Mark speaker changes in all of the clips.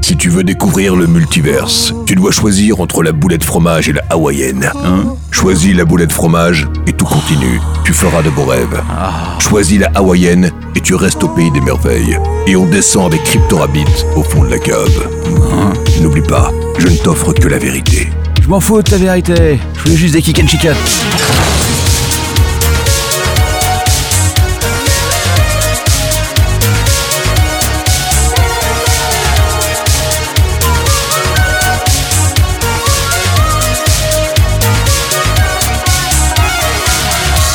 Speaker 1: Si tu veux découvrir le multiverse, tu dois choisir entre la boulette fromage et la hawaïenne. Choisis la boulette fromage et tout continue. Tu feras de beaux rêves. Choisis la hawaïenne et tu restes au pays des merveilles. Et on descend avec Crypto Rabbit au fond de la cave. N'oublie pas, je ne t'offre que la vérité.
Speaker 2: Je m'en fous de ta vérité. Je voulais juste des kick and chicken.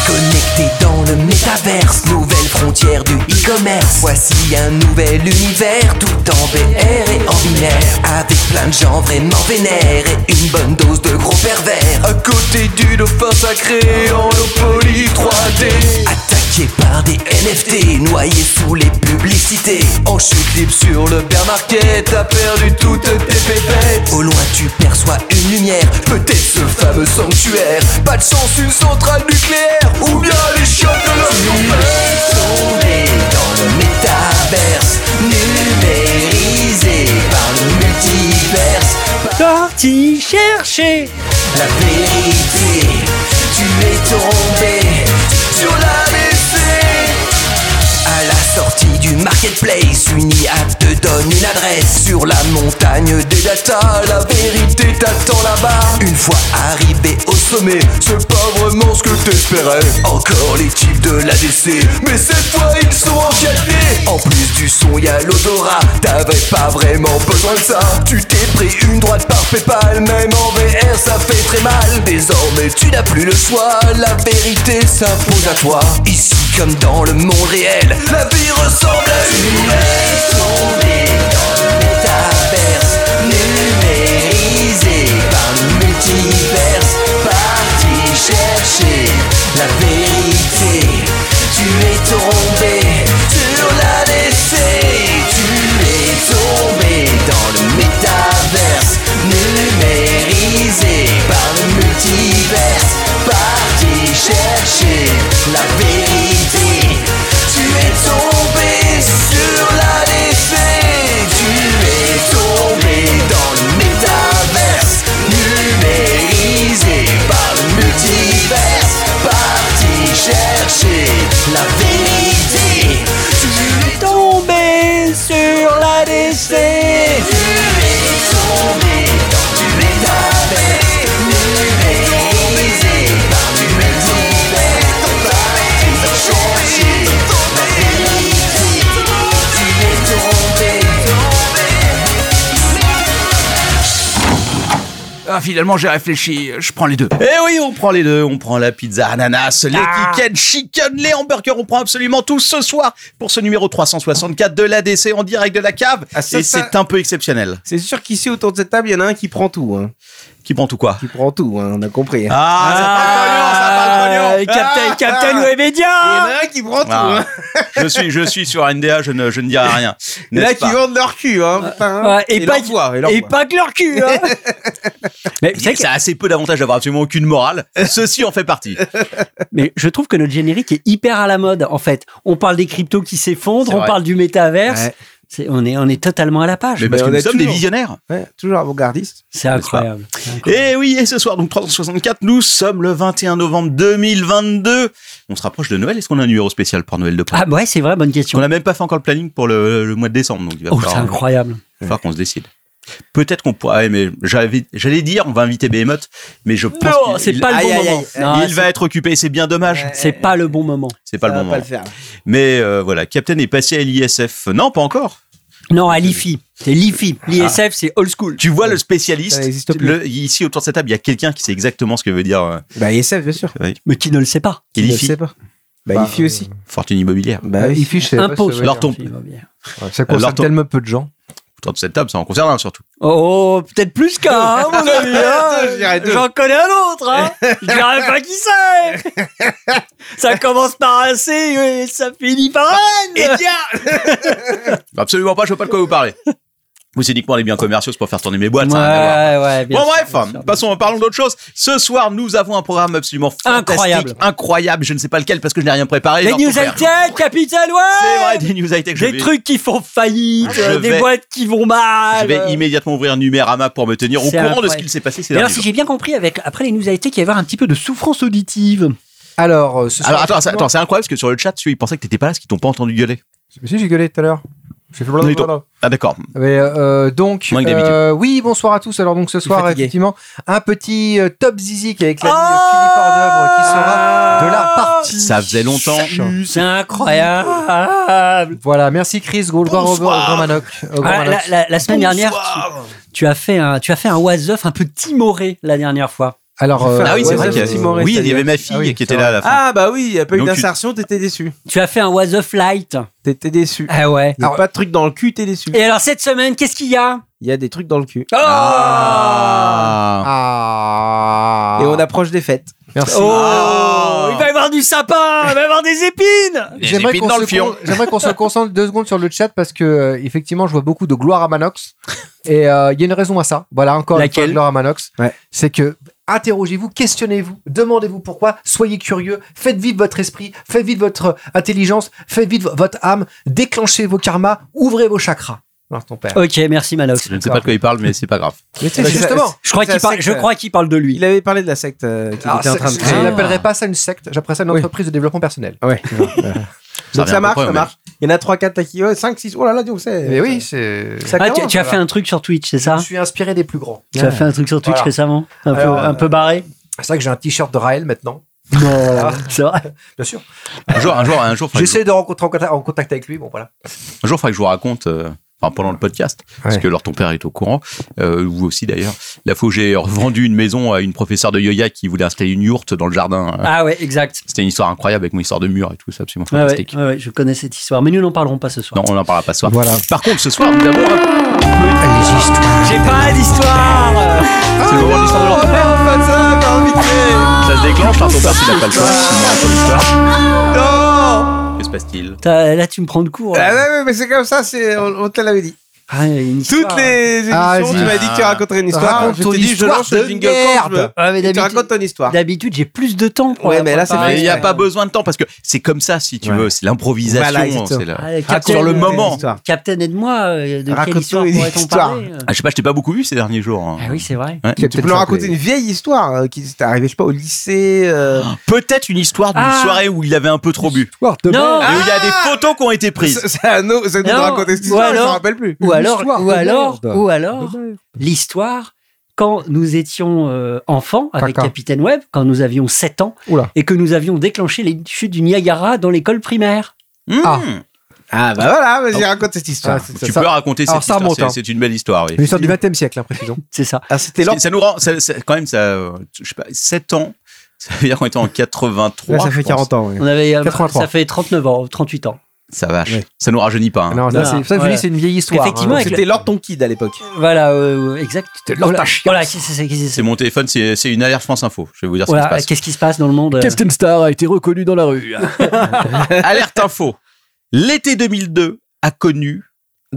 Speaker 3: Connecté dans le métaverse, nouvelle frontière du e-commerce. Voici un nouvel univers, tout en VR et en binaire. Avec plein de gens vraiment vénères et une bonne dose de gros pervers. À côté du dauphin sacré en Lopoly 3D. Attaqué par des NFT, noyé sous les publicités. En chute libre sur le bear market, t'as perdu toutes tes pépettes. Au loin, tu perçois une lumière, peut-être ce fameux sanctuaire. Pas de chance, une centrale nucléaire, ou bien les chiottes de l'homme tomber dans le métaverse, numérisé par le multiverse.
Speaker 4: Parti chercher
Speaker 3: La vérité, tu es tombé sur la laissée. À la sortie du marketplace, une IA te donne une adresse Sur la montagne des data, la vérité t'attend là-bas Une fois arrivé au sommet, c'est pas vraiment ce que t'espérais Encore les types de l'ADC, mais cette fois ils sont encadrés En plus du son, y a l'odorat, t'avais pas vraiment besoin de ça Tu t'es pris une droite par Paypal, même en VR ça fait très mal Désormais tu n'as plus le choix, la vérité s'impose à toi Ici comme dans le monde réel, la vie ressemble à une est tombé dans le métaverse, numérisé par le multiverse, parti chercher la vérité. Tu es tombé sur la décée, tu es tombé dans le métaverse, numérisé par le multiverse, parti chercher la vérité. Tu es tombé sur la défaite, tu es tombé dans le métaverse, numérisé par le multiverse, parti chercher la vérité. Tu es
Speaker 4: Tombé sur la
Speaker 3: tu es tombé dans le
Speaker 4: DC
Speaker 3: métaverse, numérisé par du multivers, tu vas chercher la vérité. Tu es tombé,
Speaker 2: Ah, finalement, j'ai réfléchi. Je prends les deux. Eh oui, on prend les deux. On prend la pizza ananas, les kick and chicken, les hamburgers. On prend absolument tout ce soir pour ce numéro 364 de l'ADC en direct de la cave.
Speaker 5: Ah, ça,
Speaker 2: Et
Speaker 5: ça-
Speaker 2: c'est un peu exceptionnel.
Speaker 5: C'est sûr qu'ici autour de cette table, il y en a un qui prend tout. Hein.
Speaker 2: Qui prend tout quoi
Speaker 5: Qui prend tout, hein, on a compris. hein.
Speaker 2: Ah, ça parle de pognon, ça parle de pognon.
Speaker 4: Ah, euh, Captain, Captain Web
Speaker 5: Il y en
Speaker 4: Media
Speaker 5: a un qui prend tout.
Speaker 2: Ah.
Speaker 5: Hein.
Speaker 2: je suis, je suis sur NDA, je ne, je ne dirai rien.
Speaker 5: Il y en a
Speaker 2: N'est-ce
Speaker 5: qui
Speaker 2: pas
Speaker 5: vendent leur cul. Hein, putain,
Speaker 4: Ouais, et, pas,
Speaker 5: l'envoie,
Speaker 4: que-
Speaker 5: l'envoie.
Speaker 4: et pas que leur cul hein. mais, vous savez que-
Speaker 2: Ça a assez peu d'avantages d'avoir absolument aucune morale. Ceci en fait partie.
Speaker 4: mais je trouve que notre générique est hyper à la mode en fait. On parle des cryptos qui s'effondrent,
Speaker 2: C'est
Speaker 4: on
Speaker 2: vrai.
Speaker 4: parle du métaverse.
Speaker 5: Ouais.
Speaker 4: C'est- on, est, on est totalement à la page.
Speaker 2: Mais parce
Speaker 5: on
Speaker 2: que nous
Speaker 5: est
Speaker 2: sommes des
Speaker 5: toujours.
Speaker 2: visionnaires.
Speaker 5: Ouais, toujours avant-gardiste.
Speaker 4: C'est incroyable. C'est incroyable.
Speaker 2: Et Eh oui, et ce soir, donc 364, nous sommes le 21 novembre 2022. On se rapproche de Noël. Est-ce qu'on a un numéro spécial pour Noël de Paris
Speaker 4: Ah ouais, c'est vrai, bonne question.
Speaker 2: On n'a même pas fait encore le planning pour le, le mois de décembre, donc il va
Speaker 4: Oh, c'est
Speaker 2: falloir,
Speaker 4: incroyable.
Speaker 2: il va falloir qu'on se décide. Peut-être qu'on pourra, ouais, mais j'avais- j'allais dire, on va inviter Behemoth, mais je pense
Speaker 4: Non,
Speaker 2: qu'il-
Speaker 4: c'est
Speaker 2: il-
Speaker 4: pas le
Speaker 2: aïe,
Speaker 4: bon
Speaker 2: aïe, aïe.
Speaker 4: moment. Non,
Speaker 2: il va être occupé, c'est bien dommage.
Speaker 4: C'est pas le bon moment.
Speaker 2: C'est pas
Speaker 5: Ça
Speaker 2: le
Speaker 5: va
Speaker 2: moment.
Speaker 5: pas le faire.
Speaker 2: Mais euh, voilà, Captain est passé à l'ISF. Non, pas encore.
Speaker 4: Non, à l'IFI. C'est l'IFI.
Speaker 2: Ah.
Speaker 4: L'ISF, c'est old school.
Speaker 2: Tu vois le
Speaker 5: Ça
Speaker 2: spécialiste.
Speaker 5: n'existe plus.
Speaker 2: le- ici autour de cette table, il y a quelqu'un qui sait exactement ce que veut dire euh,
Speaker 5: Bah, ISF, bien sûr.
Speaker 4: Mais qui ne le sait pas.
Speaker 5: Je
Speaker 2: qualifi-
Speaker 5: sais pas. Bah,
Speaker 6: Bah,
Speaker 5: IFI aussi.
Speaker 2: fortune immobilière.
Speaker 5: Bah, oui.
Speaker 6: fiche, c'est
Speaker 4: Impôt. sur
Speaker 2: Alors, ton-
Speaker 4: l'IFI, va bien.
Speaker 6: Ça concerne
Speaker 2: Alors, ton-
Speaker 6: tellement peu de gens.
Speaker 2: Autour de cette table, ça en concerne un surtout.
Speaker 4: Oh, peut-être plus qu'un, hein, mon ami. hein.
Speaker 5: Deux, je dirais deux.
Speaker 4: J'en connais un autre. Hein. Je dirais pas qui c'est. Ça commence par un C et ça finit par un N.
Speaker 5: Eh
Speaker 2: Absolument pas, je vois pas de quoi vous parlez. Ou c'est uniquement les biens commerciaux, c'est pour faire tourner mes boîtes.
Speaker 4: Ouais,
Speaker 2: ça a rien à voir.
Speaker 4: ouais, bien
Speaker 2: Bon
Speaker 4: sûr,
Speaker 2: bref,
Speaker 4: bien sûr.
Speaker 2: passons, parlons d'autre chose. Ce soir, nous avons un programme absolument fantastique,
Speaker 4: Incroyable.
Speaker 2: incroyable. Je ne sais pas lequel parce que je n'ai rien préparé.
Speaker 4: Les
Speaker 2: leur
Speaker 4: news
Speaker 2: confère.
Speaker 4: high tech, Capital One
Speaker 2: C'est vrai, des news high tech. je
Speaker 4: Des
Speaker 2: vais-
Speaker 4: trucs qui font faillite,
Speaker 2: Je
Speaker 4: euh, des
Speaker 2: vais-
Speaker 4: boîtes qui vont
Speaker 2: Je
Speaker 4: mal.
Speaker 2: vais immédiatement ouvrir Numérama pour me tenir au
Speaker 4: C'est
Speaker 2: courant de ce
Speaker 4: incroyable.
Speaker 2: qu'il s'est passé ces
Speaker 4: D'ailleurs,
Speaker 2: derniers
Speaker 4: si
Speaker 2: jours.
Speaker 4: j'ai bien compris, avec, après les news high tech, il va y avoir un petit peu de souffrance auditive.
Speaker 5: Alors, euh, ce soir,
Speaker 2: Alors attends, c'est-
Speaker 5: effectivement-
Speaker 2: attends, c'est incroyable parce que sur le chat, celui ils pensaient que t'étais pas là, parce qu'ils t'ont pas entendu gueuler.
Speaker 5: Mais si, j'ai gueulé tout à l'heure. J'ai fait
Speaker 2: ils t'ont-
Speaker 5: blablabla.
Speaker 2: Ah d'accord.
Speaker 5: Mais, euh, donc,
Speaker 2: Moins que d'habitude.
Speaker 5: euh, oui, bonsoir à tous. Alors, donc, ce soir,
Speaker 4: fatigué.
Speaker 5: effectivement, un petit euh, top zizik avec l'ami
Speaker 4: Ah
Speaker 5: Philippe Ordovre qui sera de la partie.
Speaker 2: Ça faisait longtemps.
Speaker 4: C'est incroyable.
Speaker 5: Voilà, merci Chris Goldberg au
Speaker 2: Bonsoir.
Speaker 5: grand Manoc. au grand
Speaker 4: Ah, la,
Speaker 5: Manoc.
Speaker 4: la- la semaine dernière, tu,
Speaker 2: Bonsoir.
Speaker 4: tu as fait un, tu as fait un was un peu timoré la dernière fois.
Speaker 5: Alors, euh,
Speaker 2: Ah oui, c'est
Speaker 5: ouais,
Speaker 2: vrai
Speaker 5: ça,
Speaker 2: qu'il y
Speaker 5: c'est-
Speaker 2: a...
Speaker 5: Timoré,
Speaker 2: Oui, il y
Speaker 5: c'est-à-dire-
Speaker 2: avait ma fille
Speaker 5: Ah oui,
Speaker 2: qui
Speaker 5: c'est
Speaker 2: était là à la fin.
Speaker 6: Ah bah oui, il n'y a pas eu
Speaker 2: Donc tu-
Speaker 6: d'insertion, t'étais déçu.
Speaker 4: Tu as fait un was of light.
Speaker 6: T'étais déçu.
Speaker 4: Ah ouais.
Speaker 6: Il y a pas de truc dans le cul, t'es déçu.
Speaker 4: Et alors cette semaine, qu'est-ce qu'il y a
Speaker 6: Il y a des trucs dans le cul.
Speaker 4: Oh
Speaker 2: Ah.
Speaker 5: Ah.
Speaker 6: Et on approche des fêtes.
Speaker 5: Merci.
Speaker 4: Oh Il va y avoir du sapin, il va y avoir des épines.
Speaker 2: Les
Speaker 5: J'aimerais
Speaker 2: épines
Speaker 5: qu'on
Speaker 2: dans
Speaker 5: se,
Speaker 2: le fion.
Speaker 5: con- j'aimerais qu'on se concentre deux secondes sur le chat parce que euh, effectivement, je vois beaucoup de gloire à Manox et euh, il y a une raison à ça. Voilà encore une
Speaker 4: Laquelle
Speaker 5: fois, gloire à Manox,
Speaker 6: Ouais.
Speaker 5: c'est que interrogez-vous, questionnez-vous, demandez-vous pourquoi, soyez curieux, faites vivre votre esprit, faites vivre votre intelligence, faites vivre votre âme, déclenchez vos karmas, ouvrez vos chakras. Alors ton père.
Speaker 4: Ok, merci Manox.
Speaker 2: Je ne sais pas de quoi il parle, mais c'est pas grave.
Speaker 6: Mais
Speaker 5: Mais justement,
Speaker 4: Je crois qu'il
Speaker 6: Bah, C'est la
Speaker 4: parle, je
Speaker 6: secte.
Speaker 4: crois qu'il parle de lui.
Speaker 6: Il avait parlé de la secte euh,
Speaker 2: Ah,
Speaker 6: qu'il
Speaker 5: alors,
Speaker 6: était en
Speaker 5: c'est-
Speaker 6: train de
Speaker 5: Ah, c'est- je
Speaker 6: créer.
Speaker 5: n'appellerais pas ça une secte, j'appellerais ça une
Speaker 6: Oui.
Speaker 5: entreprise de développement personnel.
Speaker 6: Ouais.
Speaker 2: Ça
Speaker 6: Donc
Speaker 2: revient à
Speaker 6: ça
Speaker 2: peu
Speaker 6: marche,
Speaker 2: près au
Speaker 6: ça
Speaker 2: même.
Speaker 6: marche. Il y en a 3, 4 là qui. 5, 6. Oh là là, donc c'est.
Speaker 5: Mais oui, c'est.
Speaker 6: ça
Speaker 4: Ah, tu,
Speaker 6: commence,
Speaker 4: tu as fait
Speaker 6: voilà.
Speaker 4: un truc sur Twitch, c'est ça
Speaker 5: Je suis inspiré des plus grands.
Speaker 4: Tu as fait un truc sur Twitch
Speaker 5: Voilà.
Speaker 4: récemment un peu,
Speaker 5: Alors,
Speaker 4: un peu barré
Speaker 5: C'est vrai que j'ai un t-shirt de Raël maintenant.
Speaker 4: Non, c'est vrai.
Speaker 5: Bien sûr.
Speaker 2: Un jour, un jour, un jour, faudrait que je-
Speaker 5: J'essaie de rentrer en contact, en contact avec lui. Bon, voilà.
Speaker 2: un jour, faudrait que je vous raconte. euh, Enfin, pendant le podcast, parce
Speaker 5: Ouais.
Speaker 2: que alors ton père est au courant, euh, vous aussi d'ailleurs. La fois où j'ai revendu une maison à une professeure de yoga qui voulait installer une yourte dans le jardin, euh,
Speaker 4: Ah ouais, exact.
Speaker 2: c'était une histoire incroyable avec mon histoire de mur et tout, c'est absolument
Speaker 4: Ah Ouais,
Speaker 2: fantastique.
Speaker 4: ouais, ouais, ouais, je connais cette histoire, mais nous n'en parlerons pas ce soir.
Speaker 2: Non, on n'en parlera pas ce soir.
Speaker 5: Voilà.
Speaker 2: Par contre, ce soir, nous avons un-
Speaker 4: J'ai pas d'histoire.
Speaker 2: c'est le moment de l'histoire de l'ordre. Ça se déclenche par ton père s'il n'a pas le choix.
Speaker 6: Ah.
Speaker 2: sinon, on a pas l'histoire.
Speaker 5: Ah
Speaker 2: Que se passe-t-il
Speaker 4: T'as- Là, tu me prends de court. là.
Speaker 6: Ah ouais, ouais, mais c'est comme ça, c'est- on, on te l'avait dit.
Speaker 4: Ah, il y a une histoire.
Speaker 6: Toutes les émissions,
Speaker 5: Ah, vas-y.
Speaker 6: tu m'as dit que tu raconterais une histoire.
Speaker 5: Raconte
Speaker 6: je
Speaker 5: ton
Speaker 6: t'ai dit, je
Speaker 5: histoire
Speaker 6: lance
Speaker 5: de
Speaker 6: le jingle quand je veux.
Speaker 5: merde.
Speaker 4: Ouais, mais
Speaker 6: Tu
Speaker 4: d'habitude-
Speaker 6: racontes ton histoire.
Speaker 4: D'habitude, j'ai plus de temps pour
Speaker 6: Ah. Ouais,
Speaker 4: la
Speaker 6: mais là, c'est
Speaker 4: préparer.
Speaker 2: Mais il n'y a
Speaker 6: ouais.
Speaker 2: pas besoin de temps parce que c'est comme ça, si tu
Speaker 6: Ouais.
Speaker 2: veux, c'est l'improvisation.
Speaker 6: Voilà, exactement.
Speaker 2: c'est la-
Speaker 4: Allez,
Speaker 2: Ah, sur le
Speaker 4: Captain,
Speaker 2: moment.
Speaker 6: Histoire.
Speaker 4: Captain, euh, aide-moi. euh, De quelle
Speaker 6: Raconte-nous
Speaker 4: histoire
Speaker 6: une
Speaker 4: pourrait-on
Speaker 6: histoire.
Speaker 4: parler euh
Speaker 2: Ah, je sais pas, je t'ai pas beaucoup vu ces derniers jours. hein.
Speaker 4: Ah oui, c'est vrai.
Speaker 6: Tu peux leur raconter une vieille histoire euh, qui t'est arrivée, je sais pas, au lycée. euh,
Speaker 2: Peut-être une histoire d'une
Speaker 4: Ah.
Speaker 2: soirée où il avait un peu trop bu.
Speaker 4: Non. ah,
Speaker 2: Et où il y a des photos qui ont été prises.
Speaker 6: C'est c'est à nous, c'est à nous de
Speaker 4: Non.
Speaker 6: raconter cette
Speaker 4: Ou
Speaker 6: histoire, je
Speaker 4: alors-
Speaker 6: m'en rappelle plus. Ah
Speaker 4: Ou alors,
Speaker 5: histoire
Speaker 4: ou
Speaker 5: de
Speaker 4: alors,
Speaker 5: merde.
Speaker 4: ou alors, l'histoire quand nous étions euh, enfants avec
Speaker 5: Caca.
Speaker 4: Capitaine Webb, quand nous avions 7 ans
Speaker 5: Oula.
Speaker 4: et que nous avions déclenché les chutes du Niagara dans l'école primaire.
Speaker 2: Mmh.
Speaker 5: Ah.
Speaker 6: Ah bah voilà, vas-y, raconte cette histoire.
Speaker 5: c'est-
Speaker 2: Tu
Speaker 5: ça-
Speaker 2: peux raconter cette
Speaker 5: alors, ça
Speaker 2: histoire.
Speaker 5: remonte,
Speaker 2: c'est-
Speaker 5: hein.
Speaker 2: C'est une belle histoire, oui.
Speaker 5: Une histoire du 20 e siècle, hein, précisons.
Speaker 4: C'est ça.
Speaker 6: Ah, c'était
Speaker 2: Ça- Ça nous rend, ça- ça- quand même, ça, euh, je sais pas, 7 ans, ça veut dire qu'on était en 83.
Speaker 6: Là, ça fait 40 ans.
Speaker 4: On avait, euh,
Speaker 5: 83.
Speaker 4: ça fait 39 ans, 38 ans.
Speaker 2: Ça vache. Ça nous rajeunit pas. hein.
Speaker 5: Non,
Speaker 4: Non,
Speaker 5: ça, c'est, ça, je vous
Speaker 4: ouais.
Speaker 5: dis, c'est une vieille histoire. hein.
Speaker 4: Effectivement, avec
Speaker 6: C'était Lord Ton Kid à l'époque.
Speaker 4: Voilà, euh, exact. Voilà, voilà, qu'est-ce que c'est qu'est-ce que
Speaker 2: C'est
Speaker 4: c'est
Speaker 2: mon téléphone, c'est c'est une alerte France Info. Je vais vous dire
Speaker 4: Voilà,
Speaker 2: ce qui se
Speaker 4: qu'est-ce qui se passe dans le monde euh,
Speaker 7: Captain Star a été reconnu dans la rue.
Speaker 2: passe. alerte Info. L'été 2002 a connu.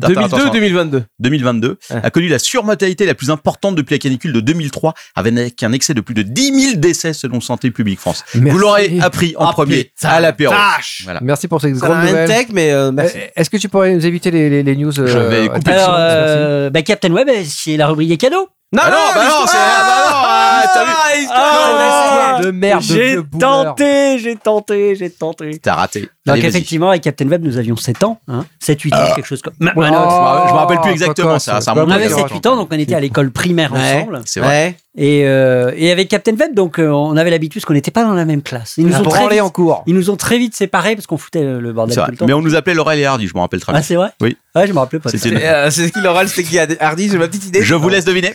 Speaker 2: Attends, attends, attends.
Speaker 6: 2002-2022.
Speaker 2: 2022
Speaker 6: Ouais.
Speaker 2: a connu la surmortalité la plus importante depuis la canicule de 2003 avec un excès de plus de 10 000 décès selon Santé publique France. Vous l'aurez appris en premier à l'apéro.
Speaker 6: Ah,
Speaker 2: Voilà.
Speaker 5: Merci pour cette
Speaker 6: Ça
Speaker 5: grande
Speaker 6: n'a rien
Speaker 5: nouvelle.
Speaker 6: de tech, mais euh, merci.
Speaker 5: Euh, Est-ce que tu pourrais nous éviter les, les, les news euh,
Speaker 2: Je vais couper
Speaker 5: intéressantes,
Speaker 4: Alors,
Speaker 5: merci.
Speaker 4: euh, bah, Captain Web, euh, c'est la rubrique des cadeaux.
Speaker 6: Non,
Speaker 2: Ah non, bah non,
Speaker 6: l'histoire-
Speaker 2: c'est- ah bah non, ah, t'as vu.
Speaker 6: Ah, l'histoire,
Speaker 4: Ah,
Speaker 5: de merde, de
Speaker 4: J'ai
Speaker 5: vieux boomer.
Speaker 4: tenté, j'ai tenté, j'ai tenté.
Speaker 2: T'as raté.
Speaker 4: Donc
Speaker 2: Allez, vas-y. Ah.
Speaker 4: effectivement, avec Captain Web, nous avions 7 ans, hein, 7-8 ans, quelque chose comme Ma-
Speaker 6: Ah
Speaker 5: Ouais,
Speaker 4: Manox.
Speaker 2: Je me rappelle- je me rappelle plus
Speaker 5: Oh,
Speaker 2: exactement
Speaker 5: coco,
Speaker 2: ça.
Speaker 5: c'est
Speaker 2: Ça
Speaker 5: pas
Speaker 2: remonte
Speaker 4: On
Speaker 5: bon.
Speaker 2: à
Speaker 4: avait
Speaker 5: Ouais,
Speaker 2: 40
Speaker 4: 7-8 ans, donc on était à l'école primaire
Speaker 6: Ouais.
Speaker 4: ensemble.
Speaker 2: C'est
Speaker 6: ouais.
Speaker 2: vrai.
Speaker 6: Ouais.
Speaker 4: Et, euh, et avec Captain Web, donc euh, on avait l'habitude parce qu'on n'était pas dans la même classe.
Speaker 2: Ah
Speaker 4: Ils nous,
Speaker 6: Ah,
Speaker 5: Ils
Speaker 4: ont
Speaker 5: ont
Speaker 4: très
Speaker 5: branlé
Speaker 4: vite,
Speaker 5: en cours.
Speaker 4: ils nous ont très vite séparés parce qu'on foutait le le bordel
Speaker 2: C'est
Speaker 4: tout
Speaker 2: vrai.
Speaker 4: le temps.
Speaker 2: Mais on nous appelait Laurel et Hardy, je me rappelle très
Speaker 4: Ah
Speaker 2: bien.
Speaker 4: c'est vrai
Speaker 2: Oui.
Speaker 4: Ouais, je me rappelais pas. de ça.
Speaker 2: C'était
Speaker 6: Et, euh, C'est ce qu'il aura, c'était qui a Hardy, j'ai ma petite idée.
Speaker 2: Je vous laisse deviner.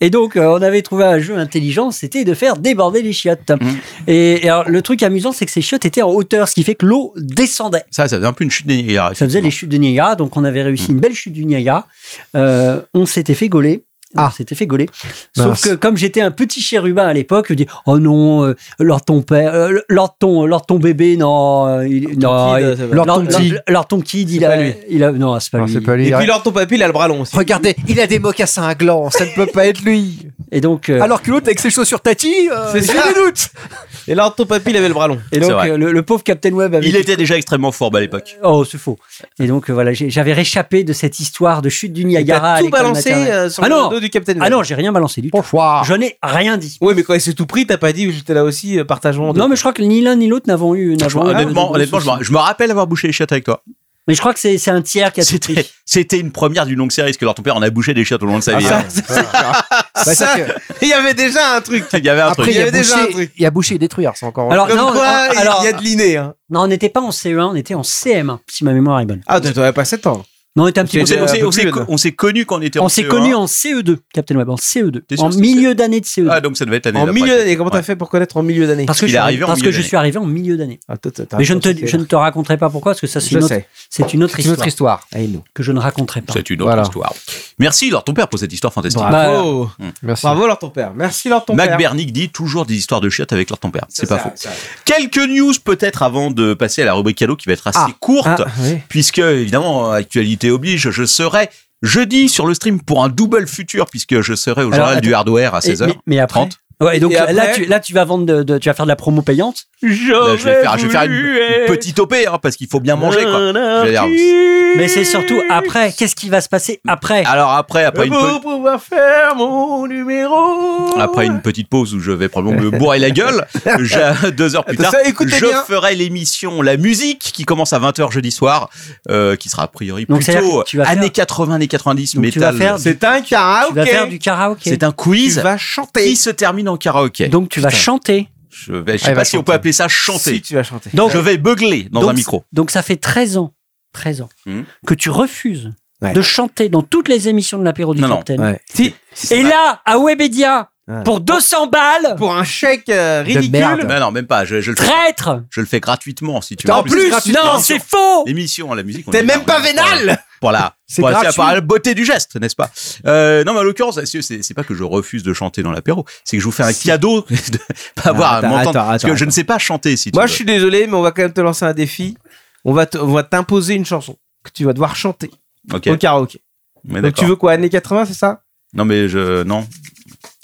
Speaker 4: Et donc euh, on avait trouvé un jeu intelligent, c'était de faire déborder les chiottes.
Speaker 2: Mhm.
Speaker 4: Et, et alors, le truc amusant, c'est que ces chiottes étaient en hauteur, ce qui fait que l'eau descendait.
Speaker 2: Ça, ça faisait un peu une chute des Niagara.
Speaker 4: Ça faisait les chutes de Niagara, donc on avait réussi une belle chute du Niagara. Euh, on s'était fait gauler. on
Speaker 5: Ah.
Speaker 4: s'était fait gauler.
Speaker 5: Mince.
Speaker 4: Sauf que comme j'étais un petit chérubin à l'époque, je dis oh non, euh, Lord ton père, euh, Lord ton, Lord ton bébé, non, euh, il, non,
Speaker 6: kid,
Speaker 4: il-
Speaker 6: ça va.
Speaker 4: Lord-
Speaker 5: Lord ton
Speaker 4: Lord-
Speaker 5: petit.
Speaker 4: Lord ton kid, il
Speaker 6: pas
Speaker 4: a,
Speaker 6: lui.
Speaker 4: il a, non, c'est pas
Speaker 5: Non,
Speaker 4: lui.
Speaker 5: c'est pas lui.
Speaker 6: Et puis, lors ton papy, il a le bras long aussi.
Speaker 5: Regardez, il a des mocassins à gland, ça ne peut pas être lui.
Speaker 4: Et donc, euh,
Speaker 5: Alors que l'autre avec ses chaussures tati, euh,
Speaker 6: C'est
Speaker 5: j'ai
Speaker 6: ça.
Speaker 5: des doutes.
Speaker 6: Et lors ton papy, il avait le bras long.
Speaker 4: et donc
Speaker 2: C'est vrai.
Speaker 4: euh, le, le pauvre Captain Web avait
Speaker 2: Il était déjà extrêmement fourbe à l'époque.
Speaker 4: Oh, c'est faux. Et donc, euh, voilà, j'ai- j'avais réchappé de cette histoire de chute du
Speaker 6: Il
Speaker 4: Niagara. à
Speaker 6: tout
Speaker 4: l'école
Speaker 6: balancé
Speaker 4: maternelle.
Speaker 6: euh, sur
Speaker 4: Ah non.
Speaker 6: le dos du capitaine.
Speaker 4: Ah non, j'ai rien balancé du tout.
Speaker 5: Bonsoir.
Speaker 4: Je n'ai rien dit.
Speaker 6: Oui, mais quand il s'est tout pris, t'as pas dit j'étais là aussi, euh, partageons. en deux.
Speaker 4: Non, mais je crois que ni l'un ni l'autre n'avons eu. n'avons eu de-
Speaker 2: honnêtement,
Speaker 4: de- de-
Speaker 2: honnêtement, je me- je me rappelle avoir bouché les chiottes avec toi.
Speaker 4: Mais je crois que c'est c'est un tiers qui a tout
Speaker 2: C'était
Speaker 4: pris.
Speaker 2: c'était une première d'une longue série, parce que alors ton père en a bouché des chiottes au long de
Speaker 6: Ah,
Speaker 2: sa vie. hein.
Speaker 5: Bah,
Speaker 6: Ça,
Speaker 5: c'est que-
Speaker 6: il y avait déjà un truc.
Speaker 2: Il y avait un
Speaker 5: Après,
Speaker 2: truc.
Speaker 5: il y a,
Speaker 6: avait déjà un
Speaker 5: boucher,
Speaker 6: truc.
Speaker 5: il y a boucher et détruire, c'est encore.
Speaker 4: Alors,
Speaker 6: Comme
Speaker 4: non,
Speaker 6: quoi,
Speaker 4: ah,
Speaker 6: il y-
Speaker 4: alors-
Speaker 6: il y a de l'inné. Hein.
Speaker 4: Non, on n'était pas en CE1, on était en CM1, si ma mémoire est bonne.
Speaker 6: Ah, t'avais pas 7 ans.
Speaker 4: Non, on était un petit
Speaker 2: On
Speaker 4: peu.
Speaker 2: s'est- on s'est-
Speaker 6: un peu
Speaker 2: on s'est
Speaker 6: plus
Speaker 2: co-
Speaker 6: jeune.
Speaker 2: on s'est connus quand on était en E
Speaker 4: On s'est
Speaker 2: CE1.
Speaker 4: connus en CE2, Captain Web, en CE2.
Speaker 2: T'es sûr
Speaker 4: En
Speaker 2: que c'était-
Speaker 4: milieu d'année de CE2.
Speaker 2: Ah, donc ça devait être l'année
Speaker 6: En
Speaker 2: d'après.
Speaker 6: milieu d'année, comment
Speaker 2: Ouais.
Speaker 6: t'as fait pour connaître en milieu d'année
Speaker 4: parce que,
Speaker 2: il
Speaker 4: je
Speaker 2: est
Speaker 4: suis,
Speaker 2: arrivé en
Speaker 4: parce que
Speaker 2: milieu
Speaker 4: je suis arrivé en milieu d'année.
Speaker 6: Ah, toi, t'as- t'as-
Speaker 4: Mais je ne, te,
Speaker 2: E
Speaker 6: t'as-
Speaker 4: je ne te raconterai pas pourquoi, parce que ça, c'est
Speaker 6: Je
Speaker 4: une, autre-
Speaker 6: sais.
Speaker 4: c'est une autre
Speaker 5: C'est une
Speaker 4: histoire
Speaker 5: autre histoire.
Speaker 6: Ah,
Speaker 5: Et nous.
Speaker 4: que je ne raconterai pas.
Speaker 2: C'est une autre
Speaker 5: Voilà.
Speaker 2: histoire. Merci, Lord ton père, pour cette histoire fantastique.
Speaker 4: Bravo.
Speaker 6: Bravo.
Speaker 5: Merci.
Speaker 6: Bravo, Lord ton père. Merci, Lord ton
Speaker 2: Mac
Speaker 6: père.
Speaker 2: Bernick dit toujours des histoires de chiottes avec Lord ton père. C'est pas faux.
Speaker 6: Ça, ça, ça.
Speaker 2: Quelques news peut-être avant de passer à la rubrique cadeau qui va être assez
Speaker 5: Ah.
Speaker 2: courte,
Speaker 5: Ah, oui.
Speaker 2: puisque évidemment, actualité oblige, je serai jeudi sur le stream pour un double futur, puisque je serai au
Speaker 4: Alors,
Speaker 2: journal du
Speaker 4: attends.
Speaker 2: hardware à
Speaker 4: Et-
Speaker 2: 16h.
Speaker 4: mais, mais après.
Speaker 2: 30.
Speaker 4: Ouais, et donc
Speaker 6: Et
Speaker 4: là,
Speaker 6: après-
Speaker 4: là, tu, là, tu vas vendre de, de- tu vas faire de la promo payante.
Speaker 2: Là, je vais faire, je vais faire une, une petite OP, hein, parce qu'il faut bien manger.
Speaker 6: Euh,
Speaker 2: Quoi. Je veux dire,
Speaker 4: Mais c'est surtout après. Qu'est-ce qui va se passer après
Speaker 2: alors après, après une, pe-
Speaker 6: Pour pouvoir faire mon numéro.
Speaker 2: après une petite pause où je vais probablement me bourrer la gueule, j'ai- deux heures plus
Speaker 6: Attends,
Speaker 2: tard,
Speaker 6: ça, écoutez
Speaker 2: je
Speaker 6: bien.
Speaker 2: ferai l'émission La Musique qui commence à 20h jeudi soir, euh, qui sera a priori
Speaker 4: Donc, c'est-à-dire
Speaker 2: plutôt
Speaker 4: que tu vas faire-
Speaker 2: années 80, années 90,
Speaker 4: Donc, tu vas
Speaker 2: métal.
Speaker 4: faire du-
Speaker 6: C'est un
Speaker 4: Tu vas faire du
Speaker 6: karaoké.
Speaker 4: karaoké.
Speaker 2: C'est un
Speaker 6: Tu
Speaker 2: quiz
Speaker 6: vas chanter.
Speaker 2: qui se termine en karaoké.
Speaker 4: Donc tu vas chanter.
Speaker 2: je vais, je
Speaker 5: Ah,
Speaker 2: sais
Speaker 5: il
Speaker 2: pas
Speaker 5: va
Speaker 2: si on
Speaker 5: chanter.
Speaker 2: peut appeler ça chanter.
Speaker 6: Si, tu vas chanter.
Speaker 4: Donc
Speaker 2: je vais beugler dans
Speaker 4: donc,
Speaker 2: un micro.
Speaker 4: Donc ça fait 13 ans, 13 ans
Speaker 2: Mhm.
Speaker 4: que tu refuses
Speaker 6: Ouais.
Speaker 4: de chanter dans toutes les émissions de l'apéro du
Speaker 2: Non, non.
Speaker 4: Capitaine.
Speaker 6: Ouais. Si,
Speaker 4: Et là, à Webedia,
Speaker 6: Ouais.
Speaker 4: pour 200 balles,
Speaker 6: pour un chèque euh,
Speaker 5: merde.
Speaker 6: ridicule.
Speaker 2: Non, non, même pas. Je, je le, fais,
Speaker 4: traître.
Speaker 2: je le fais gratuitement si tu veux.
Speaker 6: En plus,
Speaker 4: Non, c'est faux.
Speaker 2: L'émission, la musique. on
Speaker 6: T'es
Speaker 2: est
Speaker 6: même
Speaker 2: là,
Speaker 6: pas
Speaker 2: on est là.
Speaker 6: vénal.
Speaker 2: Voilà.
Speaker 6: C'est
Speaker 2: Voilà,
Speaker 6: gratuit.
Speaker 2: c'est par la beauté du geste, n'est-ce pas Euh, Non, mais en l'occurrence, c'est- c'est c'est pas que je refuse de chanter dans l'apéro, c'est que je vous fais un cadeau de pas avoir à
Speaker 6: Ah, attends,
Speaker 2: m'entendre.
Speaker 6: attends,
Speaker 2: Parce que
Speaker 6: attends,
Speaker 2: je ne
Speaker 6: attends.
Speaker 2: sais pas chanter, si tu
Speaker 6: Moi,
Speaker 2: veux.
Speaker 6: je suis désolé, mais on va quand même te lancer un défi. On va te- on va t'imposer une chanson que tu vas devoir chanter
Speaker 2: Ok,
Speaker 6: au karaoké.
Speaker 2: mais
Speaker 6: Donc tu
Speaker 2: d'accord.
Speaker 6: veux quoi, années 80, c'est ça
Speaker 2: Non, mais je. Non.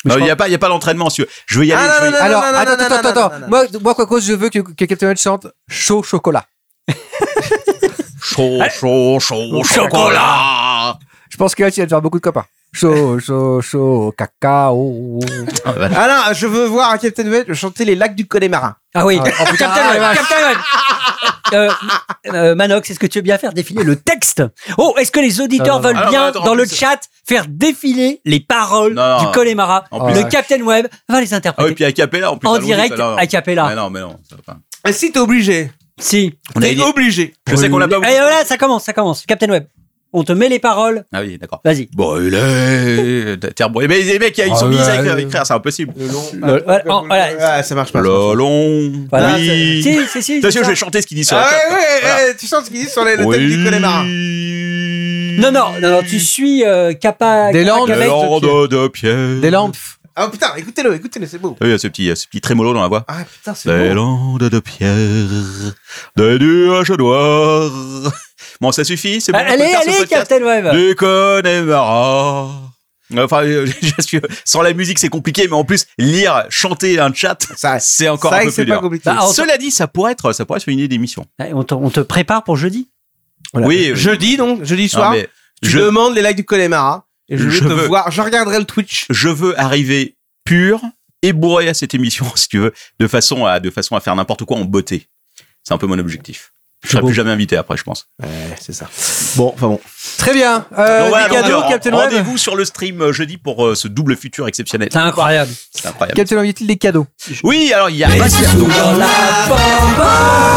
Speaker 6: Mais
Speaker 2: Non,
Speaker 6: je
Speaker 2: Il n'y a pas, il y a pas l'entraînement, si tu veux. Je veux y
Speaker 6: Ah,
Speaker 2: aller.
Speaker 6: non,
Speaker 2: je veux y-
Speaker 6: non, non,
Speaker 5: Alors,
Speaker 6: non,
Speaker 5: attends,
Speaker 6: non,
Speaker 5: attends,
Speaker 6: non,
Speaker 5: attends,
Speaker 6: non, non,
Speaker 5: attends. Moi, moi, quoi cause, je veux que, que Captain Web chante chaud chocolat.
Speaker 2: Chaud, chaud, chaud, chocolat.
Speaker 5: Je pense que là, tu vas te faire beaucoup de copains. Chaud, chaud, chaud, cacao.
Speaker 2: Ah, bah,
Speaker 6: Ah non, je veux voir un Captain Web chanter les lacs du Connemara.
Speaker 4: Ah oui,
Speaker 5: Ah, oh, putain,
Speaker 4: Captain
Speaker 5: ah,
Speaker 4: Web,
Speaker 5: la vache.
Speaker 4: Captain Web. Euh, euh, Manox, est-ce que tu veux bien faire défiler le texte Oh, est-ce que les auditeurs
Speaker 5: Non, non,
Speaker 4: veulent
Speaker 2: non. Ah, non,
Speaker 4: bien,
Speaker 2: mais attends,
Speaker 4: dans
Speaker 2: en
Speaker 4: le
Speaker 2: plus-
Speaker 4: chat, faire défiler les paroles
Speaker 2: Non, non,
Speaker 4: du Colémara
Speaker 2: en plus-
Speaker 4: Le Captain Web va les
Speaker 2: Ah oui,
Speaker 4: interpréter
Speaker 2: puis a cappella en plus.
Speaker 4: en
Speaker 2: allons-y,
Speaker 4: direct,
Speaker 2: ça, non, non.
Speaker 4: a cappella.
Speaker 2: Ah non, mais non. ça va pas.
Speaker 6: Ah, Si, t'es obligé.
Speaker 4: Si.
Speaker 2: On a
Speaker 6: T'es
Speaker 2: dit-
Speaker 6: obligé.
Speaker 2: Je sais qu'on l'a pas.
Speaker 4: Allez, voilà, ça commence, ça commence. Captain Web, on te met les paroles.
Speaker 2: Ah oui, d'accord.
Speaker 4: Vas-y.
Speaker 2: Brûlé, terre brûlée. Mais les mecs, ils sont bizarres avec, avec frère, c'est impossible.
Speaker 4: Le- voilà, oh, voilà.
Speaker 6: Ah, ça marche pas.
Speaker 2: Lolon.
Speaker 4: Voilà,
Speaker 2: oui.
Speaker 4: c'est- Si, si, si.
Speaker 2: Attention,
Speaker 4: c'est
Speaker 2: je
Speaker 4: ça.
Speaker 2: vais chanter ce qu'il dit sur
Speaker 6: Ah
Speaker 2: la
Speaker 6: ouais,
Speaker 2: carte.
Speaker 6: ouais,
Speaker 2: Voilà.
Speaker 6: eh, tu sens ce qu'ils disent sur les les lacs du Connemara.
Speaker 2: Oui.
Speaker 4: Non, non, non, non, tu suis euh, Kappa.
Speaker 5: Des
Speaker 4: Kappa
Speaker 5: langues,
Speaker 4: Gamma.
Speaker 5: des
Speaker 2: Le
Speaker 5: langues.
Speaker 2: landau de pierre.
Speaker 5: Des lampes.
Speaker 6: Ah putain, écoutez-le, écoutez-le, c'est beau.
Speaker 2: Oui, il y a ce petit, il y a ce petit trémolo dans la voix.
Speaker 6: Ah putain, c'est
Speaker 2: Des
Speaker 6: beau.
Speaker 2: landes de pierre, des nuages noirs. Bon, ça suffit, c'est bon. on peut
Speaker 4: Bah, Allez,
Speaker 2: faire ce
Speaker 4: allez,
Speaker 2: podcast.
Speaker 4: Captain Web.
Speaker 2: Du Connemara. Enfin, euh, je suis- sans la musique, c'est compliqué, mais en plus, lire, chanter un chat,
Speaker 6: Ça,
Speaker 2: c'est encore
Speaker 6: ça,
Speaker 2: un peu
Speaker 6: c'est
Speaker 2: plus
Speaker 6: pas
Speaker 2: dur. Ah,
Speaker 6: compliqué.
Speaker 4: Bah, en-
Speaker 2: Cela dit, ça pourrait être, ça pourrait être une idée d'émission.
Speaker 4: Allez, On te, on te prépare pour jeudi.
Speaker 2: Oui, oui.
Speaker 6: Jeudi donc, jeudi
Speaker 2: Non,
Speaker 6: soir,
Speaker 2: mais
Speaker 6: tu
Speaker 2: je,
Speaker 6: demandes les lacs du Connemara et je vais
Speaker 2: Je
Speaker 6: te
Speaker 2: veux.
Speaker 6: voir, je regarderai le Twitch.
Speaker 2: je veux arriver pur et bourré à cette émission, si tu veux, de façon à, de façon à faire n'importe quoi en beauté. C'est un peu mon objectif. Je serai
Speaker 4: beau.
Speaker 2: plus jamais invité après, je pense.
Speaker 6: c'est ça. Bon, enfin bon.
Speaker 5: Très bien. Euh,
Speaker 2: Donc voilà,
Speaker 5: des
Speaker 2: donc,
Speaker 5: cadeaux,
Speaker 2: alors,
Speaker 5: Captain Web.
Speaker 2: Rendez-vous sur le stream euh, jeudi pour euh, ce double futur exceptionnel.
Speaker 4: C'est incroyable.
Speaker 2: C'est incroyable.
Speaker 5: Captain Web, y a-t-il des cadeaux
Speaker 2: Oui, alors il y a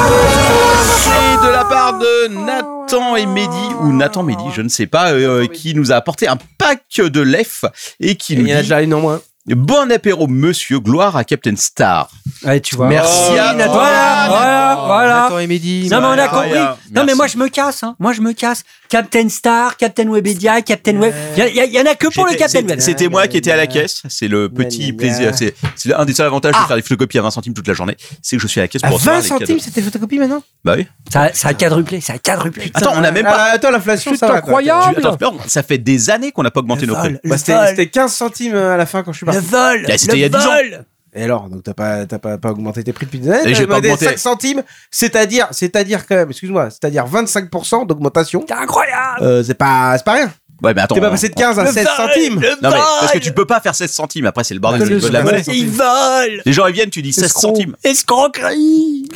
Speaker 2: Et de la part de Nathan et Mehdi, ou Nathan Mehdi, je ne sais pas, euh, qui nous a apporté un pack de lef et qui
Speaker 6: Il
Speaker 2: nous
Speaker 6: y en a
Speaker 2: dit
Speaker 6: déjà une en moins.
Speaker 2: Bon apéro, monsieur, gloire à Captain Star.
Speaker 4: Allez, tu vois.
Speaker 2: Merci
Speaker 6: Oh,
Speaker 2: à
Speaker 4: Voilà,
Speaker 6: Nathan.
Speaker 2: toi.
Speaker 4: voilà, voilà.
Speaker 5: Nathan et Mehdi.
Speaker 4: Non mais on a
Speaker 2: Voilà,
Speaker 4: compris.
Speaker 2: voilà.
Speaker 4: Non mais
Speaker 2: Merci.
Speaker 4: moi je me casse. hein. Moi je me casse. Captain Star, Captain Webedia, Captain Web. Il y, a- il y en a que pour le
Speaker 2: J'étais-
Speaker 4: Captain
Speaker 2: c'était-
Speaker 4: Web.
Speaker 2: C'était moi qui étais à la caisse. C'est le petit plaisir. C'est c'est un des seuls avantages de faire des photocopies à 20 centimes toute la journée. C'est que je suis à la caisse
Speaker 8: Ah. À
Speaker 2: pour recevoir
Speaker 8: 20
Speaker 2: les
Speaker 8: centimes,
Speaker 2: cadeaux.
Speaker 8: c'était photocopie maintenant
Speaker 2: Bah oui.
Speaker 4: Ça, ça a quadruplé, ça a quadruplé.
Speaker 2: Attends, on a même pas.
Speaker 8: Ah, Attends, l'inflation, ça va, quoi.
Speaker 2: Tu- attends, non, ça fait des années qu'on n'a pas augmenté nos prix.
Speaker 8: Bah, c'était c'était 15 centimes euh, à la fin quand je suis
Speaker 4: Le
Speaker 8: parti.
Speaker 4: vol,
Speaker 2: Là, c'était il y a
Speaker 4: le
Speaker 2: 10 ans.
Speaker 4: vol.
Speaker 8: Et alors, donc t'as pas, t'as pas, pas augmenté tes prix depuis des années.
Speaker 2: Et
Speaker 8: t'as
Speaker 2: j'ai pas
Speaker 8: demandé
Speaker 2: augmenté.
Speaker 8: 5 centimes, c'est-à-dire, c'est-à-dire quand même, excuse-moi, c'est-à-dire 25% d'augmentation.
Speaker 4: C'est incroyable.
Speaker 8: Euh, c'est pas, c'est pas rien.
Speaker 2: Ouais, mais attends.
Speaker 8: T'es pas
Speaker 2: on-
Speaker 8: passé de 15 à
Speaker 4: hein. Le
Speaker 8: 16
Speaker 4: vol,
Speaker 8: centimes.
Speaker 4: le
Speaker 2: Ah, Non, mais parce que
Speaker 4: vol.
Speaker 2: tu Ah, peux pas faire 16 centimes. Après, c'est le bordel.
Speaker 8: Bah,
Speaker 2: c'est le jeu de la
Speaker 8: c'est
Speaker 2: monnaie.
Speaker 8: pas
Speaker 4: Ils volent.
Speaker 2: Les gens, ils viennent, tu dis 16
Speaker 4: Escroc.
Speaker 2: centimes.
Speaker 4: Escroquerie.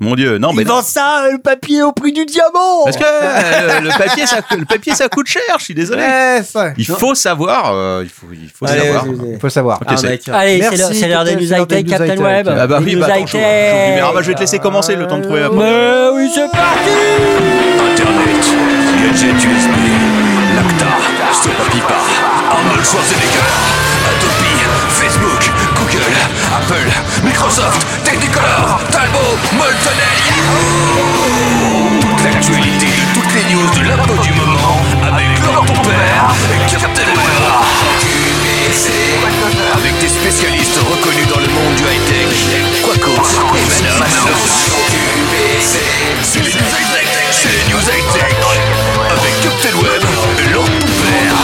Speaker 2: Mon dieu, non, mais.
Speaker 4: Ils vendent ça, euh, le papier au prix du diamant.
Speaker 2: Parce que euh, le, papier, ça, le papier, ça coûte cher, je suis désolé.
Speaker 8: Ouais, ça.
Speaker 2: Il faut savoir. euh, il faut, il faut
Speaker 8: Allez,
Speaker 2: savoir.
Speaker 8: vas-y, vas-y. Ah,
Speaker 5: Il faut le savoir.
Speaker 2: Ok, c'est-
Speaker 4: Allez, c'est
Speaker 5: Merci,
Speaker 4: le- c'est l'heure des
Speaker 5: Captain,
Speaker 4: news
Speaker 5: c'est l'heure des
Speaker 4: high-tech,
Speaker 5: news
Speaker 4: Captain
Speaker 5: high-tech.
Speaker 4: Web.
Speaker 2: Ah bah
Speaker 4: Les
Speaker 2: oui,
Speaker 4: news
Speaker 2: bah attends, j'oublie. Mais
Speaker 4: high-tech.
Speaker 2: ah bah,
Speaker 8: euh,
Speaker 2: je vais te laisser commencer le temps de trouver la bonne.
Speaker 4: Mais oui, c'est parti.
Speaker 1: Internet, gadget USB, Lacta, Sopa Pipa, Arnold Schwarzenegger, Adobe, Facebook, Google, Apple, Microsoft, Technicolor, Talbot, Molten Air, Yahoo Toute l'actualité de toutes les news de l'impôt du moment avec Laurent Ton Père et Captain Web. Avec des spécialistes reconnus dans le monde du high-tech, Quacos et Manos. C'est les news high-tech, c'est les news high-tech avec Captain Web et Laurent Ton Père.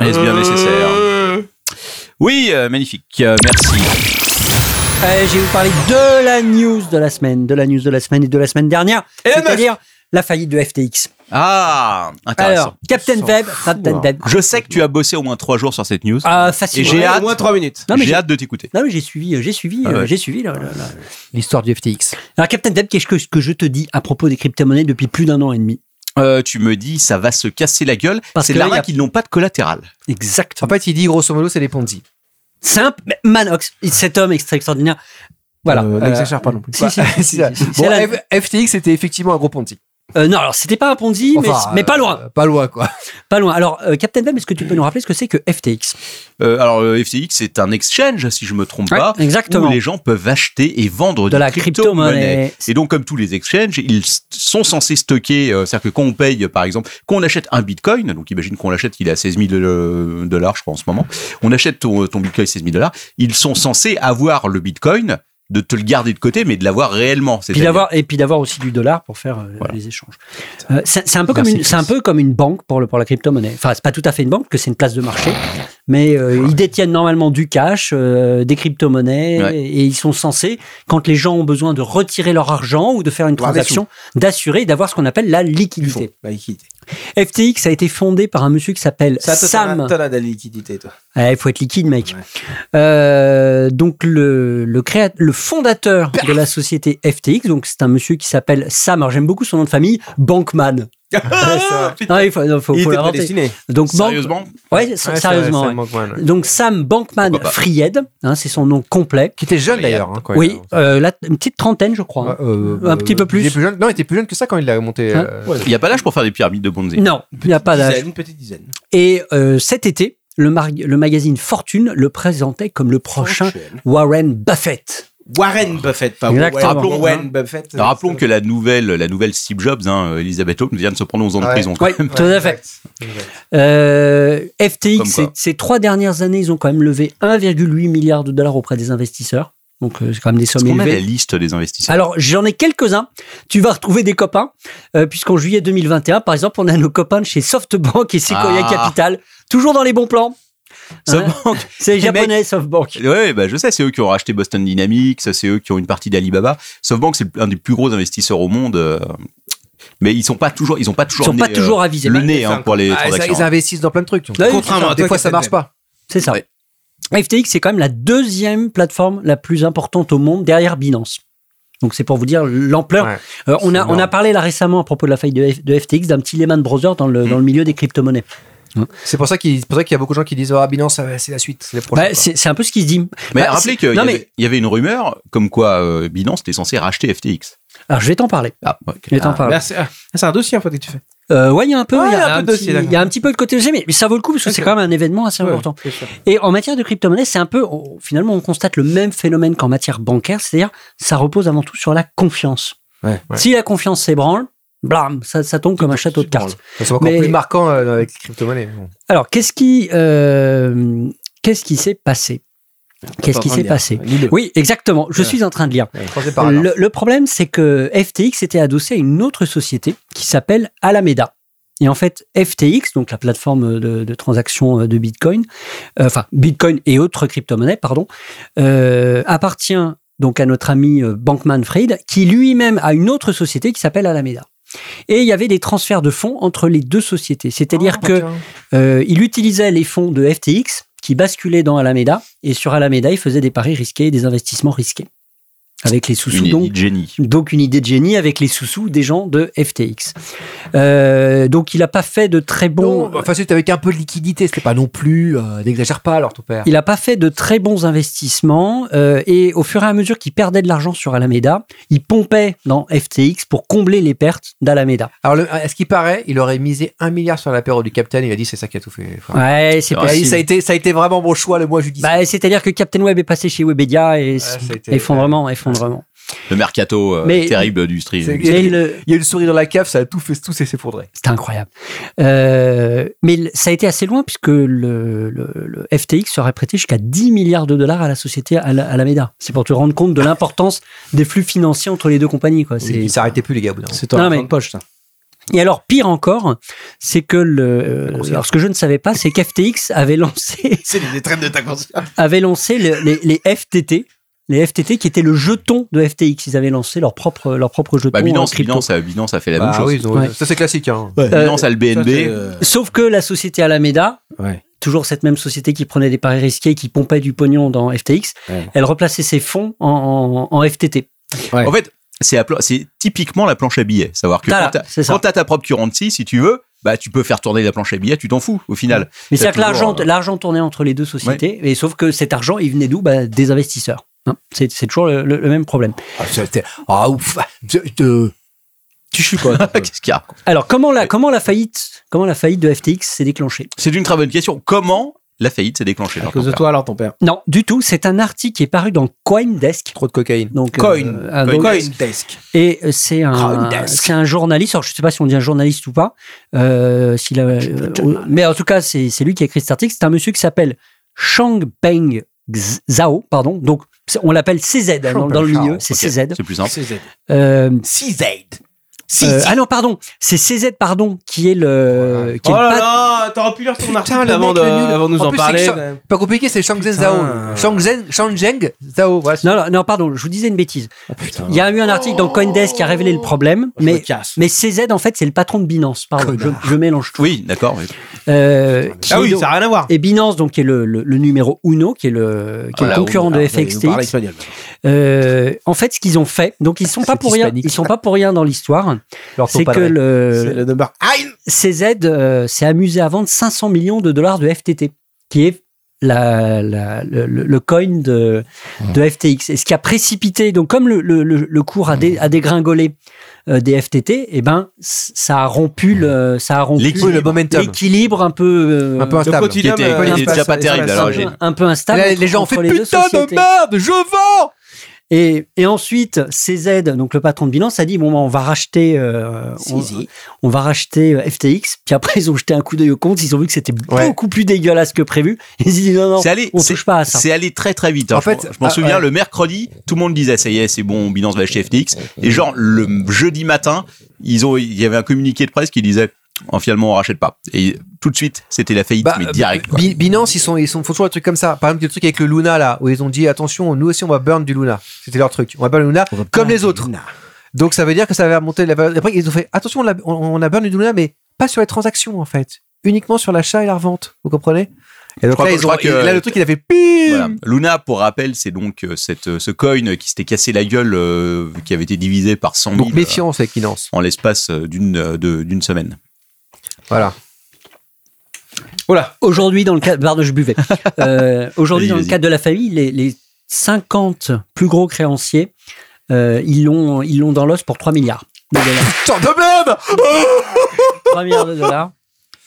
Speaker 2: Est-ce bien nécessaire Oui, euh, magnifique. Euh, merci.
Speaker 4: Euh, je vais vous parler de la news de la semaine, de la news de la semaine et de la semaine dernière,
Speaker 2: Eh ben,
Speaker 4: c'est-à-dire la faillite de FTX.
Speaker 2: Ah, intéressant.
Speaker 4: Alors, Captain Web, Captain Web,
Speaker 2: je sais que tu as bossé au moins trois jours sur cette news.
Speaker 4: euh,
Speaker 2: hein. Et
Speaker 4: facilement.
Speaker 2: j'ai hâte.
Speaker 8: Au moins 3 minutes.
Speaker 4: Non mais
Speaker 2: j'ai
Speaker 4: j'ai
Speaker 2: hâte de t'écouter.
Speaker 4: non, mais j'ai suivi, euh, j'ai suivi,
Speaker 2: Ah
Speaker 4: euh,
Speaker 2: ouais.
Speaker 4: j'ai suivi. là, là, là.
Speaker 5: L'histoire du FTX.
Speaker 4: Alors Captain Web, qu'est-ce que, ce que je te dis à propos des crypto-monnaies depuis plus d'un an et demi
Speaker 2: Euh, tu me dis, ça va se casser la gueule.
Speaker 4: Parce
Speaker 2: C'est
Speaker 4: que
Speaker 2: de
Speaker 4: là,
Speaker 2: l'arnaque,
Speaker 4: y
Speaker 2: qu'ils n'ont pas de collatéral.
Speaker 4: Exactement.
Speaker 5: En fait, il dit grosso modo, c'est les Ponzi.
Speaker 4: Simple, mais Manox, cet hoome extra- extraordinaire. Voilà.
Speaker 8: Euh, N'exagère pas non plus.
Speaker 4: Si, si, si, si, si, si,
Speaker 5: Bon,
Speaker 4: c'est la-
Speaker 5: F- FTX c'était effectivement un gros Ponzi.
Speaker 4: Euh, non, alors c'était pas un Ponzi, mais,
Speaker 5: Enfin,
Speaker 4: mais
Speaker 5: euh,
Speaker 4: pas loin,
Speaker 5: Pas loin, quoi.
Speaker 4: pas loin. Alors euh, Captain Web, est-ce que tu peux nous rappeler ce que c'est que FTX
Speaker 2: Euh, alors, le FTX, c'est un exchange, si je me trompe pas.
Speaker 4: Exactement.
Speaker 2: Où les gens peuvent acheter et vendre
Speaker 4: De
Speaker 2: des
Speaker 4: la
Speaker 2: crypto-monnaies.
Speaker 4: crypto-monnaie.
Speaker 2: Et donc, comme tous les exchanges, ils s- sont censés stocker. euh, C'est-à-dire que quand on paye, par exemple, quand on achète un bitcoin, donc imagine qu'on l'achète, il est à 16 000 euh, dollars, je crois, en ce moment. On achète ton, ton bitcoin 16 000 dollars. Ils sont censés avoir le bitcoin, de te le garder de côté, mais de l'avoir réellement.
Speaker 4: Puis
Speaker 2: C'est-à-dire-
Speaker 4: d'avoir et puis d'avoir aussi du dollar pour faire euh, les échanges. Euh, c'est c'est un peu comme une, c'est un peu comme une banque pour le pour la crypto-monnaie. Enfin, c'est pas tout à fait une banque parce que c'est une place de marché, mais euh, ils détiennent normalement du cash, euh, des crypto-monnaies
Speaker 2: Ouais.
Speaker 4: et ils sont censés quand les gens ont besoin de retirer leur argent ou de faire une
Speaker 8: Avoir des
Speaker 4: transaction, d'assurer et d'avoir ce qu'on appelle la liquidité.
Speaker 8: La Bah, liquidité.
Speaker 4: FTX a été fondé par un monsieur qui s'appelle
Speaker 8: Ça, toi, t'en
Speaker 4: Sam.
Speaker 8: as- t'en as de la liquidité, toi.
Speaker 4: Il faut être liquide, mec. Euh, donc, le, le, créa- le fondateur de la société FTX, donc c'est un monsieur qui s'appelle Sam, alors j'aime beaucoup son nom de famille, Bankman. Ah, il faut, non, faut,
Speaker 8: Il
Speaker 4: faut
Speaker 8: était
Speaker 4: l'inventer.
Speaker 8: prédestiné.
Speaker 4: Donc, Bank-
Speaker 2: Sérieusement
Speaker 4: Ouais, s- sérieusement. ouais. Donc, Sam Bankman
Speaker 2: Pourquoi pas.
Speaker 4: Fried, hein, c'est son nom complet.
Speaker 5: Qui était jeune d'ailleurs. hein, quand
Speaker 4: oui, euh, là, une petite trentaine, je
Speaker 5: il
Speaker 4: crois.
Speaker 5: a- Euh,
Speaker 4: Un petit peu plus.
Speaker 5: Il est jeune. Non, il était plus jeune que ça quand il a monté.
Speaker 4: Hein
Speaker 5: euh,
Speaker 2: Il n'y a pas l'âge pour faire des pyramides de Ponzi.
Speaker 4: Non, il n'y a pas d'âge.
Speaker 8: Dizaine, Une petite dizaine.
Speaker 4: Et euh, cet été, le, mar- le magazine Fortune le présentait comme le prochain Warren Buffett.
Speaker 8: Warren Buffett, pas Warren.
Speaker 4: Exactement.
Speaker 8: Rappelons Warren Buffett.
Speaker 2: Alors, rappelons que la nouvelle, la nouvelle Steve Jobs, hein, Elisabeth Holmes, vient de se prendre 11 ans de
Speaker 5: Ouais.
Speaker 2: prison. quoi.
Speaker 4: Oui, tout à fait. Euh, FTX,
Speaker 2: Comme quoi.
Speaker 4: ces- ces trois dernières années, ils ont quand même levé 1,8 milliard de dollars auprès des investisseurs. Donc, euh, c'est quand même des
Speaker 2: Est-ce
Speaker 4: sommes
Speaker 2: qu'on a la
Speaker 4: élevées.
Speaker 2: liste des investisseurs
Speaker 4: Alors, j'en ai quelques-uns. Tu vas retrouver des copains, euh, puisqu'en juillet 2021, par exemple, on a nos copains de chez SoftBank et Sequoia
Speaker 2: Ah.
Speaker 4: Capital, toujours dans les bons plans. Hein,
Speaker 2: SoftBank.
Speaker 4: c'est
Speaker 2: les
Speaker 4: japonais, SoftBank.
Speaker 2: Ouais, bah, je sais, c'est eux qui ont racheté Boston Dynamics, c'est eux qui ont une partie d'Alibaba. SoftBank, c'est un des plus gros investisseurs au monde. euh, mais ils sont pas toujours, ils ont pas
Speaker 4: Ils
Speaker 2: toujours,
Speaker 4: sont
Speaker 2: le
Speaker 4: pas
Speaker 2: nez,
Speaker 4: toujours
Speaker 2: euh,
Speaker 4: avisés.
Speaker 2: le nez hein, pour les
Speaker 5: ah, ils,
Speaker 2: transactions.
Speaker 5: ils investissent dans plein de trucs. donc.
Speaker 4: Ouais,
Speaker 8: Contrairement à
Speaker 5: Des
Speaker 8: toi,
Speaker 5: fois, ça
Speaker 8: Captain
Speaker 5: marche
Speaker 8: Web.
Speaker 5: pas.
Speaker 4: C'est ça.
Speaker 2: Ouais.
Speaker 4: FTX, c'est quand même la deuxième plateforme la plus importante au monde derrière Binance. Donc c'est pour vous dire l'ampleur.
Speaker 5: Ouais,
Speaker 4: Euh, on, a, on a
Speaker 5: énorme.
Speaker 4: parlé là récemment à propos de la faille de, F- de FTX d'un petit Lehman Brothers dans le, dans le milieu des crypto-monnaies.
Speaker 5: C'est pour ça qu'il c'est pour ça qu'il y a beaucoup de gens qui disent Ah, Binance, euh, c'est la suite, c'est les prochains.
Speaker 4: Bah,
Speaker 5: quoi.
Speaker 4: c'est c'est un peu ce qui se dit.
Speaker 2: Mais
Speaker 4: Bah,
Speaker 2: rappelez
Speaker 4: c'est-
Speaker 2: qu'il y,
Speaker 4: non,
Speaker 2: avait-
Speaker 4: mais-
Speaker 2: il y avait une rumeur comme quoi euh, Binance était censé racheter FTX.
Speaker 4: Alors je vais t'en parler.
Speaker 2: Ah, ouais, ok.
Speaker 4: Je vais t'en parler.
Speaker 8: Là, C'est ah, c'est un dossier, en fait, que tu fais.
Speaker 4: Euh, ouais, il y a un peu,
Speaker 8: Ouais,
Speaker 4: il
Speaker 8: il y
Speaker 4: y
Speaker 8: a un
Speaker 4: a un
Speaker 8: peu de
Speaker 4: petit-
Speaker 8: dossier, d'accord.
Speaker 4: il y a un petit peu de côté dossier, mais, mais ça vaut le coup parce que c'est quand même un événement assez important. Et en matière de crypto-monnaie, c'est un peu, on- finalement, on constate le même phénomène qu'en matière bancaire, c'est-à-dire ça repose avant tout sur la confiance.
Speaker 8: Ouais,
Speaker 4: Si la confiance s'ébranle, blam, ça, ça tombe comme un château de cartes.
Speaker 5: C'est encore
Speaker 4: Mais-
Speaker 5: plus marquant euh, avec les crypto-monnaies. Bon.
Speaker 4: Alors, qu'est-ce qui, euh, qu'est-ce qui s'est passé Qu'est-ce qui s'est passé Oui, exactement. Je suis en train de lire.
Speaker 5: Je crois que c'est par hasard.
Speaker 4: Le, le problème, c'est que FTX était adossé à une autre société qui s'appelle Alameda. Et en fait, FTX, donc la plateforme de, de transactions de Bitcoin, euh, enfin Bitcoin et autres crypto-monnaies, pardon, euh, appartient donc à notre ami euh, Bankman-Fried, qui lui-même a une autre société qui s'appelle Alameda. Et il y avait des transferts de fonds entre les deux sociétés. C'est-à-dire que euh, il utilisait les fonds de FTX qui basculaient dans Alameda et sur Alameda, il faisait des paris risqués et des investissements risqués. Avec les sous-sous,
Speaker 2: Une
Speaker 4: donc,
Speaker 2: idée de génie.
Speaker 4: donc une idée de génie avec les sous-sous des gens de FTX. Euh, donc il n'a pas fait de très bons...
Speaker 5: Non, enfin, c'était avec un peu de liquidité, c'était pas non plus. euh, N'exagère pas alors, ton père.
Speaker 4: Il n'a pas fait de très bons investissements euh, et au fur et à mesure qu'il perdait de l'argent sur Alameda, il pompait dans FTX pour combler les pertes d'Alameda.
Speaker 5: Alors, le- à ce qui paraît, il aurait misé un milliard sur l'apéro du capitaine, il a dit c'est ça qui a tout fait. frère.
Speaker 4: Ouais, c'est
Speaker 5: Et
Speaker 4: possible.
Speaker 5: ça, a été, ça a été vraiment bon choix le mois judiciaire.
Speaker 4: Bah, C'est-à-dire que Captain Web est passé chez Webedia et
Speaker 5: ça a été-
Speaker 4: effondrement, effondrement.
Speaker 2: Le mercato euh,
Speaker 4: Mais-
Speaker 2: terrible du stream.
Speaker 5: C'est-
Speaker 4: Mais le-
Speaker 5: Bah, Il y a eu le sourire dans la cave, ça a tout fait, tout s'est effondré.
Speaker 4: C'était incroyable. Euh, mais le- ça a été assez loin puisque le, le- le FTX aurait prêté jusqu'à 10 milliards de dollars à la société Al- Alameda. C'est pour te rendre compte de l'importance des flux financiers entre les deux compagnies. Quoi. C'est-
Speaker 5: Il s'arrêtait plus, les gars, au bout d'un moment.
Speaker 8: C'est ton
Speaker 4: Non,
Speaker 8: argent
Speaker 4: mais-
Speaker 8: de poche, ça.
Speaker 4: Et alors, pire encore, c'est que le. euh, Alors, ce que je ne savais pas, c'est qu'FTX avait lancé,
Speaker 2: C'est les traînes de ta
Speaker 4: avait lancé le- les, les FTT. Les FTT qui étaient le jeton de FTX. Ils avaient lancé leur propre, euh, leur propre jeton.
Speaker 2: Bah,
Speaker 4: en
Speaker 2: Binance,
Speaker 4: crypto.
Speaker 2: Binance, a- Binance a fait la même
Speaker 5: Bah
Speaker 2: chose.
Speaker 5: oui, ils ont-
Speaker 4: Ouais.
Speaker 5: Ça, c'est classique. Hein.
Speaker 2: Binance
Speaker 4: Euh,
Speaker 2: a le BNB.
Speaker 5: euh,
Speaker 4: Sauf que la société Alameda,
Speaker 8: Ouais.
Speaker 4: toujours cette même société qui prenait des paris risqués, qui pompait du pognon dans FTX,
Speaker 8: Ouais.
Speaker 4: elle replaçait ses fonds en, en- en FTT.
Speaker 8: Ouais.
Speaker 2: En fait, c'est la pla- c'est typiquement la planche à billets. Savoir que
Speaker 4: Voilà,
Speaker 2: quand t'as-
Speaker 4: c'est ça.
Speaker 2: quand t'as ta propre currency, si tu veux, bah tu peux faire tourner la planche à billets, tu t'en fous au final.
Speaker 4: Mais c'est-à-dire que
Speaker 2: toujours,
Speaker 4: l'argent,
Speaker 2: euh,
Speaker 4: l'argent tournait entre les deux sociétés, et sauf que cet argent, il venait d'où Bah, Des investisseurs. Hein, c'est, c'est toujours le, le- le même problème.
Speaker 5: Ah, c'était- ah, ouf. Je- je-
Speaker 8: Tu suis quoi toi
Speaker 2: Qu'est-ce qu'il y a
Speaker 4: Alors, comment la, comment la, faillite, comment la faillite de FTX s'est déclenchée
Speaker 2: C'est une très bonne question. Comment la faillite s'est déclenchée
Speaker 8: À
Speaker 2: dans
Speaker 8: cause
Speaker 2: ton
Speaker 8: de
Speaker 2: père
Speaker 8: toi, alors, ton père.
Speaker 4: Non, du tout. C'est un article qui est paru dans Coindesk.
Speaker 5: Trop de cocaïne.
Speaker 4: Donc, euh, un-
Speaker 8: Coindesk.
Speaker 4: Et euh, c'est un,
Speaker 8: Crowdesk.
Speaker 4: c'est un journaliste. Alors, je ne sais pas si on dit un journaliste ou pas. euh, s'il a- euh, mais en tout cas, c'est c'est lui qui a écrit cet article. C'est un monsieur qui s'appelle Shang Peng X- Zhao. Pardon. Donc, c'est- on l'appelle CZ hein, dans, dans le milieu. C'est
Speaker 2: Ok,
Speaker 4: CZ.
Speaker 2: C'est plus simple.
Speaker 4: Euh,
Speaker 8: CZ.
Speaker 4: euh, ah non, pardon. C'est CZ, pardon, qui est le. Qui
Speaker 8: Oh
Speaker 4: est le
Speaker 8: là
Speaker 4: pat-
Speaker 8: là, t'aurais pu lire ton
Speaker 5: Putain,
Speaker 8: article
Speaker 5: le
Speaker 8: avant
Speaker 5: mec,
Speaker 8: de
Speaker 5: le nul.
Speaker 8: avant de nous
Speaker 5: En
Speaker 8: en
Speaker 5: plus, c'est
Speaker 8: parler.
Speaker 5: que ça- Pas compliqué, c'est Shang Zhen Zhao. Shang Zhen, Shang Zheng Zhao. Voilà, c'est-
Speaker 4: non, non, non, pardon, je vous disais une bêtise.
Speaker 8: Oh, putain.
Speaker 4: Il y a eu un article dans Coindesk qui a révélé le problème,
Speaker 8: Je me
Speaker 4: mais,
Speaker 8: casse.
Speaker 4: mais CZ, en fait, c'est le patron de Binance. Pardon, je, je mélange tout.
Speaker 2: Oui, d'accord. oui.
Speaker 4: Euh, qui
Speaker 8: Ah
Speaker 4: est
Speaker 8: oui,
Speaker 4: donc-
Speaker 8: ça n'a rien à voir.
Speaker 4: Et Binance, donc, qui est le, le- le numéro uno, qui est le, qui est le
Speaker 8: Voilà,
Speaker 4: concurrent
Speaker 8: on-
Speaker 4: de
Speaker 8: ah, vous allez nous parler
Speaker 4: FTX.
Speaker 8: espagnol.
Speaker 4: Euh, en fait, ce qu'ils ont fait, donc ils sont pas
Speaker 8: C'est
Speaker 4: pour rien,
Speaker 8: hispanique.
Speaker 4: ils sont pas pour rien dans l'histoire.
Speaker 5: leur
Speaker 4: C'est que
Speaker 5: topadré.
Speaker 8: C'est
Speaker 4: le
Speaker 8: le number. Aïe
Speaker 4: CZ euh, s'est amusé à vendre 500 millions de dollars de FTT, qui est la- la- le, le- le coin de, de FTX. Et ce qui a précipité, donc comme le, le- le- le cours a, dé- a dégringolé euh, des FTT, et ben c- ça a rompu le, ça a rompu
Speaker 2: L'équilibre.
Speaker 5: Oui, le momentum.
Speaker 4: l'équilibre un peu euh,
Speaker 5: Un peu
Speaker 8: Le
Speaker 5: instable.
Speaker 2: Qui
Speaker 8: quotidien
Speaker 2: était, qui
Speaker 8: euh,
Speaker 2: était
Speaker 8: espace-
Speaker 2: déjà pas terrible à
Speaker 8: espace-
Speaker 4: un peu,
Speaker 2: l'origine.
Speaker 4: un peu instable.
Speaker 5: Là,
Speaker 4: entre-
Speaker 5: les gens ont
Speaker 4: entre
Speaker 5: fait
Speaker 4: les deux
Speaker 5: putain de
Speaker 4: sociétés.
Speaker 5: merde, je vends
Speaker 4: Et, et ensuite, CZ, donc le patron de Binance, a dit bon, bah, on va racheter, euh, on, on va racheter euh, FTX. Puis après, ils ont jeté un coup d'œil au compte. Ils ont vu que c'était
Speaker 5: Ouais.
Speaker 4: beaucoup plus dégueulasse que prévu. Ils ont dit non, non,
Speaker 2: C'est allé,
Speaker 4: on
Speaker 2: c'est-
Speaker 4: touche pas à ça.
Speaker 2: C'est allé très très vite. hein.
Speaker 5: En
Speaker 2: je
Speaker 5: fait,
Speaker 2: m'en- je m'en
Speaker 5: ah,
Speaker 2: souviens,
Speaker 5: ouais.
Speaker 2: le mercredi, tout le monde disait ça y est, c'est bon, Binance va acheter FTX. Et genre le jeudi matin, ils ont, il y avait un communiqué de presse qui disait oh, finalement on rachète pas. Et tout de suite, c'était la faillite
Speaker 5: Bah,
Speaker 2: mais
Speaker 5: euh,
Speaker 2: direct. quoi.
Speaker 5: Bi- Binance, ils, sont, ils sont, font toujours un truc comme ça. Par exemple, le truc avec le Luna, là, où ils ont dit attention, nous aussi, on va burn du Luna. C'était leur truc. On va burn le Luna comme les autres. Donc, ça veut dire que ça va monter la valeur. Après, ils ont fait attention, on, l'a- on- on a burn du Luna, mais pas sur les transactions, en fait. Uniquement sur l'achat et la revente. Vous comprenez Et donc
Speaker 2: crois
Speaker 5: là,
Speaker 2: que-
Speaker 5: ils
Speaker 2: je
Speaker 5: ont-
Speaker 2: crois que-
Speaker 5: et là, le truc, il a fait pim
Speaker 2: Voilà.
Speaker 4: Hum.
Speaker 2: Luna, pour rappel, c'est donc euh, cette, euh, ce coin qui s'était cassé la gueule, euh, qui avait été divisé par 100 000
Speaker 5: Donc, méfiance avec Binance.
Speaker 2: euh, en l'espace euh, d'une euh, de- d'une semaine.
Speaker 5: Voilà.
Speaker 4: Aujourd'hui, dans le cadre, pardon, je buvais. Euh, Aujourd'hui,
Speaker 2: Vas-y,
Speaker 4: dans le
Speaker 2: vas-y.
Speaker 4: cadre de la famille, les, les 50 plus gros créanciers, euh, ils l'ont, ils l'ont dans l'os pour 3 milliards. de dollars.
Speaker 2: Putain de merde
Speaker 4: Première de dollars.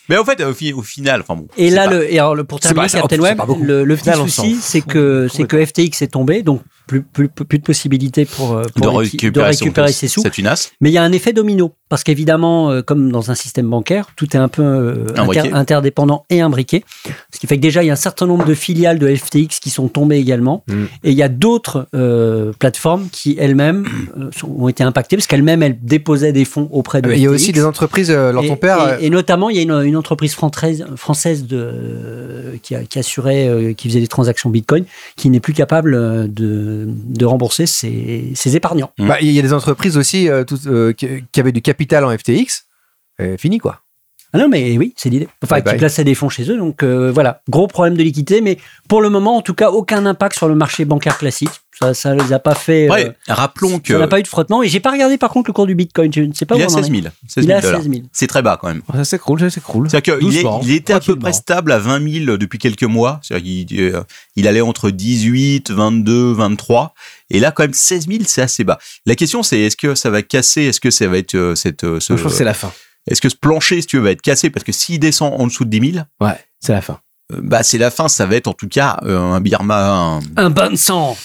Speaker 2: Mais au fait, au, fi- au final, enfin bon.
Speaker 4: Et
Speaker 2: c'est
Speaker 4: là,
Speaker 2: pas-
Speaker 4: le, et alors, le- pour
Speaker 2: C'est
Speaker 4: terminer,
Speaker 2: pas- c'est-
Speaker 4: Captain
Speaker 2: c'est
Speaker 4: Web,
Speaker 2: pas beaucoup.
Speaker 4: le, le petit
Speaker 2: Là, on
Speaker 4: souci, c'est que, c'est que FTX est tombé, donc plus, plus, plus de possibilités pour, euh,
Speaker 2: de
Speaker 4: pour les-
Speaker 2: récupérer,
Speaker 4: de récupérer
Speaker 2: son-
Speaker 4: ses sous.
Speaker 2: C'est une as.
Speaker 4: Mais il y a un effet domino, parce qu'évidemment, euh, comme dans un système bancaire, tout est un peu euh,
Speaker 2: Imbriqué.
Speaker 4: inter- interdépendant et imbriqué. Ce qui fait que déjà, il y a un certain nombre de filiales de FTX qui sont tombées également.
Speaker 2: Mm.
Speaker 4: Et il y a d'autres euh, plateformes qui, elles-mêmes, euh, sont- ont été impactées, parce qu'elles-mêmes, elles déposaient des fonds auprès de
Speaker 5: Il y a
Speaker 4: FTX.
Speaker 5: aussi des entreprises, euh, alors
Speaker 4: Et-
Speaker 5: ton père, euh,
Speaker 4: et, et notamment, il y a une, une entreprise française, française de, euh, qui, a- qui assurait, euh, qui faisait des transactions Bitcoin, qui n'est plus capable euh, de, de rembourser ses, ses épargnants.
Speaker 2: Mm.
Speaker 5: bah, il y a des entreprises aussi euh, toutes, euh, qui, qui avaient du capital en FTX. Euh, fini quoi.
Speaker 4: Ah non, mais oui, c'est l'idée. Enfin,
Speaker 5: Bye
Speaker 4: qui
Speaker 5: bye.
Speaker 4: plaçaient des fonds chez eux. Donc euh, voilà, gros problème de liquidité, mais pour le moment, en tout cas, aucun impact sur le marché bancaire classique. Ça, ça les a pas fait. euh,
Speaker 2: Ouais, rappelons que
Speaker 4: ça n'a pas eu de frottement. Et j'ai pas regardé par contre le cours du Bitcoin. Je ne sais pas
Speaker 2: il
Speaker 4: où
Speaker 2: est à
Speaker 4: on en est.
Speaker 2: 16 000.
Speaker 4: Il
Speaker 2: 16
Speaker 4: est
Speaker 2: 000
Speaker 4: à
Speaker 2: dollars.
Speaker 4: 16 000.
Speaker 2: C'est très bas quand même.
Speaker 8: Ça s'écroule, ça s'écroule.
Speaker 2: C'est-à-dire qu'il est-
Speaker 4: hein.
Speaker 8: Doucement,
Speaker 2: il était à peu près
Speaker 8: tranquillement.
Speaker 2: stable à 20 000 depuis quelques mois. C'est-à-dire qu'il euh, il allait entre 18, 22, 23. Et là, quand même, 16 000, c'est assez bas. La question, c'est est-ce que ça va casser Est-ce que ça va être euh, cette, euh, ce,
Speaker 8: Je pense que c'est la fin.
Speaker 2: est-ce que ce plancher, si tu veux, va être cassé Parce que s'il descend en dessous de 10 000,
Speaker 8: Ouais, c'est la fin.
Speaker 2: euh, bah, c'est la fin. Ça va être en tout cas euh, un Birma. un-
Speaker 4: Un bain de sang.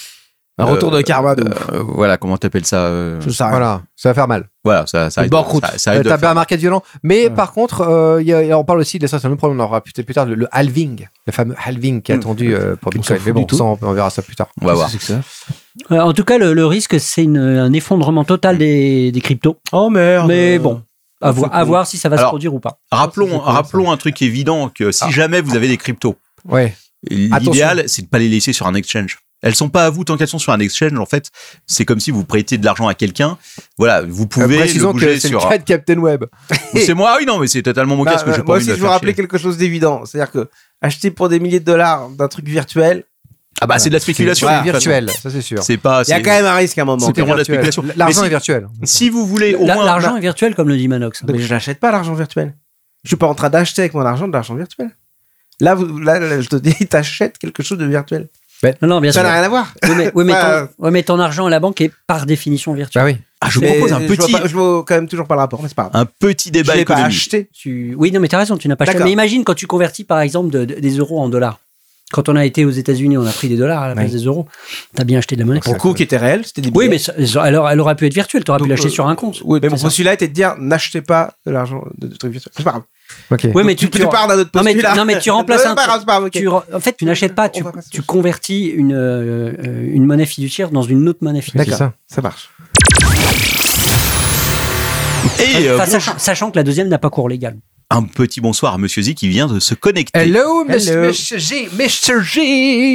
Speaker 8: Un
Speaker 2: Euh,
Speaker 8: retour de karma. De... ouf.
Speaker 2: euh, voilà, comment t'appelles ça euh,
Speaker 8: Je sais rien.
Speaker 5: Voilà, ça va faire mal.
Speaker 2: Voilà, ça,
Speaker 8: Une
Speaker 2: ça arrive.
Speaker 8: banqueroute.
Speaker 2: Ça, ça
Speaker 5: Euh,
Speaker 2: arrive de
Speaker 5: T'as
Speaker 2: faire.
Speaker 5: pas un market violent. Mais
Speaker 8: Ouais.
Speaker 5: par contre, euh, il y a- et on parle aussi de ça, c'est un autre problème, on en aura peut-être plus tard, le, le halving, le fameux halving qui est
Speaker 2: Hmm.
Speaker 8: Mm.
Speaker 5: attendu euh, pour
Speaker 8: On s'en
Speaker 5: Bitcoin.
Speaker 8: fout
Speaker 5: Mais
Speaker 8: du
Speaker 5: bon,
Speaker 8: tout.
Speaker 5: ça, on, on verra ça plus tard.
Speaker 2: On va voir.
Speaker 8: Qu'est-ce que c'est que ça
Speaker 4: Euh, en tout cas, le, le risque, c'est une- un effondrement total des, des cryptos.
Speaker 8: Oh merde.
Speaker 4: Mais bon, à, voir- à voir si ça va
Speaker 2: Alors,
Speaker 4: se produire ou pas.
Speaker 2: Rappelons, rappelons un truc évident que
Speaker 8: Ah.
Speaker 2: si jamais vous avez des cryptos,
Speaker 5: Ouais. Euh,
Speaker 2: l'idéal, c'est de pas les laisser sur un exchange. Elles sont pas à vous tant qu'elles sont sur un exchange. En fait, c'est comme si vous prêtiez de l'argent à quelqu'un. Voilà, vous
Speaker 5: Euh,
Speaker 2: pouvez le
Speaker 5: précisons que
Speaker 2: bouger
Speaker 5: c'est le
Speaker 2: sur.
Speaker 5: cas de Captain Web.
Speaker 2: C'est moi, Ah oui, non, mais c'est totalement mon
Speaker 8: Bah,
Speaker 2: cas ce que
Speaker 8: bah,
Speaker 2: j'ai pas
Speaker 8: moi
Speaker 2: envie
Speaker 8: aussi,
Speaker 2: de
Speaker 8: je
Speaker 2: la
Speaker 8: veux
Speaker 2: faire
Speaker 8: rappeler
Speaker 2: chier.
Speaker 8: quelque chose d'évident. C'est-à-dire que acheter pour des milliers de dollars d'un truc virtuel,
Speaker 2: Ah bah, c'est de la spéculation.
Speaker 5: C'est
Speaker 2: de toute façon.
Speaker 5: virtuel, ça c'est sûr.
Speaker 2: C'est pas.
Speaker 8: il y a
Speaker 2: c'est-
Speaker 8: quand même un risque à un moment.
Speaker 2: C'est- vraiment de la spéculation.
Speaker 5: L- L'argent
Speaker 2: Mais si-
Speaker 5: est virtuel.
Speaker 2: Mmh. Si vous voulez, au
Speaker 4: La-
Speaker 2: moins.
Speaker 8: bah,
Speaker 4: L'argent est virtuel, comme le dit Manox.
Speaker 8: Donc je n'achète Ah, pas l'argent virtuel. Je suis pas en train d'acheter avec mon argent de l'argent virtuel. Là, vous- là, là, je te dis, t'achètes quelque chose de virtuel.
Speaker 4: Non, non, bien
Speaker 8: Ça
Speaker 4: sûr.
Speaker 8: n'a rien à voir.
Speaker 4: Oui, mais, oui, mais
Speaker 8: Bah,
Speaker 4: ton, ouais, mais ton argent à la banque est par définition virtuel.
Speaker 5: Bah oui.
Speaker 2: Ah, je vous
Speaker 8: Mais
Speaker 2: propose un
Speaker 8: je vois
Speaker 2: petit,
Speaker 8: pas- Je vois quand même toujours pas le rapport, mais c'est pas grave.
Speaker 2: un
Speaker 4: Eh
Speaker 2: petit
Speaker 8: Je
Speaker 4: ben,
Speaker 2: débat
Speaker 8: l'ai pas
Speaker 2: économique.
Speaker 8: acheté.
Speaker 4: Tu- Oui, non, mais t'as raison, tu n'as pas acheté.
Speaker 8: D'accord.
Speaker 4: Mais imagine quand tu convertis par exemple de- de- des euros en dollars. Quand on a été aux États-Unis, on a pris des dollars à la place
Speaker 8: Oui.
Speaker 4: des euros. T'as bien acheté de la monnaie.
Speaker 8: Pour le coup, qui était réel, c'était des billets.
Speaker 4: Oui, mais ça- ça- alors elle aurait pu être virtuelle, t'aurais pu
Speaker 8: Donc,
Speaker 4: l'acheter
Speaker 8: euh,
Speaker 4: sur un compte.
Speaker 8: Oui, mais bon,
Speaker 4: C'est ça.
Speaker 8: celui-là était de dire n'achetez pas de l'argent de, de trucs virtuels. C'est pas grave.
Speaker 5: Ok.
Speaker 4: Oui, mais tu,
Speaker 8: Tu,
Speaker 4: tu-
Speaker 8: pars d'un autre
Speaker 4: Non, mais tu-
Speaker 8: postulat.
Speaker 4: non, mais tu remplaces
Speaker 8: Non,
Speaker 4: un
Speaker 8: C'est pas
Speaker 4: truc.
Speaker 8: grave, c'est pas grave. ok.
Speaker 4: tu re- en fait, tu n'achètes pas, tu,
Speaker 8: On va passer.
Speaker 4: tu convertis une, euh, euh, une monnaie fiduciaire dans une autre monnaie
Speaker 5: D'accord.
Speaker 4: fiduciaire.
Speaker 5: Ça.
Speaker 8: Ça marche.
Speaker 2: Et euh,
Speaker 4: Enfin, sachant, sachant que la deuxième n'a pas cours légal.
Speaker 2: un petit bonsoir à Monsieur Z qui vient de se connecter.
Speaker 8: Hello.
Speaker 5: Hello, Mr. G. Mr. G.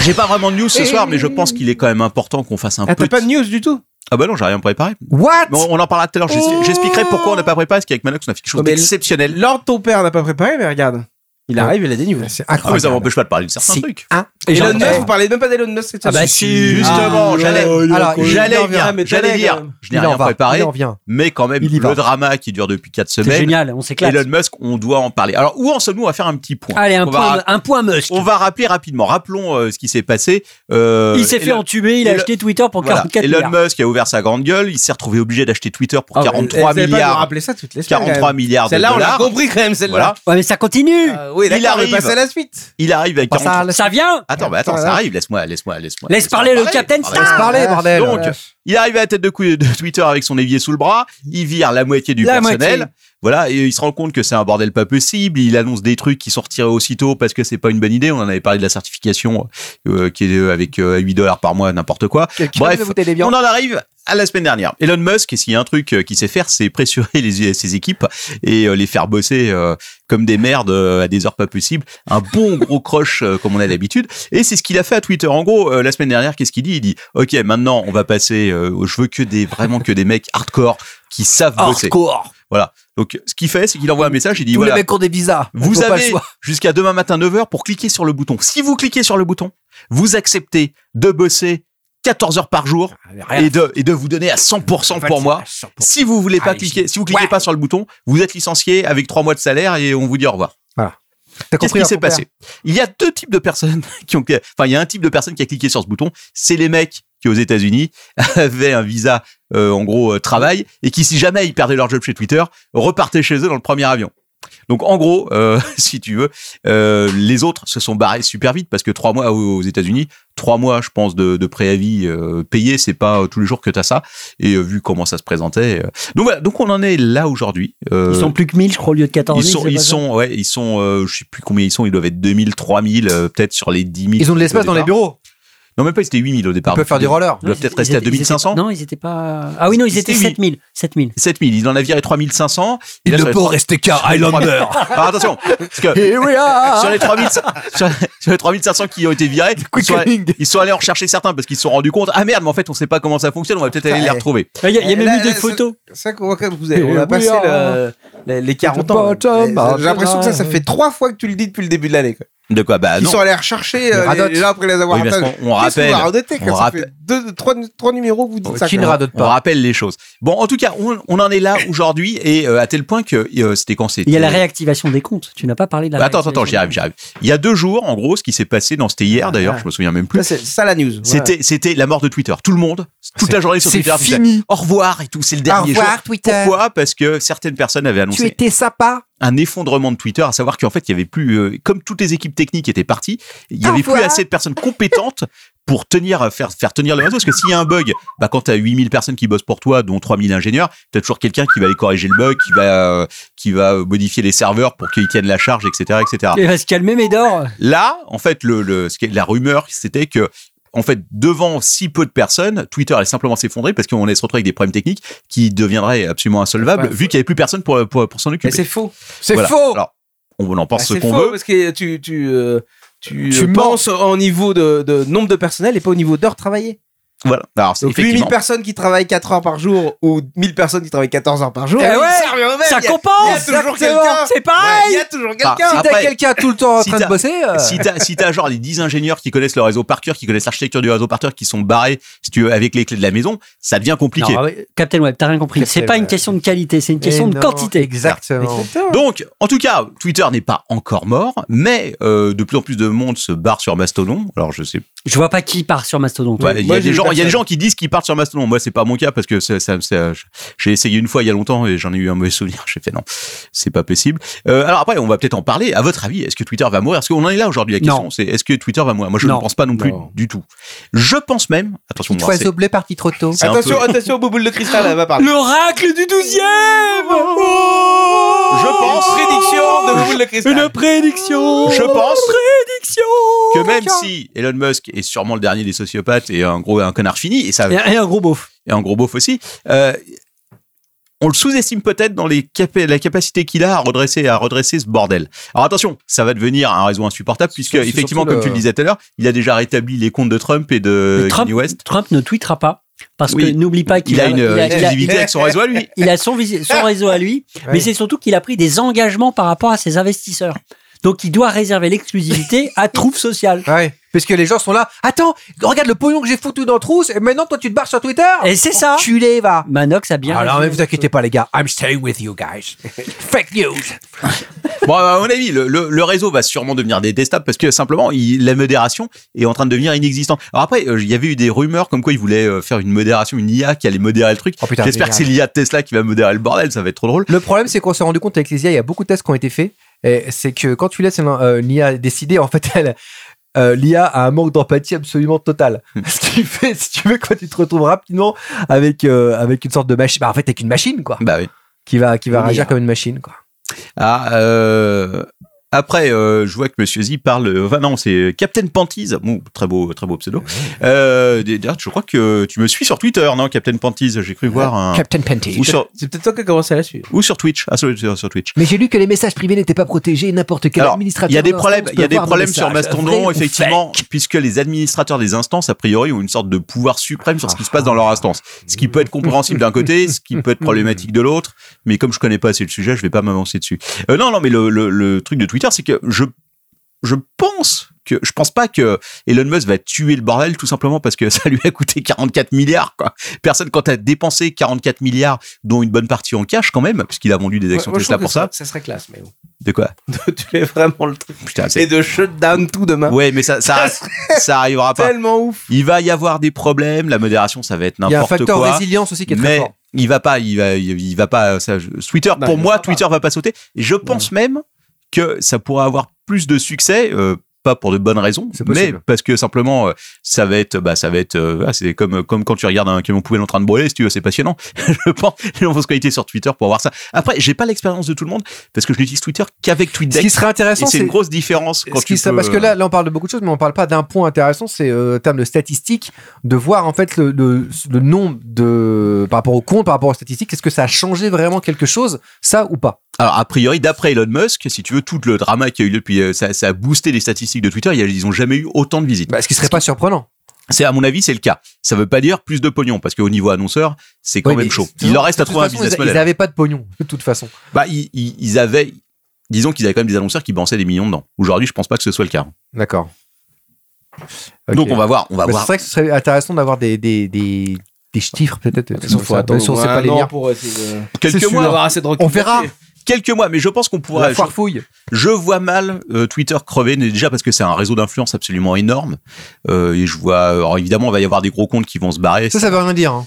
Speaker 2: J'ai pas vraiment de news ce soir, mais je pense qu'il est quand même important qu'on fasse un
Speaker 8: Ah, t'as
Speaker 2: petit.
Speaker 8: pas de news du tout
Speaker 2: Ah bah non, j'ai rien préparé.
Speaker 5: What?
Speaker 2: Mais on on en parlera tout à l'heure. j'ex- J'expliquerai pourquoi on n'a pas préparé, parce qu'avec Manox, on a fait quelque chose
Speaker 8: Oh, mais-
Speaker 2: d'exceptionnel. Ah
Speaker 8: L'ordre de ton père n'a pas préparé, mais regarde. Il arrive, il a des news.
Speaker 5: C'est
Speaker 2: Ah, mais ça
Speaker 5: incroyable.
Speaker 2: m'empêche pas de parler de certains
Speaker 5: Si.
Speaker 2: trucs.
Speaker 4: Et
Speaker 8: Elon
Speaker 4: j'en-
Speaker 8: Musk, vous parlez même pas d'Elon Musk cette
Speaker 4: Ah bah
Speaker 8: semaine.
Speaker 4: si,
Speaker 2: Justement,
Speaker 6: Ah,
Speaker 2: j'allais,
Speaker 5: Alors, il
Speaker 2: j'allais dire,
Speaker 5: en
Speaker 8: vient, mais
Speaker 2: j'allais
Speaker 8: t'allais,
Speaker 2: dire,
Speaker 8: quand même.
Speaker 2: je n'ai
Speaker 5: Il
Speaker 2: rien
Speaker 5: en va.
Speaker 2: préparé,
Speaker 5: Il en vient.
Speaker 2: mais quand même,
Speaker 5: Il y va.
Speaker 2: le drama qui dure depuis 4
Speaker 4: C'est
Speaker 2: semaines,
Speaker 4: génial, on s'éclate.
Speaker 2: Elon Musk, on doit en parler. Alors, où en sommes-nous On va faire un petit point.
Speaker 4: Allez, un
Speaker 2: on,
Speaker 4: point,
Speaker 2: va,
Speaker 4: un point Musk.
Speaker 2: on va rappeler rapidement. Rappelons euh, ce qui s'est passé. Euh,
Speaker 4: Il s'est fait
Speaker 2: Elon-
Speaker 4: entuber, il a
Speaker 2: Elon-
Speaker 4: acheté Twitter pour
Speaker 2: voilà,
Speaker 4: 44
Speaker 2: Elon
Speaker 4: milliards.
Speaker 2: Musk a ouvert sa grande gueule, il s'est retrouvé obligé d'acheter Twitter pour
Speaker 4: Ah,
Speaker 2: 43
Speaker 8: Vous avez pas à nous
Speaker 2: milliards,
Speaker 8: rappeler ça toutes les semaines.
Speaker 2: 43 milliards de
Speaker 8: Celle-là, on l'a
Speaker 2: dollars.
Speaker 8: compris quand même, celle-là.
Speaker 2: Voilà.
Speaker 4: Ouais, mais ça continue.
Speaker 6: Ah
Speaker 8: Euh, oui,
Speaker 2: Il
Speaker 8: d'accord, on
Speaker 2: arrive.
Speaker 8: est passé à la suite.
Speaker 2: Il arrive avec
Speaker 5: Pas ça,
Speaker 2: 43
Speaker 5: là.
Speaker 4: Ça vient
Speaker 2: Attends, mais attends,
Speaker 8: Attends,
Speaker 2: ça
Speaker 8: là.
Speaker 2: arrive, laisse-moi, laisse-moi, laisse-moi.
Speaker 4: Laisse
Speaker 2: laisse-moi
Speaker 4: parler le Captain
Speaker 2: Parler.
Speaker 5: Laisse
Speaker 4: Star.
Speaker 5: parler, bordel.
Speaker 2: Donc, Il arrive à la tête de, cou- de Twitter avec son évier sous le bras, il vire la moitié du
Speaker 8: La
Speaker 2: personnel.
Speaker 8: moitié.
Speaker 2: Voilà, et il se rend compte que c'est un bordel pas possible, il annonce des trucs qui sont retirés aussitôt parce que c'est pas une bonne idée, on en avait parlé de la certification euh, qui est euh, avec euh, 8 dollars par mois, n'importe quoi. Bref, on en arrive à la semaine dernière. Elon Musk, s'il y a un truc euh, qu'il sait faire, c'est pressurer les, ses équipes et euh, les faire bosser euh, comme des merdes euh, à des heures pas possibles. Un bon gros croche euh, comme on a d'habitude. Et c'est ce qu'il a fait à Twitter. En gros, euh, la semaine dernière, qu'est-ce qu'il dit Il dit OK, maintenant, on va passer. euh, je veux que des vraiment que des mecs hardcore qui savent bosser.
Speaker 5: Hardcore.
Speaker 2: Donc, ce qu'il fait, c'est qu'il envoie un message. Il dit
Speaker 5: Tous
Speaker 2: voilà,
Speaker 5: les mecs ont des visas. Ils
Speaker 2: vous
Speaker 5: ont pas le
Speaker 2: avez
Speaker 5: choix.
Speaker 2: jusqu'à demain matin 9h pour cliquer sur le bouton. Si vous cliquez sur le bouton, vous acceptez de bosser 14 heures par jour et de, et de vous donner à 100% pour moi. Si vous voulez pas
Speaker 5: Allez,
Speaker 2: cliquer, si vous cliquez pas sur le bouton, vous êtes licencié avec trois mois de salaire et on vous dit au revoir.
Speaker 5: T'as
Speaker 2: Qu'est-ce
Speaker 5: compris,
Speaker 2: qui
Speaker 5: hein,
Speaker 2: s'est
Speaker 5: ton père
Speaker 2: passé Il y a deux types de personnes qui ont, enfin, il y a un type de personnes qui a cliqué sur ce bouton. C'est les mecs qui aux États-Unis avaient un visa euh, en gros euh, travail et qui si jamais ils perdaient leur job chez Twitter repartaient chez eux dans le premier avion. Donc en gros, euh, si tu veux, euh, les autres se sont barrés super vite parce que trois mois aux aux États-Unis, trois mois, je pense, de, de préavis euh, payé, c'est pas euh, tous les jours que t'as ça. Et euh, vu comment ça se présentait, euh, donc voilà, donc on en est là aujourd'hui. Euh,
Speaker 4: Ils sont plus que 1000, je crois, au lieu de 14
Speaker 2: ils
Speaker 4: 000.
Speaker 2: sont,
Speaker 4: c'est
Speaker 2: ils
Speaker 4: pas ça
Speaker 2: sont, ouais, ils sont, euh, je sais plus combien ils sont, ils doivent être 2000, 3000, euh, peut-être sur les 10 000.
Speaker 5: Ils ont de l'espace
Speaker 2: au
Speaker 5: dans les
Speaker 2: départ.
Speaker 5: bureaux.
Speaker 2: Non, même pas, c'était 8000 au départ.
Speaker 5: Ils peuvent faire du roller.
Speaker 2: Ils doivent
Speaker 4: Non,
Speaker 2: peut-être
Speaker 4: ils
Speaker 2: rester à
Speaker 4: étaient- ils étaient-
Speaker 2: 2500.
Speaker 4: Non, ils étaient pas. Ah oui, non, ils
Speaker 2: Ils
Speaker 4: étaient
Speaker 2: étaient
Speaker 4: 7000. 7000.
Speaker 2: 7000, ils en a viré 3500. Et
Speaker 1: Il
Speaker 2: là,
Speaker 1: ne
Speaker 2: sur les
Speaker 1: peut rester qu'un Highlander.
Speaker 2: Ah, attention, parce que sur les 3500 sur, sur les 3500 qui ont été virés, ils sont, allés, ils sont allés en rechercher certains parce qu'ils se sont rendus compte ah merde, mais en fait, on sait pas comment ça fonctionne, on va peut-être aller les
Speaker 6: Ouais.
Speaker 2: retrouver.
Speaker 4: Il y a, il y a
Speaker 6: Eh,
Speaker 4: même
Speaker 6: là,
Speaker 4: eu des
Speaker 6: là, c'est-
Speaker 4: photos.
Speaker 6: C'est ça qu'on voit quand vous avez, on
Speaker 7: Et
Speaker 6: a
Speaker 7: we
Speaker 6: passé
Speaker 7: are
Speaker 6: le- les, les 40
Speaker 7: the
Speaker 6: ans.
Speaker 7: bottom
Speaker 6: Les-
Speaker 7: of
Speaker 6: J'ai l'impression que ça, ça fait trois fois que tu le dis depuis le début de l'année. quoi.
Speaker 2: De quoi Bah
Speaker 6: Ils
Speaker 2: non.
Speaker 6: sont allés rechercher euh,
Speaker 5: radotes.
Speaker 6: les gens après les avoir
Speaker 2: Oui, parce
Speaker 6: atteints.
Speaker 2: qu'on- on
Speaker 6: Qu'est-ce qu'on
Speaker 2: rappelle-
Speaker 6: va redoter,
Speaker 2: on
Speaker 6: quoi, ça
Speaker 2: rappelle-
Speaker 6: fait deux, trois, trois numéros que vous
Speaker 2: Oh,
Speaker 6: dites ça.
Speaker 5: Qui
Speaker 6: quoi.
Speaker 5: ne radote
Speaker 2: On
Speaker 5: pas
Speaker 2: rappelle les choses. Bon, en tout cas, on, on en est là aujourd'hui et euh, à tel point que euh, c'était quand c'était.
Speaker 4: Il y a la réactivation des comptes. Tu n'as pas parlé de la.
Speaker 2: Bah, attends, attends,
Speaker 4: réactivation
Speaker 2: attends, j'y arrive,
Speaker 4: des
Speaker 2: j'y arrive. Il y a deux jours, en gros, ce qui s'est passé, non, c'était
Speaker 4: Ah,
Speaker 2: hier d'ailleurs,
Speaker 6: ouais.
Speaker 2: je me souviens même plus.
Speaker 6: Ça, c'est ça la news. voilà.
Speaker 2: C'était, c'était la mort de Twitter. Tout le monde, toute la journée sur
Speaker 5: C'est
Speaker 2: Twitter, disait,
Speaker 5: fini.
Speaker 2: au revoir et tout, c'est le dernier
Speaker 5: Au revoir,
Speaker 2: jour.
Speaker 5: Twitter.
Speaker 2: Pourquoi Parce que certaines personnes avaient
Speaker 5: Tu
Speaker 2: annoncé
Speaker 5: étais sympa.
Speaker 2: un effondrement de Twitter, à savoir qu'en fait, il y avait plus, euh, comme toutes les équipes techniques étaient parties, il y
Speaker 5: Au
Speaker 2: avait plus
Speaker 5: revoir.
Speaker 2: assez de personnes compétentes pour tenir, faire, faire tenir le réseau. Parce que s'il y a un bug, bah, quand tu as 8000 personnes qui bossent pour toi, dont 3000 ingénieurs, tu as toujours quelqu'un qui va aller corriger le bug, qui va, euh, qui va modifier les serveurs pour qu'ils tiennent la charge, etc., etc.
Speaker 4: comptes. Il va se calmer, Médor.
Speaker 2: Là, en fait, le, le, ce qui est- la rumeur, c'était que, en fait, devant si peu de personnes, Twitter allait simplement s'effondrer parce qu'on allait se retrouver avec des problèmes techniques qui deviendraient absolument insolvables
Speaker 6: Ouais.
Speaker 2: vu qu'il n'y avait plus personne pour, pour, pour s'en
Speaker 6: Mais
Speaker 2: occuper.
Speaker 6: c'est faux.
Speaker 5: C'est
Speaker 2: Voilà.
Speaker 5: faux.
Speaker 2: Alors, on en
Speaker 6: Bah,
Speaker 2: pense ce
Speaker 6: c'est
Speaker 2: qu'on
Speaker 6: faux,
Speaker 2: veut.
Speaker 6: Parce que tu, tu, euh, tu,
Speaker 5: Tu
Speaker 6: euh, penses au niveau de, de nombre de personnel et pas au niveau d'heures travaillées.
Speaker 2: Voilà. Alors, c'est
Speaker 6: Donc 8000
Speaker 2: effectivement.
Speaker 6: personnes qui travaillent 4 heures par jour ou 1000 personnes qui travaillent 14 heures par jour.
Speaker 4: Eh
Speaker 6: ils
Speaker 4: ouais,
Speaker 6: servent au même.
Speaker 4: Ça
Speaker 6: Il y a-
Speaker 4: compense.
Speaker 6: il y a toujours
Speaker 4: exactement.
Speaker 6: quelqu'un.
Speaker 4: C'est
Speaker 6: Ouais,
Speaker 4: pareil.
Speaker 6: Il y a toujours
Speaker 2: Ah,
Speaker 6: quelqu'un.
Speaker 5: Si t'as
Speaker 2: Après-
Speaker 5: quelqu'un tout le temps en
Speaker 2: Si
Speaker 5: train de
Speaker 2: t'as-
Speaker 5: bosser, euh,
Speaker 2: Si t'as, si t'as genre les 10 ingénieurs qui connaissent le réseau par cœur, qui connaissent l'architecture du réseau par cœur, qui sont barrés, si tu veux, avec les clés de la maison, ça devient compliqué.
Speaker 4: Non, ah ouais, Captain Web, t'as rien compris. C'est
Speaker 5: Captain
Speaker 4: pas une
Speaker 5: Web.
Speaker 4: question de qualité, c'est une question
Speaker 5: Et
Speaker 4: de
Speaker 5: non,
Speaker 4: quantité.
Speaker 5: Exactement.
Speaker 2: Donc, en tout cas, Twitter n'est pas encore mort, mais euh, de plus en plus de monde se barre sur Mastodon. Alors, je sais
Speaker 4: Je vois pas qui part sur Mastodon. toi.
Speaker 2: Ouais, il y a des gens, il y a des gens qui disent qu'ils partent sur Mastodon. Moi, c'est pas mon cas parce que ça, ça- ça- je- j'ai essayé une fois il y a longtemps et j'en ai eu un mauvais souvenir. J'ai fait non, c'est pas possible. Euh, alors après, on va peut-être en parler. À votre avis, est-ce que Twitter va mourir Est-ce qu'on en est là aujourd'hui La question,
Speaker 4: Non.
Speaker 2: c'est est-ce que Twitter va mourir Moi, je
Speaker 4: Non.
Speaker 2: ne pense pas non plus
Speaker 6: Non.
Speaker 2: du tout. Je pense même. Attention,
Speaker 5: Petit
Speaker 2: moi, c'est-
Speaker 5: oiseau bleu parti trop tôt.
Speaker 2: c'est un peu-
Speaker 6: Attention, attention aux boules de cristal, hein, elle va parler.
Speaker 4: L'oracle du 12 e
Speaker 2: Je pense.
Speaker 6: Oh Prédiction de boules de cristal.
Speaker 4: Une prédiction
Speaker 2: Je pense.
Speaker 4: Prédiction Oh,
Speaker 2: que même si Elon Musk est sûrement le dernier des sociopathes et un gros un connard fini et ça
Speaker 4: Et un et un gros beauf.
Speaker 2: et un gros beauf aussi. Euh, on le sous-estime peut-être dans les capa- la capacité qu'il a à redresser, à redresser ce bordel. Alors attention, ça va devenir un réseau insupportable puisque
Speaker 5: surtout
Speaker 2: effectivement,
Speaker 5: le-
Speaker 2: comme tu le disais tout à l'heure, il a déjà rétabli les comptes de Trump et de
Speaker 4: Mais Trump,
Speaker 2: euh, Kanye West.
Speaker 4: Trump ne tweetera pas. Parce
Speaker 2: Oui.
Speaker 4: que n'oublie pas
Speaker 2: Il,
Speaker 4: qu'il
Speaker 2: a une euh,
Speaker 4: il a- il a-
Speaker 2: exclusivité avec son réseau à lui.
Speaker 4: il a son, visi- son réseau à lui, mais c'est surtout qu'il a pris des engagements par rapport à ses investisseurs. Donc il doit réserver l'exclusivité à Trouve Social.
Speaker 5: Ouais. Parce que les gens sont là. Attends, regarde le pognon que j'ai foutu dans Trousse et maintenant toi tu te barres sur Twitter.
Speaker 4: Et c'est ça
Speaker 5: Enculé, va.
Speaker 4: Manox a bien.
Speaker 5: Alors,
Speaker 4: résumé
Speaker 5: mais vous
Speaker 4: la
Speaker 5: inquiétez pas, les gars. I'm staying with you guys. Fake news.
Speaker 2: Bon, à mon avis, le, le- le réseau va sûrement devenir détestable parce que simplement, il- la modération est en train de devenir inexistante. Alors après, euh, il y avait eu des rumeurs comme quoi il voulait euh, faire une modération, une IA qui allait modérer le truc.
Speaker 5: Oh, putain,
Speaker 2: J'espère que c'est
Speaker 5: génial.
Speaker 2: l'IA de Tesla qui va modérer le bordel, ça va être trop drôle.
Speaker 5: Le problème, c'est qu'on s'est rendu compte avec les IA, il y a beaucoup de tests qui ont été faits. Et c'est que quand tu laisses euh, l'IA décider, en fait, elle, euh, l'IA a un manque d'empathie absolument total.
Speaker 2: Hmm.
Speaker 5: Ce qui fait, si tu veux, quand tu te retrouves rapidement avec, euh, avec une sorte de machine, bah, en fait, avec une machine, quoi,
Speaker 2: Bah oui. hein.
Speaker 5: qui va, qui va
Speaker 6: Oui.
Speaker 5: réagir comme une machine, quoi.
Speaker 2: Ah, euh, après, euh, je vois que Monsieur Z parle. euh, Enfin non, c'est Captain Panties. Bon, très beau, très beau pseudo. Euh, D'ailleurs, je crois que tu me suis sur Twitter, non, Captain Panties. J'ai cru voir un.
Speaker 5: Captain Panty.
Speaker 2: Ou sur,
Speaker 6: C'est peut-être toi qui as commencé à la suivre.
Speaker 2: ou sur Twitch. Ah, sur, sur- sur Twitch.
Speaker 5: Mais j'ai lu que les messages privés n'étaient pas protégés, n'importe quel
Speaker 2: Alors,
Speaker 5: administrateur.
Speaker 2: Il y a des
Speaker 5: d'instance
Speaker 2: problèmes,
Speaker 5: peut
Speaker 2: il y a des
Speaker 5: voir nos
Speaker 2: problèmes sur
Speaker 5: messages, vrai
Speaker 2: Mastodon,
Speaker 5: ou
Speaker 2: effectivement, puisque les administrateurs des instances, a priori, ont une sorte de pouvoir suprême sur ce qui se passe dans leur instance. Ce qui peut être compréhensible d'un côté, ce qui peut être problématique de l'autre. Mais comme je connais pas assez le sujet, je vais pas m'avancer dessus. Euh, non, non, mais le, le- le truc de Twitter, c'est que je, je pense que je pense pas que Elon Musk va tuer le bordel tout simplement parce que ça lui a coûté 44 milliards. Quoi. Personne, quand t'as dépensé 44 milliards, dont une bonne partie en cash quand même, puisqu'il a vendu des actions
Speaker 8: Moi, je
Speaker 2: Tesla
Speaker 8: trouve
Speaker 2: pour
Speaker 8: que
Speaker 2: ça.
Speaker 8: Ça serait classe, mais bon.
Speaker 2: De quoi
Speaker 8: tu es vraiment le truc.
Speaker 2: Putain,
Speaker 8: Et
Speaker 2: c'est.
Speaker 8: de shutdown tout demain.
Speaker 2: Ouais, mais ça, ça, ça arrivera pas.
Speaker 8: Tellement ouf.
Speaker 2: Il va y avoir des problèmes. La modération, ça va être
Speaker 5: Il y a un
Speaker 2: n'importe quoi.
Speaker 5: facteur résilience aussi qui est très
Speaker 2: mais
Speaker 5: fort.
Speaker 2: il va pas, il va, il il va pas. Ça, je- Twitter,
Speaker 8: Non,
Speaker 2: pour
Speaker 8: il
Speaker 2: moi,
Speaker 8: va pas.
Speaker 2: Twitter va pas sauter. Et je pense même que ça pourrait avoir plus de succès. euh, pas pour de bonnes raisons,
Speaker 5: C'est
Speaker 2: mais
Speaker 5: possible.
Speaker 2: parce que simplement euh, ça va être, bah ça va être, euh, ah, c'est comme comme quand tu regardes un camion poubelle en train de brûler, si tu veux, c'est passionnant. je pense, les gens vont se connecter sur Twitter pour voir ça. Après, j'ai pas l'expérience de tout le monde parce que je n'utilise Twitter qu'avec
Speaker 5: Ce
Speaker 2: TweetDeck.
Speaker 5: qui serait
Speaker 2: et
Speaker 5: intéressant,
Speaker 2: c'est une
Speaker 5: c'est
Speaker 2: grosse différence quand
Speaker 5: Ce qui
Speaker 2: tu
Speaker 5: serait-
Speaker 2: peux- euh,
Speaker 5: parce que là, là, on parle de beaucoup de choses, mais on parle pas d'un point intéressant, c'est euh, en termes de statistiques, de voir en fait le, le- le nombre de par rapport au compte, par rapport aux statistiques, est-ce que ça a changé vraiment quelque chose, ça ou pas
Speaker 2: Alors, a priori, d'après Elon Musk, si tu veux, tout le drama qui a eu lieu depuis, euh, ça, ça a boosté les statistiques de Twitter. Il y a- Ils ont jamais eu autant de visites.
Speaker 5: Ce qui serait pas surprenant.
Speaker 2: C'est, à mon avis, c'est le cas. Ça veut pas dire plus de pognon, parce qu'au niveau annonceur, c'est quand
Speaker 5: Oui,
Speaker 2: même
Speaker 5: mais
Speaker 2: chaud.
Speaker 5: de toute
Speaker 2: Il leur reste à
Speaker 5: façon,
Speaker 2: trouver un
Speaker 5: ils-
Speaker 2: business
Speaker 5: Ils
Speaker 2: model.
Speaker 5: n'avaient pas de pognon, de toute façon.
Speaker 2: Bah, ils, ils- ils avaient, disons qu'ils avaient quand même des annonceurs qui bançaient des millions dedans. Aujourd'hui, je pense pas que ce soit le cas.
Speaker 5: D'accord.
Speaker 2: Donc, on va voir, on va
Speaker 5: Bah,
Speaker 2: voir.
Speaker 5: C'est vrai que ce serait intéressant d'avoir des, des, des, des chiffres, peut-être.
Speaker 8: De toute façon,
Speaker 5: comme ça. Même si on sait pas les lire.
Speaker 8: pour essayer de-
Speaker 2: Quelques
Speaker 8: C'est sûr
Speaker 2: mois. Ah,
Speaker 8: d'avoir assez de recul.
Speaker 5: On verra.
Speaker 2: Quelques mois, mais je pense qu'on pourra.
Speaker 5: La foire fouille.
Speaker 2: Je vois mal euh, Twitter crever mais déjà parce que c'est un réseau d'influence absolument énorme Euh, et je vois alors évidemment il va y avoir des gros comptes qui vont se barrer.
Speaker 5: Ça, ça veut rien dire. hein.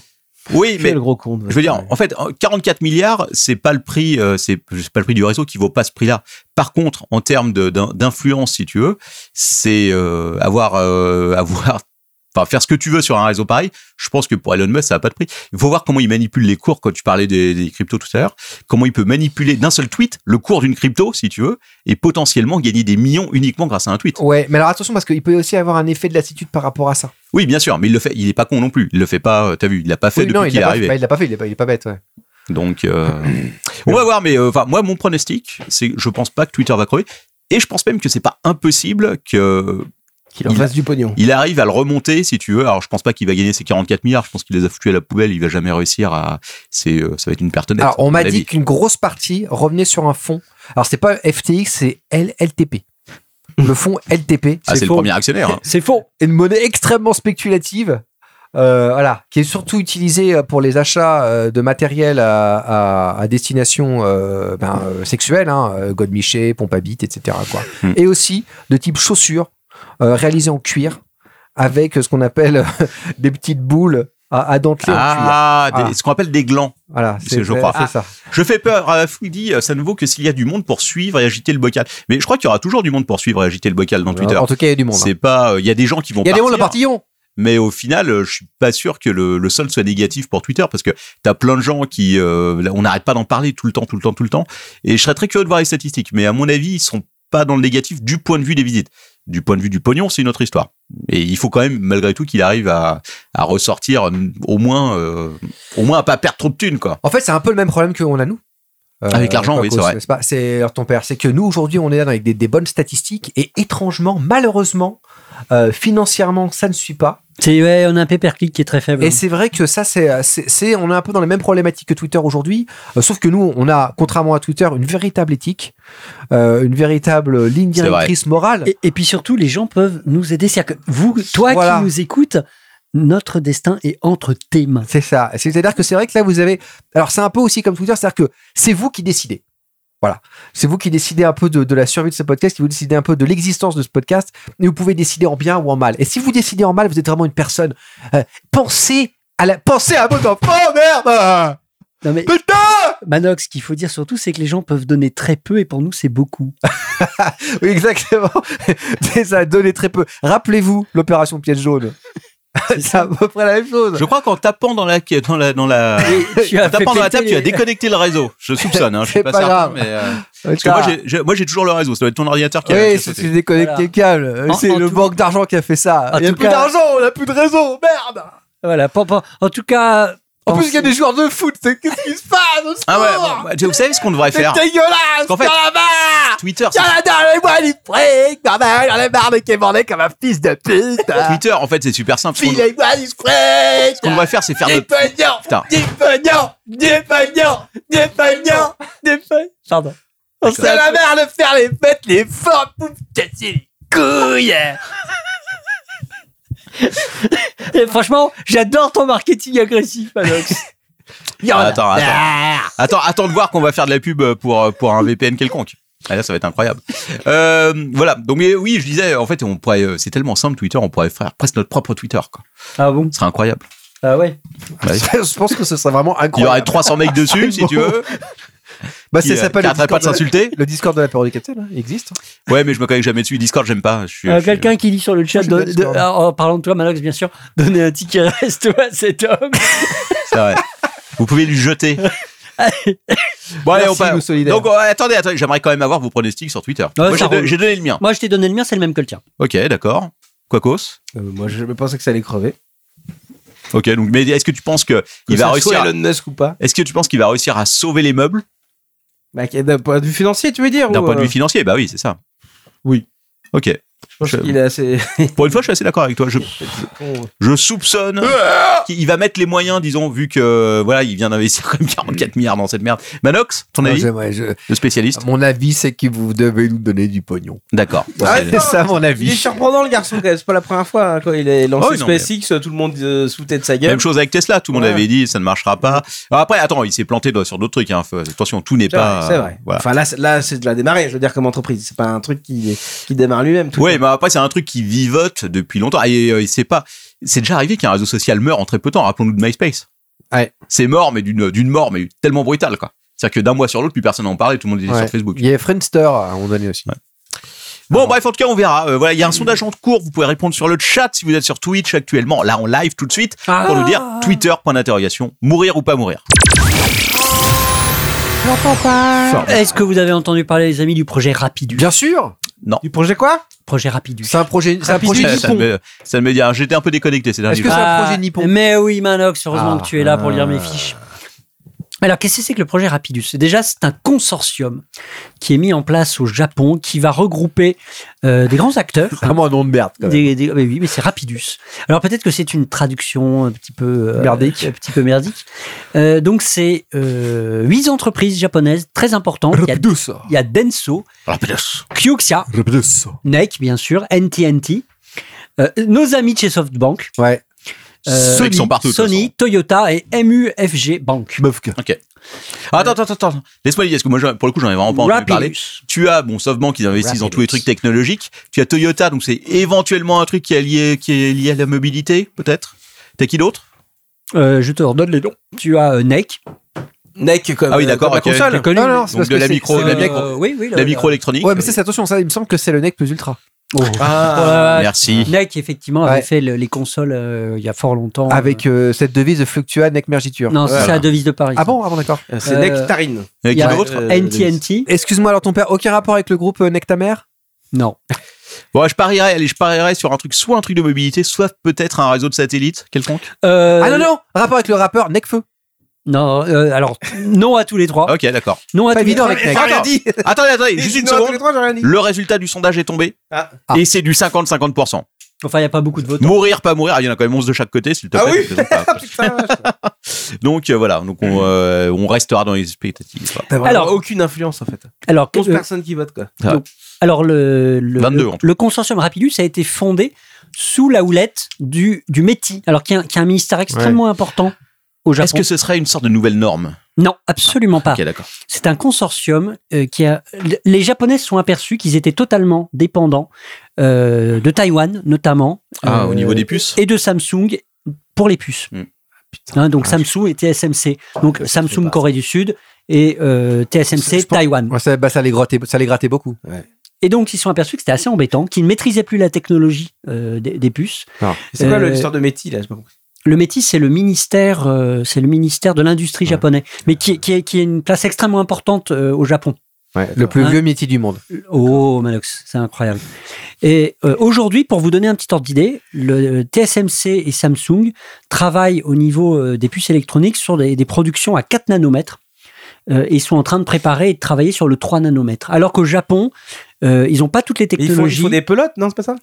Speaker 2: Oui, mais
Speaker 8: le gros compte.
Speaker 2: Je veux dire, en fait, 44 milliards, c'est pas le prix, euh, c'est c'est pas le prix du réseau qui vaut pas ce prix-là. Par contre, en termes de- d'in- d'influence, si tu veux, c'est euh, avoir, euh, avoir, enfin, faire ce que tu veux sur un réseau pareil. Je pense que pour Elon Musk, ça a pas de prix. Il faut voir comment il manipule les cours. Quand tu parlais des, des cryptos tout à l'heure, comment il peut manipuler d'un seul tweet le cours d'une crypto, si tu veux, et potentiellement gagner des millions uniquement grâce à un tweet.
Speaker 5: Ouais, mais alors attention, parce qu'il peut aussi avoir un effet de lassitude par rapport à ça.
Speaker 2: Oui, bien sûr, mais il le fait. Il est pas con non plus. Il le fait pas. euh, T'as vu, il l'a pas fait
Speaker 5: Oui,
Speaker 2: depuis
Speaker 5: non, il
Speaker 2: qu'il est
Speaker 5: l'a pas,
Speaker 2: arrivé.
Speaker 5: bah, il l'a pas fait, il est pas, il est pas bête. ouais.
Speaker 2: Donc, euh, on va voir. Mais euh, enfin, moi, mon pronostic, c'est que je pense pas que Twitter va crever. Et je pense même que c'est pas impossible que
Speaker 8: qu'il en
Speaker 2: il-
Speaker 8: fasse du pognon.
Speaker 2: il arrive à le remonter, si tu veux. Alors, je pense pas qu'il va gagner ses 44 milliards. Je pense qu'il les a foutus à la poubelle. Il va jamais réussir à. C'est, euh, ça va être une perte nette.
Speaker 5: Alors,
Speaker 2: à
Speaker 5: on
Speaker 2: mon
Speaker 5: m'a dit
Speaker 2: avis.
Speaker 5: qu'une grosse partie revenait sur un fonds. Alors, c'est pas FTX, c'est LTP. Le fonds LTP.
Speaker 2: Ah, c'est le
Speaker 5: faux.
Speaker 2: premier actionnaire. hein.
Speaker 4: C'est faux.
Speaker 5: Une monnaie extrêmement spéculative. euh, voilà, qui est surtout utilisée pour les achats euh, de matériel à, à- à destination euh, ben, euh, sexuelle, hein, euh, godemiché, pompe à bite, etc. Quoi.
Speaker 2: Hmm.
Speaker 5: Et aussi de type chaussures euh, réalisées en cuir avec ce qu'on appelle des petites boules à, à dentelées en cuir.
Speaker 2: Ah, des-
Speaker 5: Ah.
Speaker 2: ce qu'on appelle des glands.
Speaker 5: Voilà,
Speaker 2: ce que je crois.
Speaker 5: c'est ça.
Speaker 2: Je fais peur Ah, à Foudi, euh, ça ne vaut que s'il y a du monde pour suivre et agiter le bocal. Mais je crois qu'il y aura toujours du monde pour suivre et agiter le bocal dans Twitter.
Speaker 5: En tout cas, il y a du monde. hein.
Speaker 2: C'est pas, euh, il y a des gens qui vont
Speaker 5: Il y a des mondes
Speaker 2: partir.
Speaker 5: le partillon.
Speaker 2: Mais au final, euh, je suis pas sûr que le, le solde soit négatif pour Twitter parce que t'as plein de gens qui, euh, là, on n'arrête pas d'en parler tout le temps, tout le temps, tout le temps. Et je serais très curieux de voir les statistiques. Mais à mon avis, ils sont pas dans le négatif du point de vue des visites. Du point de vue du pognon, c'est une autre histoire. Et il faut quand même, malgré tout, qu'il arrive à, à ressortir euh, au moins, euh, au moins à pas perdre trop de thunes, quoi.
Speaker 5: En fait, c'est un peu le même problème qu'on a nous. Euh,
Speaker 2: Avec l'argent, oui,
Speaker 5: Pacos,
Speaker 2: c'est vrai.
Speaker 5: n'est-ce pas C'est alors, ton père. C'est que nous aujourd'hui, on est là avec des, des bonnes statistiques et étrangement, malheureusement, euh, financièrement, ça ne suit pas.
Speaker 4: C'est ouais, on a un pay per click qui est très faible.
Speaker 5: Et c'est vrai que ça, c'est, c'est, c'est- on est un peu dans les mêmes problématiques que Twitter aujourd'hui, Euh, sauf que nous, on a, contrairement à Twitter, une véritable éthique, euh, une véritable ligne
Speaker 2: C'est vrai.
Speaker 5: directrice morale.
Speaker 4: Et, et puis surtout, les gens peuvent nous aider. C'est-à-dire que vous, toi
Speaker 5: Voilà.
Speaker 4: qui nous écoutes, notre destin est entre tes mains.
Speaker 5: C'est ça. C'est-à-dire que c'est vrai que là, vous avez. Alors, c'est un peu aussi comme Twitter, c'est-à-dire que c'est vous qui décidez. Voilà. C'est vous qui décidez un peu de, de la survie de ce podcast, qui vous décidez un peu de l'existence de ce podcast, et vous pouvez décider en bien ou en mal. Et si vous décidez en mal, vous êtes vraiment une personne. euh, pensez à la. Pensez à votre enfant, merde
Speaker 4: Non mais,
Speaker 5: Putain
Speaker 4: Manox, ce qu'il faut dire surtout, c'est que les gens peuvent donner très peu et pour nous, c'est beaucoup.
Speaker 5: Oui, exactement. C'est ça, donnez très peu. Rappelez-vous l'opération pièce jaune. c'est à peu près la même chose.
Speaker 2: Je crois qu'en tapant dans la, dans la, dans la,
Speaker 4: tu as
Speaker 2: en tapant
Speaker 4: fait
Speaker 2: dans
Speaker 4: péter
Speaker 2: la table, tu as
Speaker 4: les-
Speaker 2: déconnecté le réseau. Je soupçonne, hein, je
Speaker 5: C'est
Speaker 2: suis pas,
Speaker 5: pas grave.
Speaker 2: certain, mais, euh, parce que moi, j'ai- j'ai, moi, j'ai toujours le réseau. Ça doit être ton ordinateur qui a- qui a
Speaker 5: Oui,
Speaker 2: sauté.
Speaker 5: Ah, c'est déconnecté
Speaker 4: Voilà.
Speaker 5: le câble.
Speaker 4: En-
Speaker 5: C'est
Speaker 4: en
Speaker 5: le
Speaker 4: tout-
Speaker 5: banque d'argent qui a fait ça.
Speaker 4: En
Speaker 5: Il n'y a
Speaker 4: tout
Speaker 5: plus
Speaker 4: cas-
Speaker 5: d'argent, on n'a plus de réseau, merde
Speaker 2: Bah
Speaker 4: Voilà, pan, pan. en tout cas.
Speaker 5: En plus, il y a
Speaker 4: pensez-
Speaker 5: des joueurs de foot, c'est- qu'est-ce qui se passe au
Speaker 2: Ah ouais,
Speaker 5: sport
Speaker 2: bon, bah, tu- vous savez ce qu'on devrait
Speaker 5: C'est
Speaker 2: faire
Speaker 5: dégueulasse
Speaker 2: qu'en fait-
Speaker 5: Tiens là-bas
Speaker 2: Twitter, c'est-
Speaker 5: Tiens là dans les bois du fric Bordel, j'en ai marre de qui est bordé comme un fils de pute hein.
Speaker 2: Twitter, en fait, c'est super simple. Ce qu'on,
Speaker 5: File les bois du fric
Speaker 2: ce qu'on devrait faire, c'est faire
Speaker 5: Du
Speaker 2: de...
Speaker 5: pognon
Speaker 2: Putain.
Speaker 5: Du pognon Du pognon Du pognon Du pognon
Speaker 4: Pardon.
Speaker 5: C'est la merde de faire les fêtes, les forts pouf, casser les
Speaker 4: couilles Et Franchement, j'adore ton marketing agressif, Manox.
Speaker 2: Attends, attends. Attends, attends de voir qu'on va faire de la pub pour, pour un VPN quelconque. Ah là, ça va être incroyable. Euh, voilà. Donc, mais oui, je disais, en fait, on pourrait, euh, c'est tellement simple, Twitter, on pourrait faire presque notre propre Twitter, quoi.
Speaker 4: Ah bon
Speaker 2: Ce serait incroyable.
Speaker 4: Ah ouais
Speaker 2: Bah oui.
Speaker 5: je pense que ce serait vraiment
Speaker 2: Il y aurait
Speaker 5: incroyable.
Speaker 2: 300 mecs dessus, si tu veux.
Speaker 5: Bah,
Speaker 2: qui,
Speaker 5: ça
Speaker 2: euh, qui
Speaker 5: s'appelle
Speaker 2: arrêteraient pas de s'insulter.
Speaker 5: le Discord de la parole du Capitaine, hein, il existe.
Speaker 2: Ouais, mais je me connecte jamais dessus. Discord, j'aime pas. Je suis,
Speaker 4: Euh,
Speaker 2: je suis-
Speaker 4: Quelqu'un qui dit sur le chat,
Speaker 5: Moi, j'aime
Speaker 4: de-
Speaker 5: bien
Speaker 4: de-
Speaker 5: Discord.
Speaker 4: en parlant de toi, Manox, bien sûr, donner un ticket resto à cet homme.
Speaker 2: C'est vrai. Vous pouvez lui jeter. bon, allez,
Speaker 5: Merci,
Speaker 2: on part.
Speaker 5: nous, solidaires.
Speaker 2: Donc, euh, attendez, attendez, j'aimerais quand même avoir vos pronostics sur Twitter. Moi,
Speaker 4: ça
Speaker 2: j'ai,
Speaker 4: roule.
Speaker 2: j'ai donné le mien.
Speaker 4: Moi, je t'ai donné le mien, c'est le même que le tien.
Speaker 2: Ok, d'accord. Quacos.
Speaker 8: Euh, moi, je pensais que ça allait crever.
Speaker 2: Ok, donc, mais est-ce que tu penses que,
Speaker 8: Que
Speaker 2: il va
Speaker 8: ça
Speaker 2: réussir
Speaker 8: soit
Speaker 2: à-
Speaker 8: Elon Musk ou pas
Speaker 2: Est-ce que tu penses qu'il va réussir à sauver les meubles
Speaker 8: Bah, qui- D'un point de vue financier, tu veux dire
Speaker 2: d'un
Speaker 8: ou,
Speaker 2: point de
Speaker 8: euh,
Speaker 2: vue financier Bah oui, c'est ça.
Speaker 8: Oui.
Speaker 2: Ok.
Speaker 8: Je pense
Speaker 2: je-
Speaker 8: qu'il est assez.
Speaker 2: Pour une fois, je suis assez d'accord avec toi. Je, je soupçonne qu'il va mettre les moyens, disons, vu que voilà, il vient d'investir quand même 44 milliards dans cette merde. Manox, ton avis, le spécialiste
Speaker 5: Mon avis, c'est que vous devez nous donner du pognon.
Speaker 2: D'accord.
Speaker 8: Ah,
Speaker 2: Ouais.
Speaker 5: C'est ça, mon
Speaker 8: Il est
Speaker 5: avis.
Speaker 8: surprenant le garçon quand même, c'est pas la première fois hein, quand il est lancé
Speaker 2: Oh, oui, non,
Speaker 8: SpaceX, tout le monde euh, se foutait de sa gueule.
Speaker 2: Même chose avec Tesla, tout le monde
Speaker 8: Ouais.
Speaker 2: avait dit ça ne marchera pas. Alors après, attends, il s'est planté dans- sur d'autres trucs. hein. Faut- Attention, tout n'est
Speaker 8: C'est vrai,
Speaker 2: pas.
Speaker 8: c'est vrai.
Speaker 2: Voilà.
Speaker 8: Enfin là, c'est- là c'est de la démarrer, je veux dire comme entreprise, c'est pas un truc qui, qui démarre lui-même. tout
Speaker 2: Ouais, mais après c'est un truc qui vivote depuis longtemps. Et, euh, c'est pas, c'est déjà arrivé qu'un réseau social meure en très peu de temps. Rappelons-nous de MySpace.
Speaker 5: Ouais.
Speaker 2: C'est mort, mais d'une d'une mort, mais tellement brutale quoi. C'est-à-dire que d'un mois sur l'autre, plus personne n'en parlait, tout le monde était
Speaker 5: Ouais.
Speaker 2: sur Facebook.
Speaker 5: Il y a Friendster à un moment donné aussi.
Speaker 2: Bon, bref, en tout cas, on verra. Euh, voilà, il y a un sondage en cours. Vous pouvez répondre sur le chat si vous êtes sur Twitch actuellement, là en live tout de suite,
Speaker 4: Ah.
Speaker 2: pour nous dire Twitter point d'interrogation, mourir ou pas mourir.
Speaker 4: Est-ce que vous avez entendu parler, les amis, du projet Rapidu
Speaker 5: Bien sûr
Speaker 8: Du projet quoi
Speaker 4: Projet Rapidu.
Speaker 5: C'est un projet,
Speaker 2: Ah,
Speaker 5: c'est un projet
Speaker 2: ça, ça
Speaker 5: nippon.
Speaker 2: me, ça me dit, hein, j'étais un peu déconnecté ces derniers
Speaker 5: Est-ce que
Speaker 2: jours.
Speaker 5: c'est un
Speaker 4: Ah,
Speaker 5: projet nippon
Speaker 4: Mais oui, Manox, heureusement
Speaker 5: Ah.
Speaker 4: que tu es là pour lire mes fiches. Alors, qu'est-ce que c'est que le projet Rapidus Déjà, c'est un consortium qui est mis en place au Japon qui va regrouper euh, des grands acteurs.
Speaker 5: Vraiment un nom de merde. Ah quand même.
Speaker 4: Des- des- mais oui, mais c'est Rapidus. Alors peut-être que c'est une traduction un petit peu euh,
Speaker 5: Merdique.
Speaker 4: un petit peu merdique. Euh, donc c'est euh, huit entreprises japonaises très importantes. Il y a,
Speaker 5: Rapidus.
Speaker 4: il y a Denso,
Speaker 2: Rapidus.
Speaker 4: Kyuxia,
Speaker 5: Rapidus.
Speaker 4: Nike bien sûr, NTNT, euh, nos amis de chez SoftBank,
Speaker 5: Ouais.
Speaker 4: euh,
Speaker 2: Ceux qui sont partout, de toute
Speaker 4: Sony, Toyota et MUFG Bank.
Speaker 5: Meuf que.
Speaker 2: Ah, attends, attends, attends, attends. Laisse-moi dire, parce que moi, j'en- pour le coup, j'en ai vraiment pas entendu parler.
Speaker 4: Rapidus.
Speaker 2: Tu as, bon, sauf banque, ils investissent dans tous les trucs technologiques. Tu as Toyota, donc c'est éventuellement un truc qui est lié, qui est lié à la mobilité, peut-être. T'as qui d'autre
Speaker 4: Euh, je te redonne les noms. Tu as euh, Nike,
Speaker 8: Nike comme
Speaker 2: Ah oui,
Speaker 8: euh,
Speaker 2: d'accord,
Speaker 8: comme
Speaker 2: ok.
Speaker 8: la
Speaker 2: T'es
Speaker 8: console.
Speaker 5: Non, non, c'est
Speaker 2: Donc
Speaker 5: parce
Speaker 2: de
Speaker 5: que
Speaker 2: la
Speaker 5: c'est-
Speaker 2: micro-
Speaker 5: c'est-
Speaker 2: de Oh, la
Speaker 5: euh,
Speaker 2: micro-
Speaker 4: euh, oui, oui, le-
Speaker 2: La microélectronique
Speaker 5: Ouais, mais ça, c'est attention, ça, il me semble que c'est le NEC plus Ultra.
Speaker 4: Ah,
Speaker 2: Merci.
Speaker 4: Nike effectivement
Speaker 5: Ouais.
Speaker 4: avait fait le- les consoles euh, il y a fort longtemps. euh,
Speaker 5: Avec euh, cette devise Fluctua Nec Mergiture.
Speaker 4: Non, c'est
Speaker 2: Voilà.
Speaker 4: ça la devise de Paris.
Speaker 5: Ah bon, ah bon, d'accord.
Speaker 8: Euh, C'est
Speaker 4: Euh,
Speaker 8: Nectarine.
Speaker 4: Il
Speaker 2: Et qui
Speaker 4: y a
Speaker 2: d'autre
Speaker 8: euh,
Speaker 4: NTNT
Speaker 5: Excuse-moi, alors ton père, aucun rapport avec le groupe euh, Nec ta mère
Speaker 4: Non.
Speaker 2: Bon, je parierais, allez, je parierais sur un truc, soit un truc de mobilité, soit peut-être un réseau de satellites quelconque.
Speaker 4: Euh,
Speaker 5: Ah non, non, rapport avec le rappeur Necfeu.
Speaker 4: non, euh, alors, non à tous les trois.
Speaker 2: Ok, d'accord.
Speaker 4: Non à
Speaker 5: Pas
Speaker 4: tous les
Speaker 5: évident
Speaker 4: trois.
Speaker 5: avec Nec.
Speaker 8: J'ai rien
Speaker 2: Attends.
Speaker 8: dit.
Speaker 2: Attendez, attendez, juste une
Speaker 8: Non, tous
Speaker 2: seconde.
Speaker 8: les trois, j'ai rien dit.
Speaker 2: Le résultat du sondage est tombé.
Speaker 8: Ah.
Speaker 2: Et c'est du 50-50%.
Speaker 4: Enfin, il n'y a pas beaucoup de votes.
Speaker 2: Mourir, pas mourir, Ah, il y en a quand même 11 de chaque côté, s'il te
Speaker 8: Ah
Speaker 2: plaît.
Speaker 8: oui.
Speaker 2: c'est pas-
Speaker 8: Putain,
Speaker 2: Donc euh, voilà, donc on, euh, on restera dans les expectatives. voilà.
Speaker 8: T'as vraiment
Speaker 4: Alors-
Speaker 8: aucune influence en fait.
Speaker 4: Alors,
Speaker 8: 11
Speaker 4: euh,
Speaker 8: personnes qui votent quoi.
Speaker 4: alors le, le,
Speaker 2: 22,
Speaker 4: le-
Speaker 2: en tout.
Speaker 4: le consortium Rapidus a été fondé sous la houlette du, du METI, alors qui est, un- qui est un ministère extrêmement important au
Speaker 2: Est-ce
Speaker 4: Japon.
Speaker 2: que ce serait une sorte de nouvelle norme
Speaker 4: Non, absolument pas.
Speaker 2: Ok, d'accord.
Speaker 4: C'est un consortium euh, qui a. Les Japonais se sont aperçus qu'ils étaient totalement dépendants euh, de Taïwan, notamment.
Speaker 2: Ah, au
Speaker 4: euh,
Speaker 2: niveau des puces
Speaker 4: et de Samsung pour les puces.
Speaker 2: Hmm. ah,
Speaker 4: Hein, donc Samsung et TSMC. Donc Samsung
Speaker 8: pas.
Speaker 4: Corée du Sud et euh, TSMC
Speaker 5: Je pense-
Speaker 4: Taïwan.
Speaker 5: Ouais, ça, bah, ça, les grattait, ça les grattait beaucoup.
Speaker 4: Et donc ils se sont aperçus que c'était assez embêtant, qu'ils ne maîtrisaient plus la technologie euh, des, des puces.
Speaker 8: C'est quoi
Speaker 4: Euh,
Speaker 8: l'histoire de Métis là j'ai pas compris.
Speaker 4: Le métis, c'est le ministère, euh, c'est le ministère de l'industrie japonais, mais qui, est- qui, est, qui est une place extrêmement importante euh, au Japon.
Speaker 5: Le plus
Speaker 4: Hein
Speaker 5: vieux métier du monde.
Speaker 4: Oh, Manox, c'est incroyable. Et euh, aujourd'hui, pour vous donner un petit ordre d'idée, le euh, TSMC et Samsung travaillent au niveau euh, des puces électroniques sur des, des productions à 4 nanomètres. euh, et ils sont en train de préparer et de travailler sur le 3 nanomètres. Alors qu'au Japon, euh, ils n'ont pas toutes les
Speaker 8: Mais Ils font, ils
Speaker 4: technologies.
Speaker 8: font des pelotes, non, c'est pas ça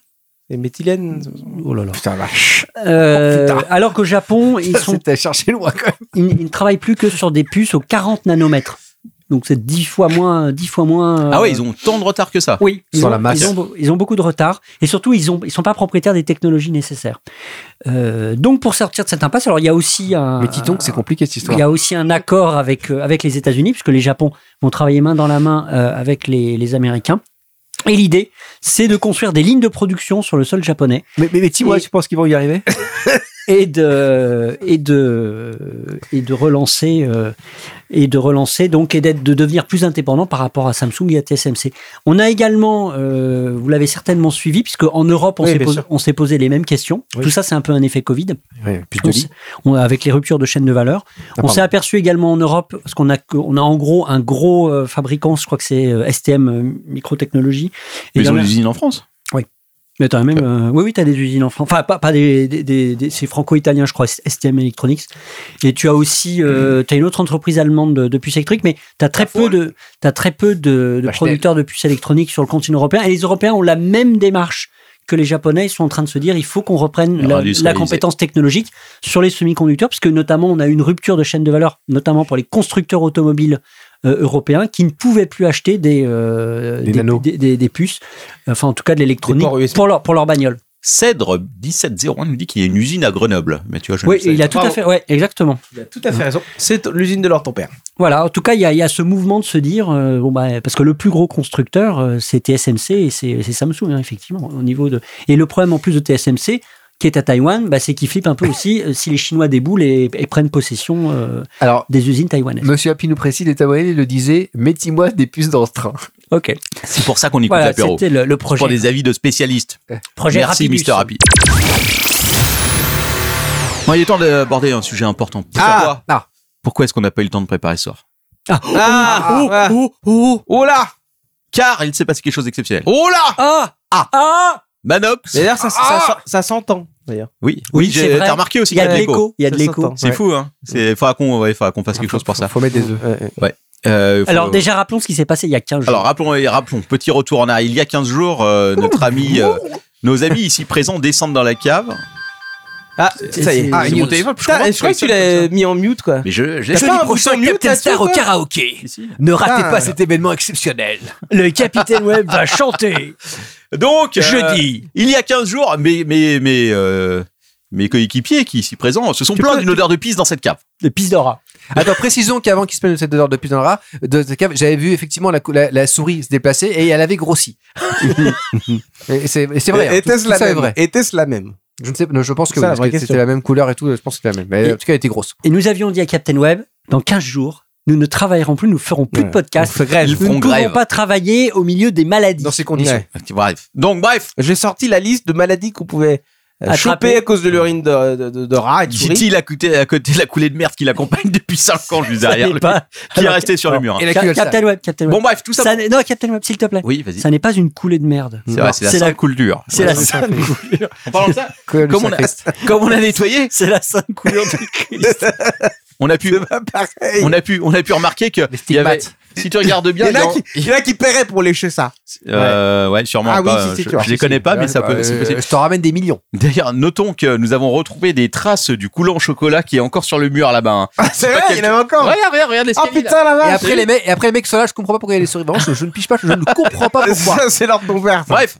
Speaker 8: Les méthylènes. c'est pas ça
Speaker 4: Oh là là.
Speaker 5: Putain, vache.
Speaker 4: Euh,
Speaker 5: Oh, putain.
Speaker 4: alors qu'au Japon, ils, sont,
Speaker 5: C'était cherché loin quand même.
Speaker 4: ils, ils ne travaillent plus que sur des puces aux 40 nanomètres. Donc c'est 10 fois moins, 10 fois moins.
Speaker 2: Ah ouais,
Speaker 4: euh,
Speaker 2: ils ont tant de retard que ça.
Speaker 4: oui, ils
Speaker 5: Sur
Speaker 4: ont,
Speaker 5: la masse.
Speaker 4: Ils ont, be- ils ont beaucoup de retard et surtout ils ont ils sont pas propriétaires des technologies nécessaires. Euh, donc pour sortir de cette impasse, alors il y a aussi un.
Speaker 5: Mais dis donc,
Speaker 6: euh,
Speaker 5: c'est compliqué cette
Speaker 4: il
Speaker 5: histoire.
Speaker 4: y a aussi un accord avec, euh, avec les États-Unis, puisque les Japon vont travailler main dans la main euh, avec les, les Américains. Et l'idée, c'est de construire des lignes de production sur le sol japonais
Speaker 6: Mais, mais, mais Tim,
Speaker 4: Et-
Speaker 6: ouais, tu penses qu'ils vont y arriver
Speaker 4: et de, et de, et de relancer, euh, et de relancer donc, et d'être, de devenir plus indépendant par rapport à Samsung et à TSMC. On a également, euh, vous l'avez certainement suivi, puisque en Europe, on
Speaker 6: Oui,
Speaker 4: s'est
Speaker 6: bien
Speaker 4: posé-
Speaker 6: sûr.
Speaker 4: on s'est posé les mêmes questions. Tout ça, c'est un peu un effet Covid.
Speaker 5: Ouais, puis
Speaker 4: On
Speaker 5: de lit.
Speaker 4: s'est- on- avec les ruptures de chaînes de valeur. on
Speaker 5: pardon.
Speaker 4: s'est aperçu également en Europe, parce qu'on a, que- on a en gros un gros euh, fabricant, je crois que c'est euh, STM euh, Microtechnologie. Et
Speaker 2: Mais ils
Speaker 4: dans
Speaker 2: ont
Speaker 4: la-
Speaker 2: des usines en France.
Speaker 4: mais t'as même, euh, oui, oui, t'as des usines en France. Enfin, pas, pas des, des- des- des- c'est franco-italien, je crois, STM Electronics. Et tu as aussi, euh, t'as une autre entreprise allemande de, de puces électriques, mais t'as très peu de, t'as très peu de, de producteurs de puces électroniques sur le continent européen. Et les Européens ont la même démarche que les Japonais. Ils sont en train de se dire, il faut qu'on reprenne la,
Speaker 2: Industrialiser.
Speaker 4: la compétence technologique sur les semi-conducteurs, parce que notamment, on a eu une rupture de chaîne de valeur, notamment pour les constructeurs automobiles euh, européens qui ne pouvaient plus acheter des, euh,
Speaker 5: Des nanos.
Speaker 4: des- des- des puces, enfin en tout cas de l'électronique
Speaker 6: ports USB.
Speaker 4: pour leur, pour leur bagnole.
Speaker 2: Cèdre 1701 nous dit qu'il y a une usine à Grenoble. Mais tu vois, je ne
Speaker 4: Oui,
Speaker 2: sais
Speaker 4: il a tout à
Speaker 6: Bravo.
Speaker 4: fait, ouais, exactement.
Speaker 6: Il a tout à fait raison. C'est l'usine de l'or, ton père.
Speaker 4: Voilà, en tout cas, il y a, il y a ce mouvement de se dire, euh, bon bah, parce que le plus gros constructeur, euh, c'est TSMC et c'est c'est Samsung, hein, effectivement, au niveau de. Et le problème en plus de TSMC, qui est à Taïwan, bah, c'est qu'ils flippent un peu aussi euh, si les Chinois déboulent et, et prennent possession euh,
Speaker 5: Alors,
Speaker 4: des usines taïwanaises.
Speaker 5: Monsieur Happy nous précise, les Tawaïlis le disait, mettez-moi des puces dans ce train.
Speaker 4: Ok,
Speaker 2: C'est pour ça qu'on écoute
Speaker 4: voilà,
Speaker 2: l'apéro.
Speaker 4: c'était le, le projet.
Speaker 2: Pour des avis de spécialistes.
Speaker 4: projet
Speaker 2: Merci,
Speaker 4: Rapidus.
Speaker 2: Mister Happy. Bon, il est temps d'aborder un sujet important. Pourquoi
Speaker 5: ah.
Speaker 2: Pourquoi est-ce qu'on n'a pas eu le temps de préparer ce soir
Speaker 6: Ah, ah, ah.
Speaker 2: Oh là Car il s'est passé quelque chose d'exceptionnel.
Speaker 6: Oh là
Speaker 4: Ah ah ah
Speaker 2: Manox
Speaker 6: D'ailleurs, ça, ça, ça, ça s'entend, d'ailleurs.
Speaker 2: Oui,
Speaker 4: Oui,
Speaker 2: oui,
Speaker 4: c'est
Speaker 2: j'ai-
Speaker 4: vrai.
Speaker 2: t'as remarqué aussi
Speaker 4: Il y a de Euh, l'écho, il y a de
Speaker 6: Ça
Speaker 4: l'écho.
Speaker 6: s'entend.
Speaker 2: C'est
Speaker 6: Ouais.
Speaker 2: fou, hein Il faudra qu'on ouais, faudra qu'on fasse quelque chose pour ça.
Speaker 5: Faut mettre des œufs.
Speaker 6: Ouais, ouais.
Speaker 2: Euh, faut-
Speaker 4: Alors déjà rappelons ce qui s'est passé il y a 15 jours.
Speaker 2: Alors ah. rappelons, et rappelons, petit retour en arrière. Il y a 15 jours, euh, notre ami, euh, nos amis ici présents descendent dans la cave.
Speaker 6: Ah, ça y est.
Speaker 4: Ah,
Speaker 2: C'est
Speaker 4: il-
Speaker 2: mon téléphone.
Speaker 6: Putain, je crois que tu l'as mis en mute, quoi.
Speaker 2: Mais je, je l'ai
Speaker 6: T'as pas un bouton mute
Speaker 3: Captain
Speaker 6: là-dessus,
Speaker 3: Star au
Speaker 6: quoi
Speaker 3: karaoké.
Speaker 2: ici.
Speaker 3: Ne ratez
Speaker 6: Ah.
Speaker 3: pas cet événement exceptionnel.
Speaker 4: Le capitaine Web va chanter.
Speaker 2: Donc, euh,
Speaker 3: Jeudi.
Speaker 2: il y a 15 jours, mes, mes, mes, euh, mes coéquipiers qui ici présents se sont
Speaker 5: Tu
Speaker 2: plaints
Speaker 5: peux-
Speaker 2: d'une odeur de pisse dans cette cave.
Speaker 4: Le pisse d'Ora.
Speaker 5: Attends, précisons qu'avant qu'il se prenne cette odeur de puce dans le rat, de cette cave, j'avais vu effectivement la, cou- la- la souris se déplacer et elle avait grossi. et c'est et c'est vrai. hein, tout-
Speaker 6: Était-ce
Speaker 5: tout
Speaker 6: la,
Speaker 5: ça est
Speaker 6: même
Speaker 5: vrai.
Speaker 6: Était-ce la même
Speaker 5: Je ne sais, non, je pense que
Speaker 6: C'est
Speaker 5: oui,
Speaker 6: ça, la
Speaker 5: parce
Speaker 6: vraie
Speaker 5: que
Speaker 6: question.
Speaker 5: c'était la même couleur et tout. Je pense que c'était la même. Mais
Speaker 4: Et-
Speaker 5: en tout cas, elle était grosse.
Speaker 4: Et nous avions dit à Captain Web, dans 15 jours, nous ne travaillerons plus, nous ferons plus de podcast.
Speaker 2: Ils
Speaker 4: Nous
Speaker 2: feront
Speaker 4: ne
Speaker 2: grève.
Speaker 4: pouvons pas travailler au milieu des maladies.
Speaker 5: Dans ces conditions.
Speaker 6: Ouais.
Speaker 2: Ah, Bref. Donc, bref,
Speaker 6: J'ai sorti la liste de maladies qu'on pouvait euh,
Speaker 4: Attraper.
Speaker 6: choper à cause de l'urine de, de, de- de rat et de souris.
Speaker 2: dit-il à côté, à côté de la coulée de merde qui l'accompagne depuis 5 ans juste
Speaker 4: Ça
Speaker 2: derrière,
Speaker 4: n'est
Speaker 2: le-
Speaker 4: pas-
Speaker 2: qui est
Speaker 4: Alors,
Speaker 2: resté sur le
Speaker 4: alors,
Speaker 2: mur. hein.
Speaker 5: Et la
Speaker 4: Ca-
Speaker 5: cuvette sale.
Speaker 4: Captain Web, Captain Web.
Speaker 2: Bon, bref, tout ça.
Speaker 4: Ça n'est- non, Captain Web, s'il te plaît.
Speaker 2: Oui, vas-y.
Speaker 4: Ça n'est pas une coulée de merde.
Speaker 2: C'est vrai, c'est la
Speaker 4: C'est la-
Speaker 2: seule couleur.
Speaker 4: C'est la sainte
Speaker 2: En parlant de ça,
Speaker 5: Comme
Speaker 2: comme on,
Speaker 5: ça
Speaker 2: a,
Speaker 5: fait-
Speaker 2: comme on a nettoyé,
Speaker 4: c'est la sainte couleur du Christ.
Speaker 2: on a pu,
Speaker 6: Ah,
Speaker 2: on a pu, on a pu remarquer que il y avait-
Speaker 5: stigmates.
Speaker 2: si tu regardes
Speaker 6: Il
Speaker 2: bien,
Speaker 6: y en a
Speaker 2: dans-
Speaker 6: qui- il y en a qui paieraient pour lécher ça.
Speaker 2: Euh, ouais, sûrement
Speaker 6: Ah oui,
Speaker 2: pas.
Speaker 6: si, si,
Speaker 2: je,
Speaker 6: tu vois,
Speaker 2: je les
Speaker 6: si,
Speaker 2: connais
Speaker 6: si.
Speaker 2: pas, mais ça
Speaker 5: Bah,
Speaker 2: peut,
Speaker 5: euh,
Speaker 2: c'est possible.
Speaker 5: Je t'en ramène des millions.
Speaker 2: D'ailleurs, notons que nous avons retrouvé des traces du coulant au chocolat qui est encore sur le mur là-bas. hein.
Speaker 6: C'est vrai,
Speaker 2: pas
Speaker 6: il y en avait encore.
Speaker 2: Regarde, regarde, regarde
Speaker 6: Ah
Speaker 2: l'escalier. là.
Speaker 6: putain, la
Speaker 5: Et
Speaker 6: vache.
Speaker 5: après, les mecs, et après, les mecs sont là, je comprends pas pourquoi il y a des souris. Vraiment, je, je ne piche pas, je ne comprends pas pourquoi.
Speaker 6: Ça, C'est l'ordre de ton père. ça.
Speaker 2: Bref.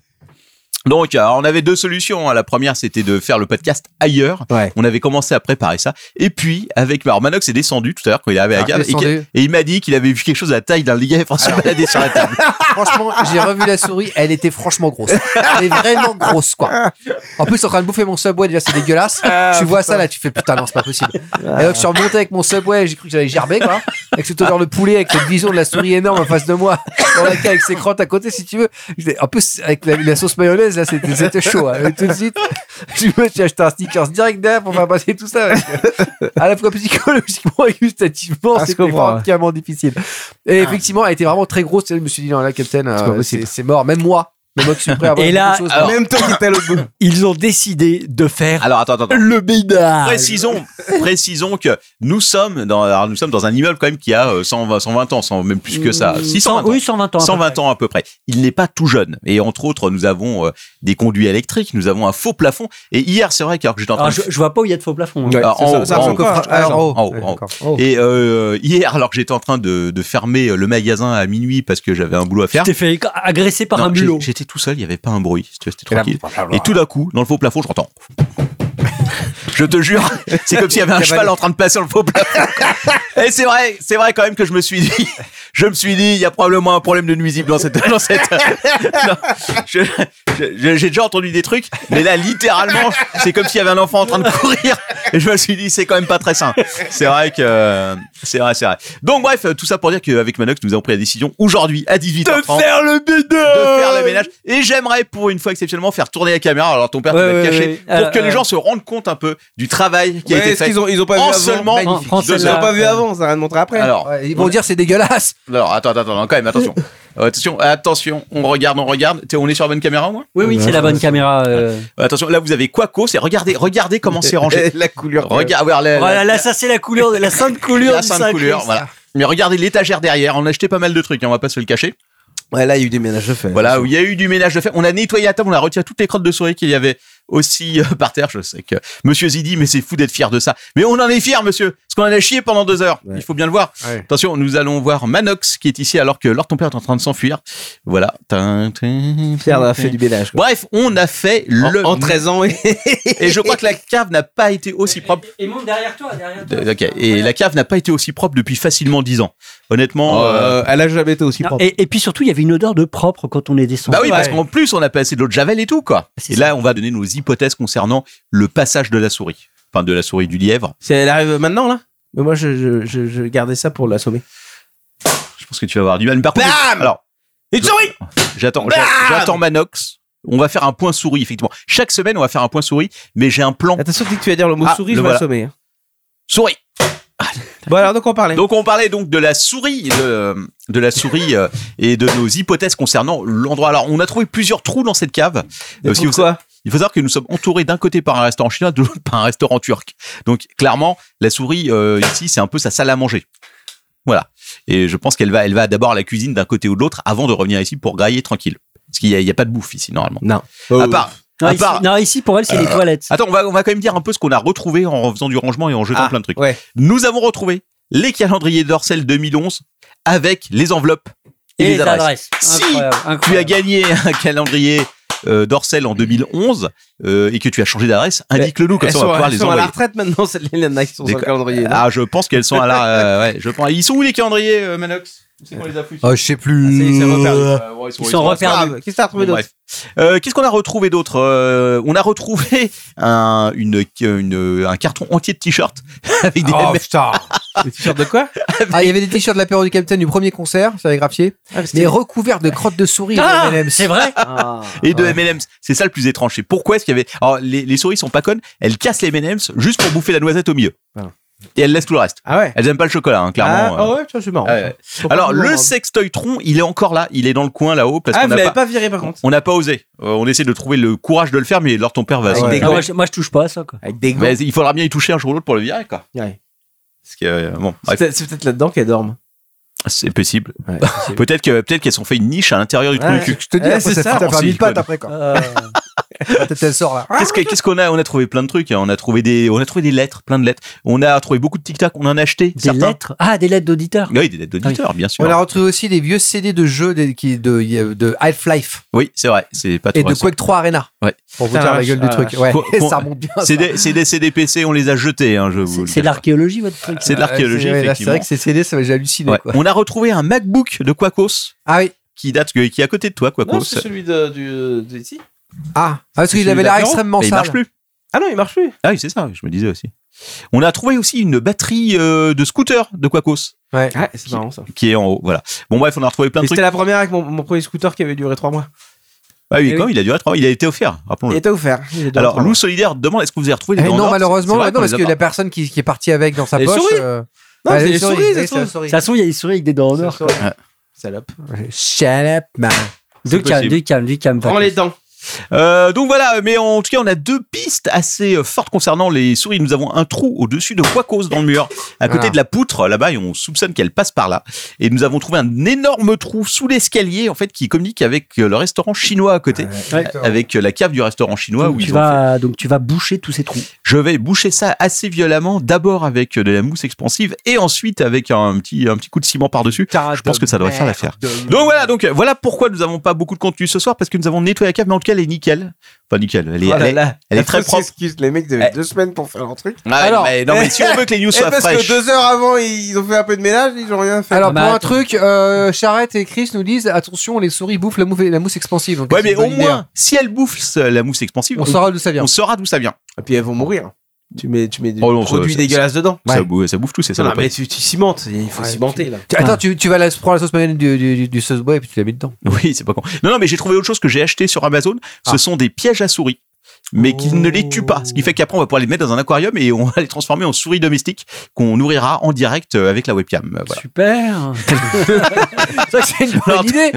Speaker 2: Donc, euh, on avait deux solutions. hein. La première, c'était de faire le podcast ailleurs.
Speaker 6: Ouais.
Speaker 2: On avait commencé à préparer ça. Et puis, avec alors, Manox est descendu tout à l'heure quand il est arrivé à la
Speaker 5: Ah,
Speaker 2: cave et,
Speaker 5: descendu.
Speaker 2: qu'il- et il m'a dit qu'il avait vu quelque chose à la taille d'un lièvre se balader sur la table.
Speaker 5: Franchement, j'ai revu la souris, elle était franchement grosse. Elle est vraiment grosse, quoi. En plus, en train de bouffer mon subway, déjà, c'est dégueulasse.
Speaker 6: Ah,
Speaker 5: tu vois ça là, tu fais putain, non, c'est pas possible. Et donc, je suis remonté avec mon subway, j'ai cru que j'allais gerber, quoi. Avec cette odeur de poulet, avec cette vision de la souris énorme en face de moi, dans la cave, avec ses crottes à côté, si tu veux. J'étais- En plus, avec la, la sauce mayonnaise, là, c'était c'était chaud. hein. Et Tout de suite, je me suis acheté un stickers direct derrière pour faire passer tout ça. parce que, à la fois psychologiquement et gustativement,
Speaker 6: Ah, je
Speaker 5: c'était
Speaker 6: comprends, ouais.
Speaker 2: Ah.
Speaker 5: vraiment difficile. Et effectivement, elle était vraiment très grosse. Je me suis dit, non, là, Captain, euh,
Speaker 6: pas
Speaker 5: c'est
Speaker 6: possible.
Speaker 5: c'est mort. Même moi, Mais moi qui suis prêt à avoir hein.
Speaker 4: Et
Speaker 5: beaucoup
Speaker 4: là, euh,
Speaker 5: de choses.
Speaker 2: alors-
Speaker 6: Même temps qu'il était à l'autre bout.
Speaker 4: Ils ont décidé de faire
Speaker 2: Alors attends, attends, attends.
Speaker 4: le bidard.
Speaker 2: Précisons, précisons que nous sommes dans, alors, nous sommes dans un immeuble quand même qui a euh, 120, 120 ans, 100, même plus que ça, 620 ans.
Speaker 4: Mmh, Oui, 120 ans.
Speaker 2: 120 ans à peu près. Il n'est pas tout jeune. Et entre autres, nous avons euh, des conduits électriques, nous avons un faux plafond. Et hier, c'est vrai que alors que j'étais en train
Speaker 4: Alors,
Speaker 2: de
Speaker 4: Ah, je, je vois pas où il y a de faux plafonds. hein.
Speaker 6: Ouais,
Speaker 2: Ah,
Speaker 6: c'est
Speaker 2: en haut,
Speaker 6: ça, ça
Speaker 2: en
Speaker 6: ressemble
Speaker 2: haut.
Speaker 6: quoi Ah,
Speaker 2: En haut,
Speaker 6: en
Speaker 2: en
Speaker 6: haut.
Speaker 2: haut,
Speaker 6: Ouais,
Speaker 2: en haut.
Speaker 6: d'accord.
Speaker 2: Et euh, hier, alors que j'étais en train de, de fermer le magasin à minuit parce que j'avais un boulot à
Speaker 4: Tu
Speaker 2: faire,
Speaker 4: t'es fait agresser par
Speaker 2: non,
Speaker 4: un
Speaker 2: j'ai-
Speaker 4: mulot.
Speaker 2: j'étais tout seul, il n'y avait pas un bruit, si tu veux, c'était
Speaker 6: Et là,
Speaker 2: tranquille. Et tout d'un coup, dans le faux plafond, je l'entends. Je te jure, c'est comme s'il y avait un cheval en train de passer sur le faux plafond. Et c'est vrai, c'est vrai quand même que je me suis dit, je me suis dit, il y a probablement un problème de nuisible dans cette, dans cette. Non, je- je- je- J'ai déjà entendu des trucs, mais là, littéralement, c'est comme s'il y avait un enfant en train de courir. Et je me suis dit, c'est quand même pas très sain. C'est vrai que, c'est vrai, c'est vrai. Donc bref, tout ça pour dire qu'avec Manox, nous avons pris la décision aujourd'hui à 18h30
Speaker 4: le Euh.
Speaker 2: de faire le ménage. Et j'aimerais pour une fois exceptionnellement faire tourner la caméra. Alors ton père tu
Speaker 4: Ouais,
Speaker 2: vas
Speaker 4: ouais,
Speaker 2: te cacher
Speaker 4: ouais.
Speaker 2: pour
Speaker 4: Euh,
Speaker 2: que les
Speaker 4: euh,
Speaker 2: gens se rendent compte un peu du travail qui a
Speaker 6: Ouais,
Speaker 2: été
Speaker 6: ce
Speaker 2: fait.
Speaker 6: qu'ils ont, ils ont pas
Speaker 2: en
Speaker 6: vu avant.
Speaker 2: seulement
Speaker 6: Magnifique.
Speaker 4: Prends
Speaker 6: Ils
Speaker 4: celle-là.
Speaker 6: ont pas vu avant, ça va te montrer après.
Speaker 2: Alors,
Speaker 5: Ouais, ils vont dire c'est dégueulasse.
Speaker 2: alors attends, attends, attends, quand même, attention. Euh, attention, attention, on regarde, on regarde. T'es- on est sur la bonne caméra au moins
Speaker 4: Oui, oui, c'est la bonne caméra. euh.
Speaker 2: Euh, Attention, là vous avez Quaco, c'est regardez, regardez comment c'est rangé.
Speaker 6: la couleur.
Speaker 2: Regarde, voilà, la-
Speaker 4: Voilà, Oh là, ça, c'est la couleur, de- la sainte couleur
Speaker 2: la
Speaker 4: du
Speaker 2: sainte
Speaker 4: Saint-Christ.
Speaker 2: couleur, voilà. Mais regardez l'étagère derrière, on a acheté pas mal de trucs, hein, on va pas se le cacher.
Speaker 6: Ouais, là, il y a eu des ménages de fait.
Speaker 2: Voilà, où il y a eu du ménage de fait. On a nettoyé la table, on a retiré toutes les crottes de souris qu'il y avait aussi euh, par terre. Je sais que monsieur Zidi, mais c'est fou d'être fier de ça. Mais on en est fier, monsieur, parce qu'on en a chié pendant deux heures. Il faut bien le voir.
Speaker 6: Ouais.
Speaker 2: Attention, nous allons voir Manox qui est ici alors que Lord ton père est en train de s'enfuir. Voilà. Tin, tin,
Speaker 6: Pierre
Speaker 2: tin,
Speaker 6: a fait
Speaker 2: tin.
Speaker 6: du ménage. quoi.
Speaker 2: Bref, on a fait le.
Speaker 6: En, en 13 ans, oui.
Speaker 2: Et je crois que la cave n'a pas été aussi propre.
Speaker 4: Et monte derrière toi, derrière
Speaker 2: Euh, ok. Et la cave n'a pas été aussi propre depuis facilement dix ans. Honnêtement. euh,
Speaker 6: Euh, elle a jamais été aussi propre.
Speaker 4: Et, et puis surtout, il y avait une odeur de propre quand on est descendu.
Speaker 2: Bah oui, parce
Speaker 6: Ouais.
Speaker 2: qu'en plus, on a passé de l'eau de Javel et tout, quoi.
Speaker 4: C'est
Speaker 2: Et
Speaker 4: ça.
Speaker 2: là, on va donner nos hypothèses concernant le passage de la souris. Enfin, de la souris du lièvre.
Speaker 6: C'est- Elle arrive maintenant, là Mais moi, je, je, je, je gardais ça pour l'assommer.
Speaker 2: Je pense que tu vas avoir du mal. Mais Par contre, alors,
Speaker 6: Une souris
Speaker 2: j'attends, j'a- j'attends Manox. On va faire un point souris, effectivement. Chaque semaine, on va faire un point souris, mais j'ai un plan
Speaker 6: Attention, dès que tu vas dire le mot
Speaker 2: Ah,
Speaker 6: souris,
Speaker 2: le
Speaker 6: je vais
Speaker 2: voilà.
Speaker 6: l'assommer. hein.
Speaker 2: souris.
Speaker 6: Bon, alors, donc on parlait.
Speaker 2: Donc, on parlait donc de la souris, de, de la souris euh, et de nos hypothèses concernant l'endroit. Alors, on a trouvé plusieurs trous dans cette cave. Euh, si vous-
Speaker 6: Pourquoi
Speaker 2: Il faut savoir que nous sommes entourés d'un côté par un restaurant chinois, de l'autre par un restaurant turc. Donc clairement, la souris euh, ici, c'est un peu sa salle à manger. Voilà. Et je pense qu'elle va, elle va d'abord à la cuisine d'un côté ou de l'autre avant de revenir ici pour grailler tranquille. Parce qu'il n'y a, il y a pas de bouffe ici normalement.
Speaker 6: Non.
Speaker 2: À part.
Speaker 4: Non,
Speaker 2: à
Speaker 4: ici,
Speaker 2: part- Euh,
Speaker 4: non, ici, pour elle, c'est les toilettes.
Speaker 2: Attends, on va, on va quand même dire un peu ce qu'on a retrouvé en faisant du rangement et en jetant
Speaker 6: Ah,
Speaker 2: plein de trucs.
Speaker 6: ouais.
Speaker 2: Nous avons retrouvé les calendriers d'Orcel 2011 avec les enveloppes et, les adresses. Si
Speaker 4: Incroyable, Ah,
Speaker 2: tu as
Speaker 4: incroyable.
Speaker 2: gagné un calendrier euh, d'Orcel en 2011 euh, et que tu as changé d'adresse, indique-le nous comme
Speaker 6: Elles
Speaker 2: ça on
Speaker 6: sont,
Speaker 2: va pouvoir
Speaker 6: elles
Speaker 2: les
Speaker 6: sont à la
Speaker 2: envoyer.
Speaker 6: retraite maintenant, celles-là, il y en a qui sont
Speaker 2: Des
Speaker 6: sans
Speaker 2: co-
Speaker 6: calendrier. là.
Speaker 2: Ah, je pense qu'elles sont à la. euh, ouais, je pense. Ils sont où les calendriers, euh, Manox C'est qu'on les a foutus.
Speaker 5: Oh, je sais plus.
Speaker 6: C'est- c'est reperdu.
Speaker 2: Euh, ouais,
Speaker 4: Ils sont
Speaker 6: C'est pas
Speaker 4: reperdus.
Speaker 6: grave. Qu'est-ce que t'as retrouvé
Speaker 2: Bon,
Speaker 6: d'autre
Speaker 2: bref. Euh, Qu'est-ce qu'on a retrouvé d'autre Euh, On a retrouvé un, une, une- un carton entier de t-shirts avec des
Speaker 5: Oh putain.
Speaker 6: Des t-shirts de quoi
Speaker 5: Ah, il y avait des t-shirts de l'apéro du Capitaine du premier concert, ça avait graphié. mais recouverts de crottes de souris.
Speaker 4: Ah,
Speaker 5: les M&M's.
Speaker 4: c'est vrai
Speaker 2: et de M&M's. C'est ça le plus étrange. C'est pourquoi est-ce qu'il y avait. Alors, les, les souris sont pas connes. Elles cassent les M&M's juste pour bouffer la noisette au milieu.
Speaker 6: Voilà.
Speaker 2: Et elles laissent tout le reste.
Speaker 6: Ah ouais
Speaker 2: Elles aiment pas le chocolat, hein, clairement.
Speaker 6: Ah
Speaker 2: euh.
Speaker 6: ah ouais, ça, c'est marrant.
Speaker 2: Ah ouais.
Speaker 6: ça.
Speaker 2: Alors, le
Speaker 6: Ah,
Speaker 2: sextoy tron, il est encore là. Il est dans le coin là-haut parce
Speaker 6: vous
Speaker 2: qu'on n'a
Speaker 6: l'avez
Speaker 2: pas,
Speaker 6: pas... viré par contre
Speaker 2: on n'a pas osé. Euh, on essaie de trouver le courage de le faire, mais alors ton père va.
Speaker 6: Avec
Speaker 2: s'en
Speaker 6: des
Speaker 2: dégoûter.
Speaker 4: Ah, moi, je, moi, je touche pas à ça. Quoi.
Speaker 6: Avec des gants.
Speaker 2: Mais il faudra bien y toucher un jour ou l'autre pour le virer, quoi.
Speaker 6: Ouais.
Speaker 2: Parce que, euh, bon,
Speaker 6: C'est
Speaker 2: bref,
Speaker 6: peut-être- c'est peut-être là-dedans qu'elles dorment.
Speaker 2: c'est possible.
Speaker 6: Ouais, c'est-
Speaker 2: Peut-être que peut-être qu'elles se sont fait une niche à l'intérieur du trou
Speaker 6: Ouais.
Speaker 2: du cul.
Speaker 5: Je te dis,
Speaker 6: Eh,
Speaker 5: après,
Speaker 6: c'est
Speaker 5: ça
Speaker 6: ça,
Speaker 5: fait
Speaker 2: on
Speaker 5: faire
Speaker 2: s'y
Speaker 5: mille pattes
Speaker 2: connaît.
Speaker 5: après, quoi.
Speaker 4: Euh,
Speaker 5: Peut-être elle sort là.
Speaker 6: Ah,
Speaker 2: Qu'est-ce que- qu'est-ce qu'on a On a trouvé plein de trucs. hein. On a trouvé des on a trouvé des lettres, plein de lettres. On a trouvé beaucoup de Tic Tac. On en a acheté
Speaker 4: des
Speaker 2: certains.
Speaker 4: lettres. Ah, des lettres d'auditeurs.
Speaker 2: Oui, des lettres d'auditeurs, bien sûr.
Speaker 5: On a retrouvé aussi des vieux CD de jeux des- qui- de, de, Half-Life
Speaker 2: Oui, c'est vrai. C'est ah, pas
Speaker 5: et
Speaker 2: trop
Speaker 5: de
Speaker 2: récent.
Speaker 5: Quake 3 Arena.
Speaker 2: Ouais.
Speaker 5: Pour vous
Speaker 6: Putain,
Speaker 5: dire
Speaker 6: la
Speaker 5: la gueule du
Speaker 6: vache.
Speaker 5: truc. Ouais.
Speaker 2: Qu'on- qu'on-
Speaker 5: ça remonte bien.
Speaker 2: C'est
Speaker 5: ça.
Speaker 2: des, c'est des CDPC, on les a jetés. hein, je vous
Speaker 4: C'est
Speaker 2: le
Speaker 4: c'est de
Speaker 2: cache pas.
Speaker 4: l'archéologie, votre truc.
Speaker 2: C'est de l'archéologie,
Speaker 5: Ouais, c'est vrai, là, C'est
Speaker 2: effectivement.
Speaker 5: vrai que ces CD, ça va j'ai halluciné.
Speaker 2: Ouais.
Speaker 5: Quoi.
Speaker 2: On a retrouvé un MacBook de Quacos
Speaker 5: Ah oui.
Speaker 2: qui date qui est à côté de toi,
Speaker 6: Non,
Speaker 2: Quacos.
Speaker 6: c'est celui de, du, de ici.
Speaker 5: Ah, parce
Speaker 6: C'est
Speaker 5: qu'il avait
Speaker 6: celui
Speaker 5: l'air
Speaker 6: d'apéro,
Speaker 5: extrêmement
Speaker 2: Mais il
Speaker 5: sale.
Speaker 2: marche plus.
Speaker 6: Ah non, il marche plus.
Speaker 2: Ah oui, c'est ça, je me disais aussi. On a trouvé aussi une batterie euh, de scooter de Quacos
Speaker 5: Ouais.
Speaker 6: Ouais, c'est marrant ça.
Speaker 2: qui est en haut. Voilà. Bon, bref, on a retrouvé plein de
Speaker 6: Mais
Speaker 2: trucs.
Speaker 6: c'était la première avec mon, mon premier scooter qui avait duré 3 mois.
Speaker 2: Ah oui,
Speaker 6: Eh
Speaker 2: quand
Speaker 6: oui.
Speaker 2: il a duré trois mois, il a été offert,
Speaker 6: Il
Speaker 2: rappelons-le.
Speaker 6: était offert. Il est duré
Speaker 2: Alors,
Speaker 6: trois
Speaker 2: Lou
Speaker 6: mois.
Speaker 2: Solidaire demande est-ce que vous avez retrouvé
Speaker 5: Eh
Speaker 2: les grands
Speaker 5: non,
Speaker 2: ordres
Speaker 5: malheureusement,
Speaker 2: C'est vrai
Speaker 5: ouais, non,
Speaker 2: qu'on
Speaker 5: parce
Speaker 2: les a
Speaker 5: que
Speaker 2: pas.
Speaker 5: la personne qui, qui est partie avec dans sa
Speaker 6: Les
Speaker 5: poche.
Speaker 6: souris.
Speaker 5: euh,
Speaker 6: Non,
Speaker 5: ouais,
Speaker 6: c'est
Speaker 5: les
Speaker 6: les
Speaker 5: souris,
Speaker 6: souris,
Speaker 5: oui,
Speaker 6: les
Speaker 5: c'est la
Speaker 6: souris.
Speaker 5: souris.
Speaker 4: De toute façon, il y a des souris avec des dents en or.
Speaker 6: Salope.
Speaker 5: Shut up, man.
Speaker 4: Du calme,
Speaker 2: possible.
Speaker 4: du calme, du calme.
Speaker 8: Prends les dents.
Speaker 2: Euh, donc voilà, mais en tout cas, on a deux pistes assez euh, fortes concernant les souris. Nous avons un trou au-dessus de Quacos dans le mur, à côté
Speaker 5: Voilà.
Speaker 2: de la poutre, là-bas, et on soupçonne qu'elle passe par là. Et nous avons trouvé un énorme trou sous l'escalier, en fait, qui communique avec euh, le restaurant chinois à côté, avec euh, la cave du restaurant chinois. Où
Speaker 4: donc,
Speaker 2: ils
Speaker 4: tu
Speaker 2: ont fait-
Speaker 4: vas, donc tu vas boucher tous ces trous.
Speaker 2: Je vais boucher ça assez violemment, d'abord avec euh, de la mousse expansive, et ensuite avec un petit, un petit coup de ciment par-dessus. Je pense que ça devrait faire l'affaire. Donc voilà, donc euh, voilà pourquoi nous avons pas beaucoup de contenu ce soir parce que nous avons nettoyé la cave, mais en tout cas elle est nickel. Enfin nickel, elle est, elle est- elle est très propre. Eh.
Speaker 8: Excuse, les mecs devaient deux semaines pour faire un truc.
Speaker 2: Ah,
Speaker 5: Alors-
Speaker 2: mais, non mais si on veut que les news
Speaker 8: Et
Speaker 2: soient
Speaker 8: parce que
Speaker 2: fraîches.
Speaker 8: deux heures avant, ils ont fait un peu de ménage, ils ont rien fait.
Speaker 5: Alors,
Speaker 4: Bah,
Speaker 5: pour un
Speaker 4: attends.
Speaker 5: truc, euh, Charrette et Chris nous disent attention, les souris bouffent la, mousse- la mousse expansive. Donc
Speaker 2: Ouais
Speaker 5: c'est
Speaker 2: mais
Speaker 5: une
Speaker 2: au
Speaker 5: bonne idée. hein.
Speaker 2: moins si elle bouffe ce- la mousse expansive,
Speaker 5: on saura d'où ça vient.
Speaker 2: on saura d'où ça vient.
Speaker 8: Et puis elles vont mourir. Tu mets, tu mets du
Speaker 2: Oh non, ça-
Speaker 8: produit
Speaker 2: ça-
Speaker 8: dégueulasse dedans.
Speaker 2: Ça, bou- ça bouffe tout, c'est ça.
Speaker 8: Non,
Speaker 2: la
Speaker 8: mais
Speaker 2: pote.
Speaker 8: tu, tu cimentes, il faut cimenter là.
Speaker 5: Tu- Attends, tu, tu vas la, prendre la sauce mayonnaise du, du, du- du sauce bois et puis tu la mets dedans.
Speaker 2: Oui, c'est pas con. Non non, mais j'ai trouvé autre chose que j'ai acheté sur Amazon. Ce
Speaker 8: Ah.
Speaker 2: sont des pièges à souris. Mais qui ne les tuent pas. Ce
Speaker 8: Oh.
Speaker 2: qui fait qu'après, on va pouvoir les mettre dans un aquarium et on va les transformer en souris domestiques qu'on nourrira en direct euh, avec la webcam. Euh, Voilà.
Speaker 4: Super.
Speaker 5: Ça, c'est une
Speaker 2: Alors,
Speaker 5: bonne idée.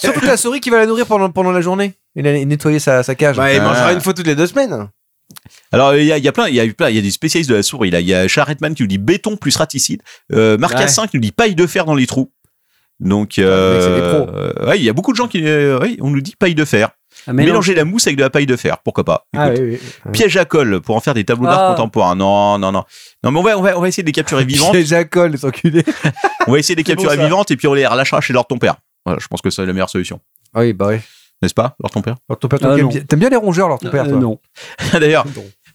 Speaker 5: Surtout la souris qui va la nourrir pendant, pendant la journée et, la- et nettoyer sa, sa cage.
Speaker 8: Bah, il
Speaker 2: Ah.
Speaker 8: mangera une fois toutes les deux semaines.
Speaker 2: Alors il y a, il y a plein, il y a eu plein, il y a des spécialistes de la souris. Là, il y a Charretman qui nous dit béton plus raticide. Euh, Marc
Speaker 8: Ouais. Ah,
Speaker 2: Assin qui nous dit paille de fer dans les trous. Donc,
Speaker 8: c'est des
Speaker 2: euh,
Speaker 8: pros.
Speaker 2: euh, ouais, il y a beaucoup de gens qui, euh, ouais, on nous dit paille de fer.
Speaker 4: Ah, mais non.
Speaker 2: Mélanger la mousse avec de la paille de fer, pourquoi pas
Speaker 8: Ah,
Speaker 2: Écoute,
Speaker 8: oui, oui.
Speaker 2: Piège à colle pour en faire des tableaux d'art
Speaker 4: Ah.
Speaker 2: contemporains. Non, non, non, non, mais on va, on va, on va essayer de les capturer vivantes.
Speaker 8: Piège à colle, les enculés.
Speaker 2: on va essayer de les capturer vivantes et puis on les relâchera chez leur ton père. Voilà, je pense que c'est la meilleure solution,
Speaker 5: Ah oui, bah oui.
Speaker 2: n'est-ce pas, leur ton père
Speaker 5: Alors, ton père,
Speaker 4: Ah,
Speaker 5: toi, t'aimes
Speaker 4: non.
Speaker 5: bien- t'aimes bien les rongeurs, alors ton père.
Speaker 4: Euh,
Speaker 5: toi.
Speaker 4: non.
Speaker 2: D'ailleurs,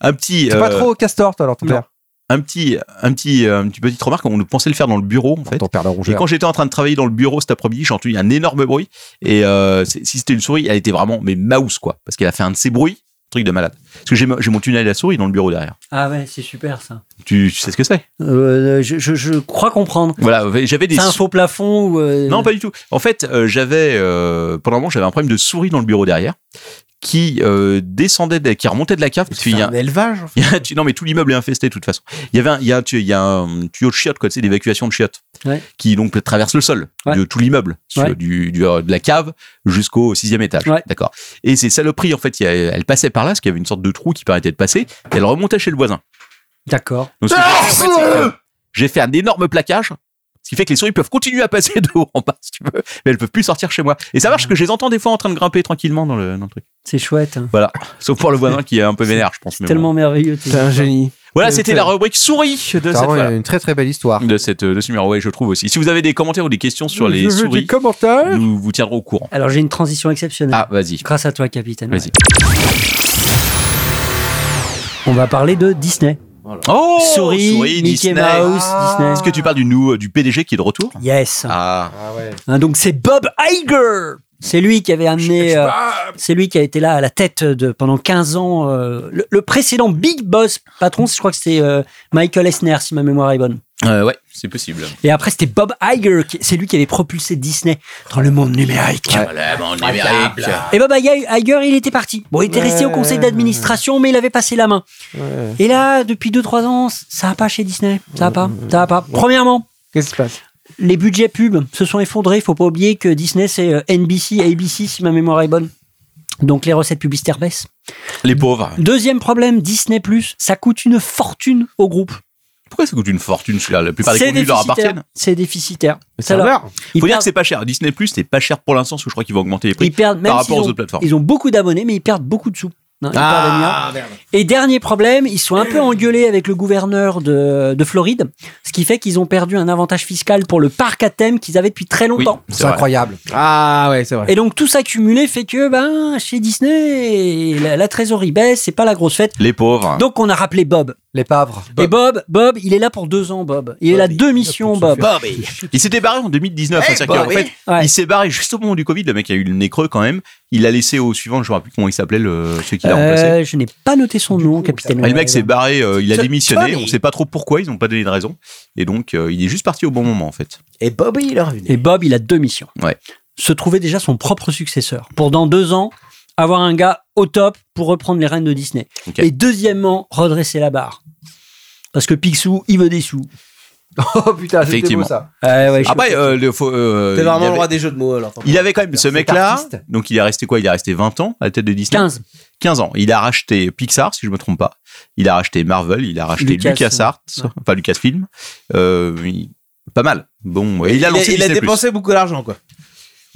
Speaker 2: un petit,
Speaker 5: T'es pas
Speaker 2: euh,
Speaker 5: trop au castor, toi, alors ton
Speaker 4: non.
Speaker 5: père.
Speaker 2: un petit, un petit, euh, une petite petite remarque. On pensait le faire dans le bureau en fait.
Speaker 5: Ton père, le
Speaker 2: Et
Speaker 5: rongeur.
Speaker 2: quand j'étais en train de travailler dans le bureau cet après-midi, j'ai entendu un énorme bruit. Et euh, c'est- si c'était une souris, elle était vraiment mais mouse quoi, parce qu'elle a fait un de ces bruits, truc de malade. Parce que j'ai mo- j'ai mon tunnel à la souris dans le bureau derrière.
Speaker 4: Ah ouais, c'est super ça.
Speaker 2: Tu, tu sais ce que c'est
Speaker 4: Euh, je, je, je crois comprendre.
Speaker 2: Voilà, j'avais des
Speaker 4: C'est un
Speaker 2: sou-
Speaker 4: faux plafond ou. euh,
Speaker 2: non pas du tout. En fait, euh, j'avais euh, pendant un moment j'avais un problème de souris dans le bureau derrière qui euh, descendait, de- qui remontait de la cave. Parce qu'il y a,
Speaker 8: élevage. en fait.
Speaker 2: il y a un tu- non mais tout l'immeuble est infesté de toute façon. Il y avait un, il y a un, tu- il y a un tuyau de chiottes quoi, tu sais, d'évacuation de chiottes
Speaker 4: Ouais.
Speaker 2: qui donc traverse le sol
Speaker 4: Ouais.
Speaker 2: de tout l'immeuble, sur-
Speaker 4: Ouais.
Speaker 2: du, du- euh, de la cave jusqu'au sixième étage,
Speaker 4: Ouais.
Speaker 2: d'accord. Et ces saloperies en fait, il y a- elles passaient par là parce qu'il y avait une sorte de trou qui permettait de passer. Et elles remontaient chez le voisin.
Speaker 4: D'accord.
Speaker 2: Donc, ce que j'ai fait, en fait, c'est que j'ai fait un énorme plaquage. Ce qui fait que les souris peuvent continuer à passer de haut en bas, si tu veux, mais elles peuvent plus sortir chez moi. Et ça marche parce que je les entends des fois en train de grimper tranquillement dans le, dans le truc.
Speaker 4: C'est chouette. hein.
Speaker 2: Voilà. Sauf pour le voisin qui est un peu vénère, je pense. mais bon.
Speaker 4: Tellement merveilleux. tes
Speaker 8: T'es un
Speaker 4: histoires.
Speaker 8: génie.
Speaker 2: Voilà, c'était la rubrique souris de cette
Speaker 5: C'est vraiment
Speaker 2: fois.
Speaker 5: une très très belle histoire.
Speaker 2: de cette de ce numéro ouais je trouve aussi si vous avez des commentaires ou des questions sur les souris
Speaker 8: commentaires.
Speaker 2: nous vous tiendrons au courant
Speaker 4: Alors j'ai une transition exceptionnelle.
Speaker 2: ah vas-y
Speaker 4: Grâce à toi, capitaine.
Speaker 2: vas-y
Speaker 4: On va parler de Disney.
Speaker 2: oh
Speaker 4: Souris, Mickey
Speaker 2: Disney. Ah.
Speaker 4: Mouse, Disney.
Speaker 2: est-ce que tu parles du nou- du PDG qui est de retour
Speaker 4: Yes.
Speaker 2: ah
Speaker 4: Hein, donc c'est Bob Iger. C'est lui qui avait amené. euh, c'est lui qui a été là à la tête de pendant 15 ans. euh, le, le précédent big boss patron, je crois que c'est euh, Michael Esner, si ma mémoire est bonne.
Speaker 2: Euh, ouais c'est possible
Speaker 4: Et après c'était Bob Iger, qui- c'est lui qui avait propulsé Disney dans le monde numérique.
Speaker 2: voilà mon numérique
Speaker 4: Et Bob Iger, Iger, il était parti. Bon, il était resté au conseil d'administration, mais il avait passé la main. Et là, depuis 2-3 ans, ça va pas chez Disney. Ça va pas. Ça va pas. Premièrement,
Speaker 8: Qu'est-ce qui se passe
Speaker 4: les budgets pubs se sont effondrés. Faut pas oublier que Disney, c'est euh, NBC, ABC, si ma mémoire est bonne. Donc les recettes publicitaires baissent.
Speaker 2: les pauvres
Speaker 4: Deuxième problème, Disney+, ça coûte une fortune au groupe.
Speaker 2: pourquoi ça coûte une fortune celui-là la plupart des
Speaker 4: C'est
Speaker 2: contenus leur
Speaker 4: déficitaire.
Speaker 2: appartiennent
Speaker 4: C'est déficitaire. Ça leur-
Speaker 8: Serveur.
Speaker 4: ils
Speaker 2: faut dire
Speaker 4: perdent-
Speaker 2: que c'est pas cher Disney Plus c'est pas cher pour l'instant parce que je crois qu'ils vont augmenter les prix
Speaker 4: Ils perdent, même
Speaker 2: par
Speaker 4: s'ils
Speaker 2: rapport aux
Speaker 4: ont-
Speaker 2: autres plateformes Ah.
Speaker 4: Ils ont beaucoup d'abonnés, mais ils perdent beaucoup de sous. Hein,
Speaker 6: ah.
Speaker 4: ils perdent des milliards. Et dernier problème, ils sont un peu engueulés avec le gouverneur de, de Floride, ce qui fait qu'ils ont perdu un avantage fiscal pour le parc à thème qu'ils avaient depuis très
Speaker 2: oui,
Speaker 4: longtemps.
Speaker 5: C'est
Speaker 2: c'est vrai.
Speaker 5: incroyable.
Speaker 8: Ah ouais, c'est vrai.
Speaker 4: Et donc tout ça cumulé fait que ben, chez Disney, la, la trésorerie baisse, c'est pas la grosse fête.
Speaker 2: les pauvres
Speaker 4: Donc on a rappelé Bob.
Speaker 5: Les pavres.
Speaker 4: Et Bob, Bob, il est là pour deux ans, Bob. Il est là deux missions, Bob.
Speaker 2: il s'était barré en 2019
Speaker 8: Eh,
Speaker 2: hein, c'est-à-dire qu'en
Speaker 8: bah
Speaker 2: fait,
Speaker 8: oui.
Speaker 4: Ouais.
Speaker 2: Il s'est barré juste au moment du Covid. Le mec a eu le nez creux quand même. Il l'a laissé au suivant. Je ne me rappelle plus comment il s'appelait, le, celui qui l'a remplacé.
Speaker 4: Euh, je n'ai pas noté son nom, capitaine.
Speaker 2: Et le mec s'est barré, euh, il a
Speaker 4: Tu- tu
Speaker 2: démissionné.
Speaker 4: vois,
Speaker 2: On
Speaker 4: mais-
Speaker 2: ne sait pas trop pourquoi. Ils n'ont pas donné de raison. Et donc, euh, il est juste parti au bon moment en fait.
Speaker 8: Et Bobby, il est revenu.
Speaker 4: Et Bob, il a deux missions.
Speaker 2: Ouais.
Speaker 4: Se trouver déjà son propre successeur. Pour dans deux ans, avoir un gars au top pour reprendre les rênes de Disney.
Speaker 2: Ok.
Speaker 4: Et deuxièmement, redresser la barre. Parce que Picsou, il veut des sous.
Speaker 5: Oh putain, c'était beau
Speaker 2: Effectivement.
Speaker 5: ça.
Speaker 4: Ah ouais, je-
Speaker 2: Ah bah, euh, le, faut, euh,
Speaker 6: T'as
Speaker 2: il,
Speaker 6: vraiment le
Speaker 2: avait,
Speaker 6: droit à des jeux de mots alors.
Speaker 2: il avait quand même ce
Speaker 5: Cet
Speaker 2: mec-là.
Speaker 5: artiste.
Speaker 2: Donc il est resté quoi Il est resté 20 ans à la tête de Disney.
Speaker 4: 15.
Speaker 2: 15 ans. Il a racheté Pixar, si je me trompe pas. Il a racheté Marvel, il a racheté
Speaker 4: Lucas,
Speaker 2: LucasArts,
Speaker 4: ouais.
Speaker 2: enfin Lucasfilm. Euh, il- pas mal. Bon, et
Speaker 6: Il
Speaker 2: il a
Speaker 6: a,
Speaker 2: lancé
Speaker 6: il a
Speaker 2: Disney+.
Speaker 6: dépensé beaucoup d'argent quoi.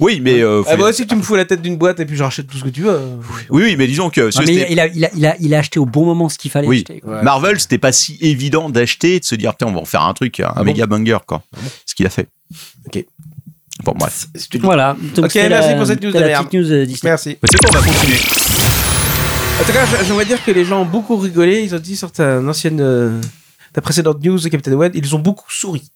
Speaker 2: Oui, mais euh, faut-
Speaker 6: Ah, moi aussi tu me fous la tête d'une boîte et puis je rachète tout ce que tu veux. euh.
Speaker 2: oui, oui, mais disons que ce-
Speaker 4: Ah, mais
Speaker 2: c'était-
Speaker 4: il, a, il, a, il, a, il a acheté au bon moment ce qu'il fallait
Speaker 2: Oui.
Speaker 4: acheter. quoi.
Speaker 2: Marvel, c'était pas si évident d'acheter et de se dire putain, on va en faire un truc,
Speaker 6: Ah
Speaker 2: un méga banger quoi. Ce qu'il a fait.
Speaker 6: Ok.
Speaker 2: Bon bref.
Speaker 4: Voilà. Donc,
Speaker 6: Ok,
Speaker 4: c'était
Speaker 6: merci
Speaker 4: la-
Speaker 6: pour cette news
Speaker 4: c'était
Speaker 6: de
Speaker 4: La petite news euh, Disney.
Speaker 6: Merci.
Speaker 2: Mais c'est bon, on va continuer.
Speaker 6: En tout cas, je- j'aimerais dire que les gens ont beaucoup rigolé. Ils ont dit sur ta ancienne, euh, ta précédente news de Captain Web, ils ont beaucoup souri.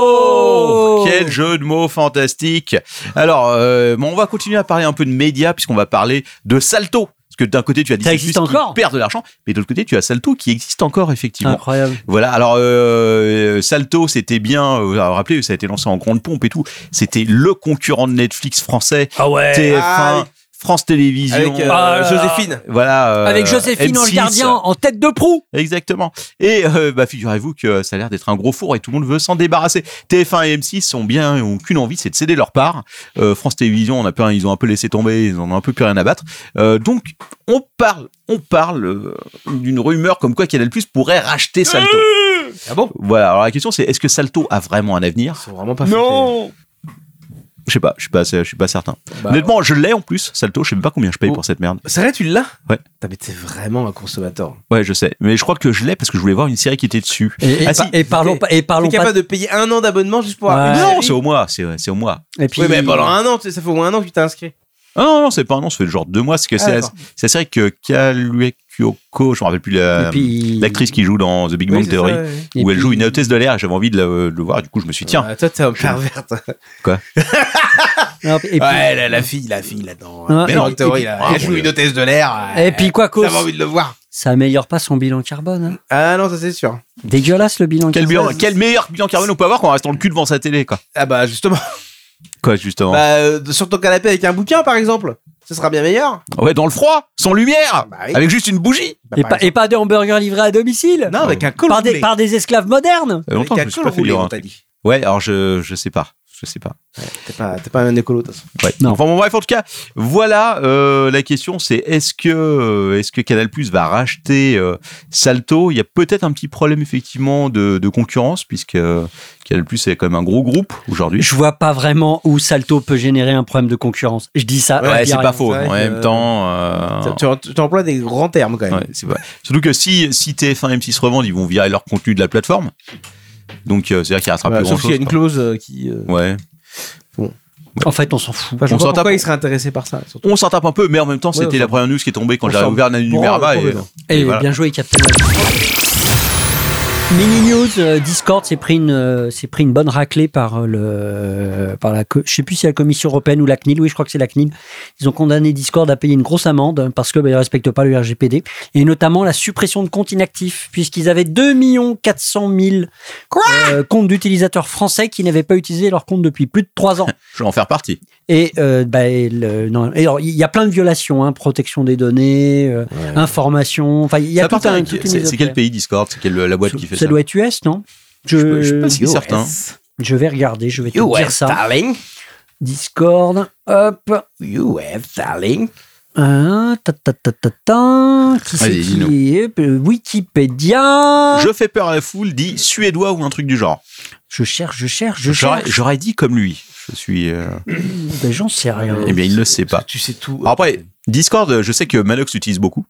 Speaker 2: Oh Quel jeu de mots fantastique Alors, euh, bon, on va continuer à parler un peu de médias, puisqu'on va parler de Salto. Parce que d'un côté, tu as Disney
Speaker 4: existe
Speaker 2: Plus qui
Speaker 4: encore Ah.
Speaker 2: perd de l'argent, mais de l'autre côté, tu as Salto qui existe encore, effectivement.
Speaker 4: Incroyable.
Speaker 2: Voilà, alors euh, Salto, c'était bien, vous vous rappelez, ça a été lancé en grande pompe et tout. C'était le concurrent de Netflix français,
Speaker 4: Ah ouais.
Speaker 2: TF1,
Speaker 6: Ah, avec-
Speaker 2: France Télévisions.
Speaker 6: Avec euh,
Speaker 4: Ah,
Speaker 6: Joséphine.
Speaker 2: Voilà, euh,
Speaker 4: Avec Joséphine en
Speaker 2: M6.
Speaker 4: gardien, en tête de proue.
Speaker 2: Exactement. Et euh, bah, figurez-vous que ça a l'air d'être un gros four et tout le monde veut s'en débarrasser. TF1 et M6 ont bien ont qu'une envie, c'est de céder leur part. Euh, France Télévisions, on a peur, ils ont un peu laissé tomber, ils en ont un peu plus rien à battre. Euh, donc on parle, on parle euh, d'une rumeur comme quoi Canal Plus pourrait racheter Salto.
Speaker 6: Ah bon
Speaker 2: Voilà. Alors la question c'est est-ce que Salto a vraiment un avenir
Speaker 6: Ils sont vraiment pas. Non.
Speaker 2: Je sais pas, je suis pas, assez- je suis pas certain. Honnêtement, je l'ai en plus Salto. Je sais même pas combien je paye
Speaker 6: Oh.
Speaker 2: pour cette merde.
Speaker 6: C'est vrai, tu l'as
Speaker 2: Ouais.
Speaker 6: Putain, mais t'es vraiment un consommateur.
Speaker 2: Ouais, je sais, mais je crois que je l'ai parce que je voulais voir une série qui était dessus.
Speaker 4: Et, et
Speaker 2: Ah, si.
Speaker 4: par- et parlons pas. Et
Speaker 6: T'es
Speaker 4: parlons pas.
Speaker 6: capable de payer un an d'abonnement juste pour. avoir
Speaker 4: Ouais.
Speaker 6: une
Speaker 2: Non,
Speaker 6: série
Speaker 2: c'est au mois, c'est c'est au mois.
Speaker 4: Et puis,
Speaker 6: Oui, mais pendant un an, tu sais, ça fait au moins un an que tu t'es inscrit.
Speaker 2: Ah non, non, c'est pas un nom, ça fait genre deux mois. C'est que
Speaker 6: Ah,
Speaker 2: c'est
Speaker 6: d'accord.
Speaker 2: c'est la série que Kalue Kyoko, je me rappelle plus la-
Speaker 4: et puis-
Speaker 2: l'actrice qui joue dans The Big Bang
Speaker 6: Oui, c'est
Speaker 2: Theory,
Speaker 6: ça, ouais.
Speaker 4: et
Speaker 2: où elle
Speaker 4: puis-
Speaker 2: joue une hôtesse de l'air. J'avais envie de le, de le voir, du coup, je me suis dit, tiens,
Speaker 6: Ouais, Ah, toi, t'es un pervers. toi.
Speaker 4: Hop, et puis-
Speaker 6: Ouais, la, la fille, la fille là-dedans.
Speaker 4: Ah,
Speaker 6: Mais
Speaker 4: et
Speaker 6: non,
Speaker 4: puis-
Speaker 6: Theory,
Speaker 4: et
Speaker 6: là,
Speaker 2: puis-
Speaker 6: elle joue une hôtesse de l'air.
Speaker 4: Et puis quoi cause,
Speaker 6: J'avais envie de le voir.
Speaker 4: ça améliore pas son bilan carbone. hein.
Speaker 6: Ah non, ça c'est sûr.
Speaker 4: Dégueulasse le bilan
Speaker 2: quel,
Speaker 4: carbone.
Speaker 2: bilan- quel meilleur bilan carbone on peut avoir quand on reste dans le cul devant sa télé, quoi.
Speaker 6: Ah bah justement.
Speaker 2: Quoi, justement
Speaker 6: Bah, euh, sur ton canapé avec un bouquin, par exemple. Ce sera bien meilleur.
Speaker 2: Ouais, dans le froid, sans lumière,
Speaker 6: Bah oui.
Speaker 2: avec juste une bougie.
Speaker 6: Bah,
Speaker 4: Et
Speaker 6: par
Speaker 4: pas, et pas de hamburger livré à domicile.
Speaker 6: Non, avec un col
Speaker 4: par, des,
Speaker 6: roulé.
Speaker 4: par des esclaves modernes.
Speaker 2: Ça fait longtemps que
Speaker 6: avec
Speaker 2: je me suis
Speaker 6: un col
Speaker 2: pas fait
Speaker 6: roulé,
Speaker 2: lire
Speaker 6: on
Speaker 2: un
Speaker 6: t'a
Speaker 2: truc.
Speaker 6: dit.
Speaker 2: Ouais, alors je, je sais pas. Je sais pas.
Speaker 6: T'es pas, t'es pas un écolo, de toute façon.
Speaker 2: Ouais.
Speaker 4: Non.
Speaker 2: Enfin bon, bref, en tout cas, voilà euh, la question, c'est est-ce que euh, est-ce que Canal Plus va racheter euh, Salto Il y a peut-être un petit problème effectivement de, de concurrence puisque euh, Canal Plus est quand même un gros groupe aujourd'hui.
Speaker 4: Je vois pas vraiment où Salto peut générer un problème de concurrence. Je dis ça. euh,
Speaker 2: Ouais,
Speaker 4: et puis
Speaker 2: c'est
Speaker 4: rien.
Speaker 2: pas faux.
Speaker 6: c'est vrai
Speaker 2: En
Speaker 6: que-
Speaker 2: même temps, euh,
Speaker 6: Tu- Tu, tu emploies des grands termes quand même.
Speaker 2: ouais, c'est vrai. surtout que si si TF1 et M6 se revendent, ils vont virer leur contenu de la plateforme. Donc euh, c'est-à-dire qu'il restera
Speaker 6: Bah,
Speaker 2: plus grand
Speaker 6: sauf qu'il y a
Speaker 2: chose.
Speaker 6: une clause euh, qui. euh,
Speaker 2: Ouais.
Speaker 4: En fait, on s'en fout.
Speaker 6: enfin, je
Speaker 2: On
Speaker 6: vois
Speaker 2: s'en
Speaker 6: pas pourquoi
Speaker 2: tape.
Speaker 6: il serait intéressé par ça. surtout.
Speaker 2: On s'en tape un peu, mais en même temps,
Speaker 6: Ouais,
Speaker 2: c'était
Speaker 6: on
Speaker 2: la
Speaker 6: s'en-
Speaker 2: première news qui est tombée quand
Speaker 6: on
Speaker 2: j'avais
Speaker 6: s'en
Speaker 2: ouvert la
Speaker 6: branle
Speaker 2: Numérava. Et...
Speaker 6: complètement.
Speaker 4: Et
Speaker 2: Et voilà.
Speaker 4: bien joué, Captain. Mini news, euh, Discord s'est pris une, euh, s'est pris une bonne raclée par euh, le, par la, co- je sais plus si la Commission européenne ou la CNIL, oui, je crois que c'est la CNIL. Ils ont condamné Discord à payer une grosse amende parce que bah, ils respectent pas le RGPD et notamment la suppression de comptes inactifs puisqu'ils avaient 2 400 000 euh, comptes d'utilisateurs français qui n'avaient pas utilisé leur compte depuis plus de 3 ans.
Speaker 2: Je vais en faire partie.
Speaker 4: Et euh, bah, le- non. Et alors, il y a plein de violations, hein, protection des données, euh, information. Enfin, il y a
Speaker 2: Ça
Speaker 4: tout
Speaker 2: appartient
Speaker 4: un.
Speaker 2: à-
Speaker 4: toute une
Speaker 2: c'est-
Speaker 4: autre-
Speaker 2: C'est quel pays Discord C'est quelle euh, la boîte qui fait
Speaker 4: ça
Speaker 2: ça
Speaker 4: doit être US, non je,
Speaker 2: Je suis pas si certain.
Speaker 4: je vais regarder, je vais te dire
Speaker 2: ah.
Speaker 4: ça.
Speaker 6: darling.
Speaker 4: Discord, hop.
Speaker 6: UF, darling.
Speaker 4: Ah, ta, ta, ta, ta, ta. Qui c'est
Speaker 2: Allez,
Speaker 4: qui
Speaker 2: dis-nous.
Speaker 4: est Euh, Wikipédia.
Speaker 2: Je fais peur à la foule, dit suédois ou un truc du genre.
Speaker 4: Je cherche, je cherche, je
Speaker 2: J'aurais
Speaker 4: cherche.
Speaker 2: j'aurais dit comme lui. Je suis. euh,
Speaker 4: Ben, J'en sais rien.
Speaker 2: Eh bien, il ne le sait pas.
Speaker 6: bah, Tu sais tout.
Speaker 2: Alors après, Discord, je sais que Manox l'utilise beaucoup.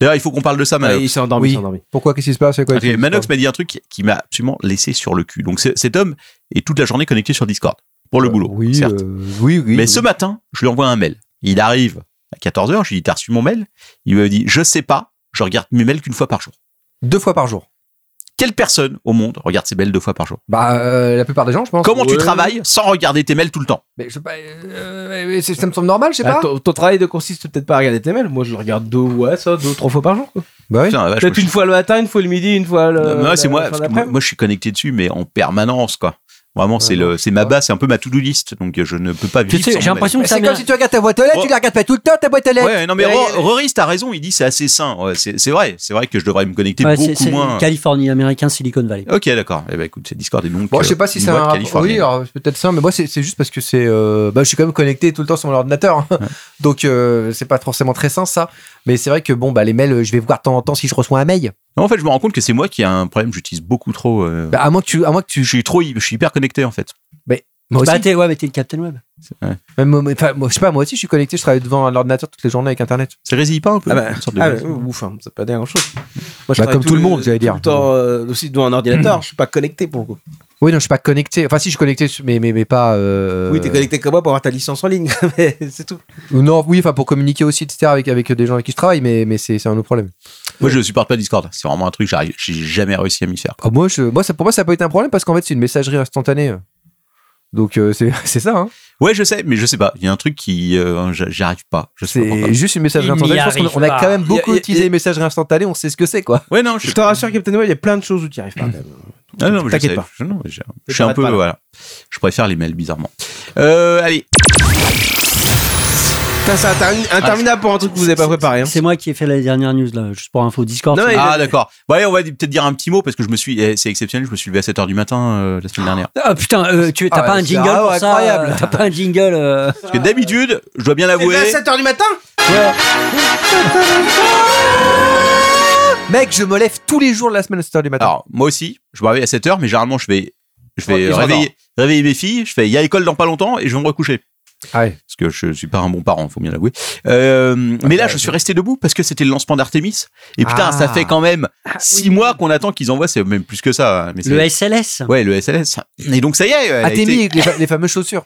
Speaker 2: D'ailleurs, il faut qu'on parle de ça,
Speaker 6: Ouais,
Speaker 2: Manox.
Speaker 6: il s'est endormi,
Speaker 5: Oui.
Speaker 6: il s'est endormi.
Speaker 5: Pourquoi Qu'est-ce qui se passe C'est quoi
Speaker 2: Parce que Manox m'a dit un truc qui m'a absolument laissé sur le cul. Donc ce- cet homme est toute la journée connecté sur Discord pour le boulot,
Speaker 5: Oui,
Speaker 2: certes.
Speaker 5: euh, oui, oui.
Speaker 2: Mais
Speaker 5: oui.
Speaker 2: ce matin, je lui envoie un mail. Il arrive à 14h, je lui dis T'as reçu mon mail Il me dit Je sais pas, je regarde mes mails qu'une fois par jour.
Speaker 5: Deux fois par jour.
Speaker 2: Quelle personne au monde regarde ses mails deux fois par jour
Speaker 5: Bah, euh, la plupart des gens, je pense.
Speaker 2: Comment tu
Speaker 5: Ouais.
Speaker 2: travailles sans regarder tes mails tout le temps
Speaker 5: Mais je sais pas. euh, mais c'est- ça me semble normal, je sais
Speaker 6: Ah,
Speaker 5: pas.
Speaker 6: ton, ton travail ne consiste peut-être pas à regarder tes mails. Moi, je le regarde deux, ouais, ça, deux, trois fois par jour. quoi.
Speaker 5: Bah oui.
Speaker 2: Putain, la vache,
Speaker 6: Peut-être
Speaker 2: moi,
Speaker 6: une fois le matin, une fois le midi, une fois le.
Speaker 4: euh,
Speaker 2: Non, mais ouais,
Speaker 6: la-
Speaker 2: c'est moi,
Speaker 6: la fin
Speaker 2: parce que moi,
Speaker 6: d'après-midi.
Speaker 2: moi, je suis connecté dessus, mais en permanence, quoi. Vraiment, c'est le, c'est ma base, c'est un peu ma to-do list, donc euh, je ne peux pas
Speaker 4: Tu
Speaker 2: vivre.
Speaker 4: sais,
Speaker 2: sans
Speaker 4: j'ai
Speaker 2: mon
Speaker 4: l'impression que ça
Speaker 5: C'est
Speaker 4: met
Speaker 5: comme si tu regardes ta boîte aux lettres,
Speaker 2: Oh.
Speaker 5: tu la regardes pas tout le temps, ta boîte aux lettres.
Speaker 2: Ouais, non mais
Speaker 5: Ouais,
Speaker 2: Ro- Roris, t'as raison, il dit c'est assez sain. Ouais, c'est c'est vrai, c'est vrai que je devrais me connecter
Speaker 4: Ouais, c'est-
Speaker 2: beaucoup
Speaker 4: c'est
Speaker 2: moins.
Speaker 4: Californie, américain, Silicon Valley.
Speaker 2: Ok, d'accord. Eh ben écoute, c'est Discord et donc.
Speaker 5: Bon, je sais
Speaker 2: euh,
Speaker 5: pas si
Speaker 2: une
Speaker 5: c'est un
Speaker 2: boîte
Speaker 5: rapport- Oui,
Speaker 2: californienne.
Speaker 5: alors, c'est peut-être ça, mais moi, c'est c'est juste parce que c'est. euh, bah, je suis quand même connecté tout le temps sur mon ordinateur. hein. Donc, euh, c'est pas forcément très sain, ça. Mais c'est vrai que, bon, bah, les mails, euh, je vais voir de temps en temps si je reçois un mail.
Speaker 2: Non, en fait, je me rends compte que c'est moi qui ai un problème. J'utilise beaucoup trop. euh,
Speaker 5: Bah, à moins que tu. À moins que tu
Speaker 2: je suis trop, hy- je suis hyper connecté en fait.
Speaker 5: moi
Speaker 4: Bah,
Speaker 5: aussi.
Speaker 4: t'es ouais, mais t'es le Captain Web.
Speaker 5: Bah, Même moi- moi- enfin, moi, je sais pas, moi aussi, je suis connecté, je travaille devant l'ordinateur toutes les journées avec Internet.
Speaker 2: Ça résille pas un peu
Speaker 6: Ah bah,
Speaker 2: une sorte de-
Speaker 6: ah bah, ouf, hein, ça peut pas dire grand chose. Moi,
Speaker 5: Bah,
Speaker 6: travaille
Speaker 5: comme tout le monde, j'allais dire.
Speaker 6: Tout le temps euh, aussi devant un ordinateur, je suis pas connecté pour le coup.
Speaker 5: Oui, non, je suis pas connecté. Enfin, si, je suis connecté, mais, mais, mais pas. euh,
Speaker 6: Oui, t'es connecté comme moi pour avoir ta licence en ligne, mais c'est tout.
Speaker 5: Non, oui, enfin, pour communiquer aussi, etc., avec, avec des gens avec qui je travaille, mais, mais c'est c'est un autre problème.
Speaker 2: Moi, je supporte pas Discord. C'est vraiment un truc. j'arrive- J'ai jamais réussi à m'y faire.
Speaker 5: Ah, moi, je, moi ça, pour moi, ça peut être un problème parce qu'en fait, c'est une messagerie instantanée. Donc, euh, c'est c'est ça, hein.
Speaker 2: Ouais, je sais, mais je sais pas. Il y a un truc qui, euh, j'a- j'y arrive pas. Je sais pas. pourquoi.
Speaker 5: C'est juste une messagerie
Speaker 4: Il n'y
Speaker 5: instantanée. Je pense qu'on on
Speaker 4: arrive
Speaker 5: a quand même
Speaker 6: pas. Il
Speaker 5: beaucoup
Speaker 6: y a-
Speaker 5: utilisé les messageries instantanées, on sait ce que c'est, quoi.
Speaker 2: Ouais, non, je
Speaker 6: Je te rassure, Captain Web, il y a plein de choses où tu arrives pas.
Speaker 2: Ah non, mais je
Speaker 6: T'inquiète
Speaker 2: sais,
Speaker 6: pas.
Speaker 2: Je, non, mais je- je
Speaker 6: Je
Speaker 2: suis un
Speaker 6: t'arrête
Speaker 2: peu.
Speaker 6: pas, là.
Speaker 2: voilà. Je préfère les mails bizarrement. Euh, allez.
Speaker 6: Putain, c'est intermin- interminable pour un truc que vous avez pas préparé. hein.
Speaker 4: C'est moi qui ai fait la dernière news, là, juste pour info Discord.
Speaker 6: Non,
Speaker 4: c'est-
Speaker 6: mais-
Speaker 2: Ah d'accord. Bon, allez, on va peut-être dire un petit mot parce que je me suis. eh, C'est exceptionnel. Je me suis levé à 7 h du matin euh, la semaine dernière.
Speaker 4: Ah putain, euh, tu t'as
Speaker 5: Ah
Speaker 4: pas
Speaker 5: ouais,
Speaker 4: un
Speaker 5: c'est
Speaker 4: jingle
Speaker 5: ah ouais,
Speaker 4: pour ça
Speaker 5: incroyable.
Speaker 4: euh, T'as pas un jingle euh,
Speaker 2: Parce que d'habitude, je dois bien
Speaker 6: C'est
Speaker 2: l'avouer.
Speaker 6: pas à 7h du matin
Speaker 5: Mec, je me lève tous les jours de la semaine à 7h du matin.
Speaker 2: Alors moi aussi, je me réveille à 7 h mais généralement je vais, je vais
Speaker 6: Ils
Speaker 2: réveiller, réveiller mes filles. Je fais, il y a école dans pas longtemps et je vais me recoucher.
Speaker 5: Ah ouais.
Speaker 2: Parce que je suis pas un bon parent, faut bien l'avouer. Euh, mais là, je suis resté debout parce que c'était le lancement d'Artemis. Et putain,
Speaker 5: Ah.
Speaker 2: ça fait quand même six mois qu'on attend qu'ils envoient. C'est même plus que ça. hein, Mais
Speaker 4: Le
Speaker 2: c'est-
Speaker 4: SLS
Speaker 2: Ouais, le SLS. Et donc ça y est. elle a
Speaker 5: Ah, t'es
Speaker 2: été-
Speaker 5: mis les, fa- les fameuses chaussures.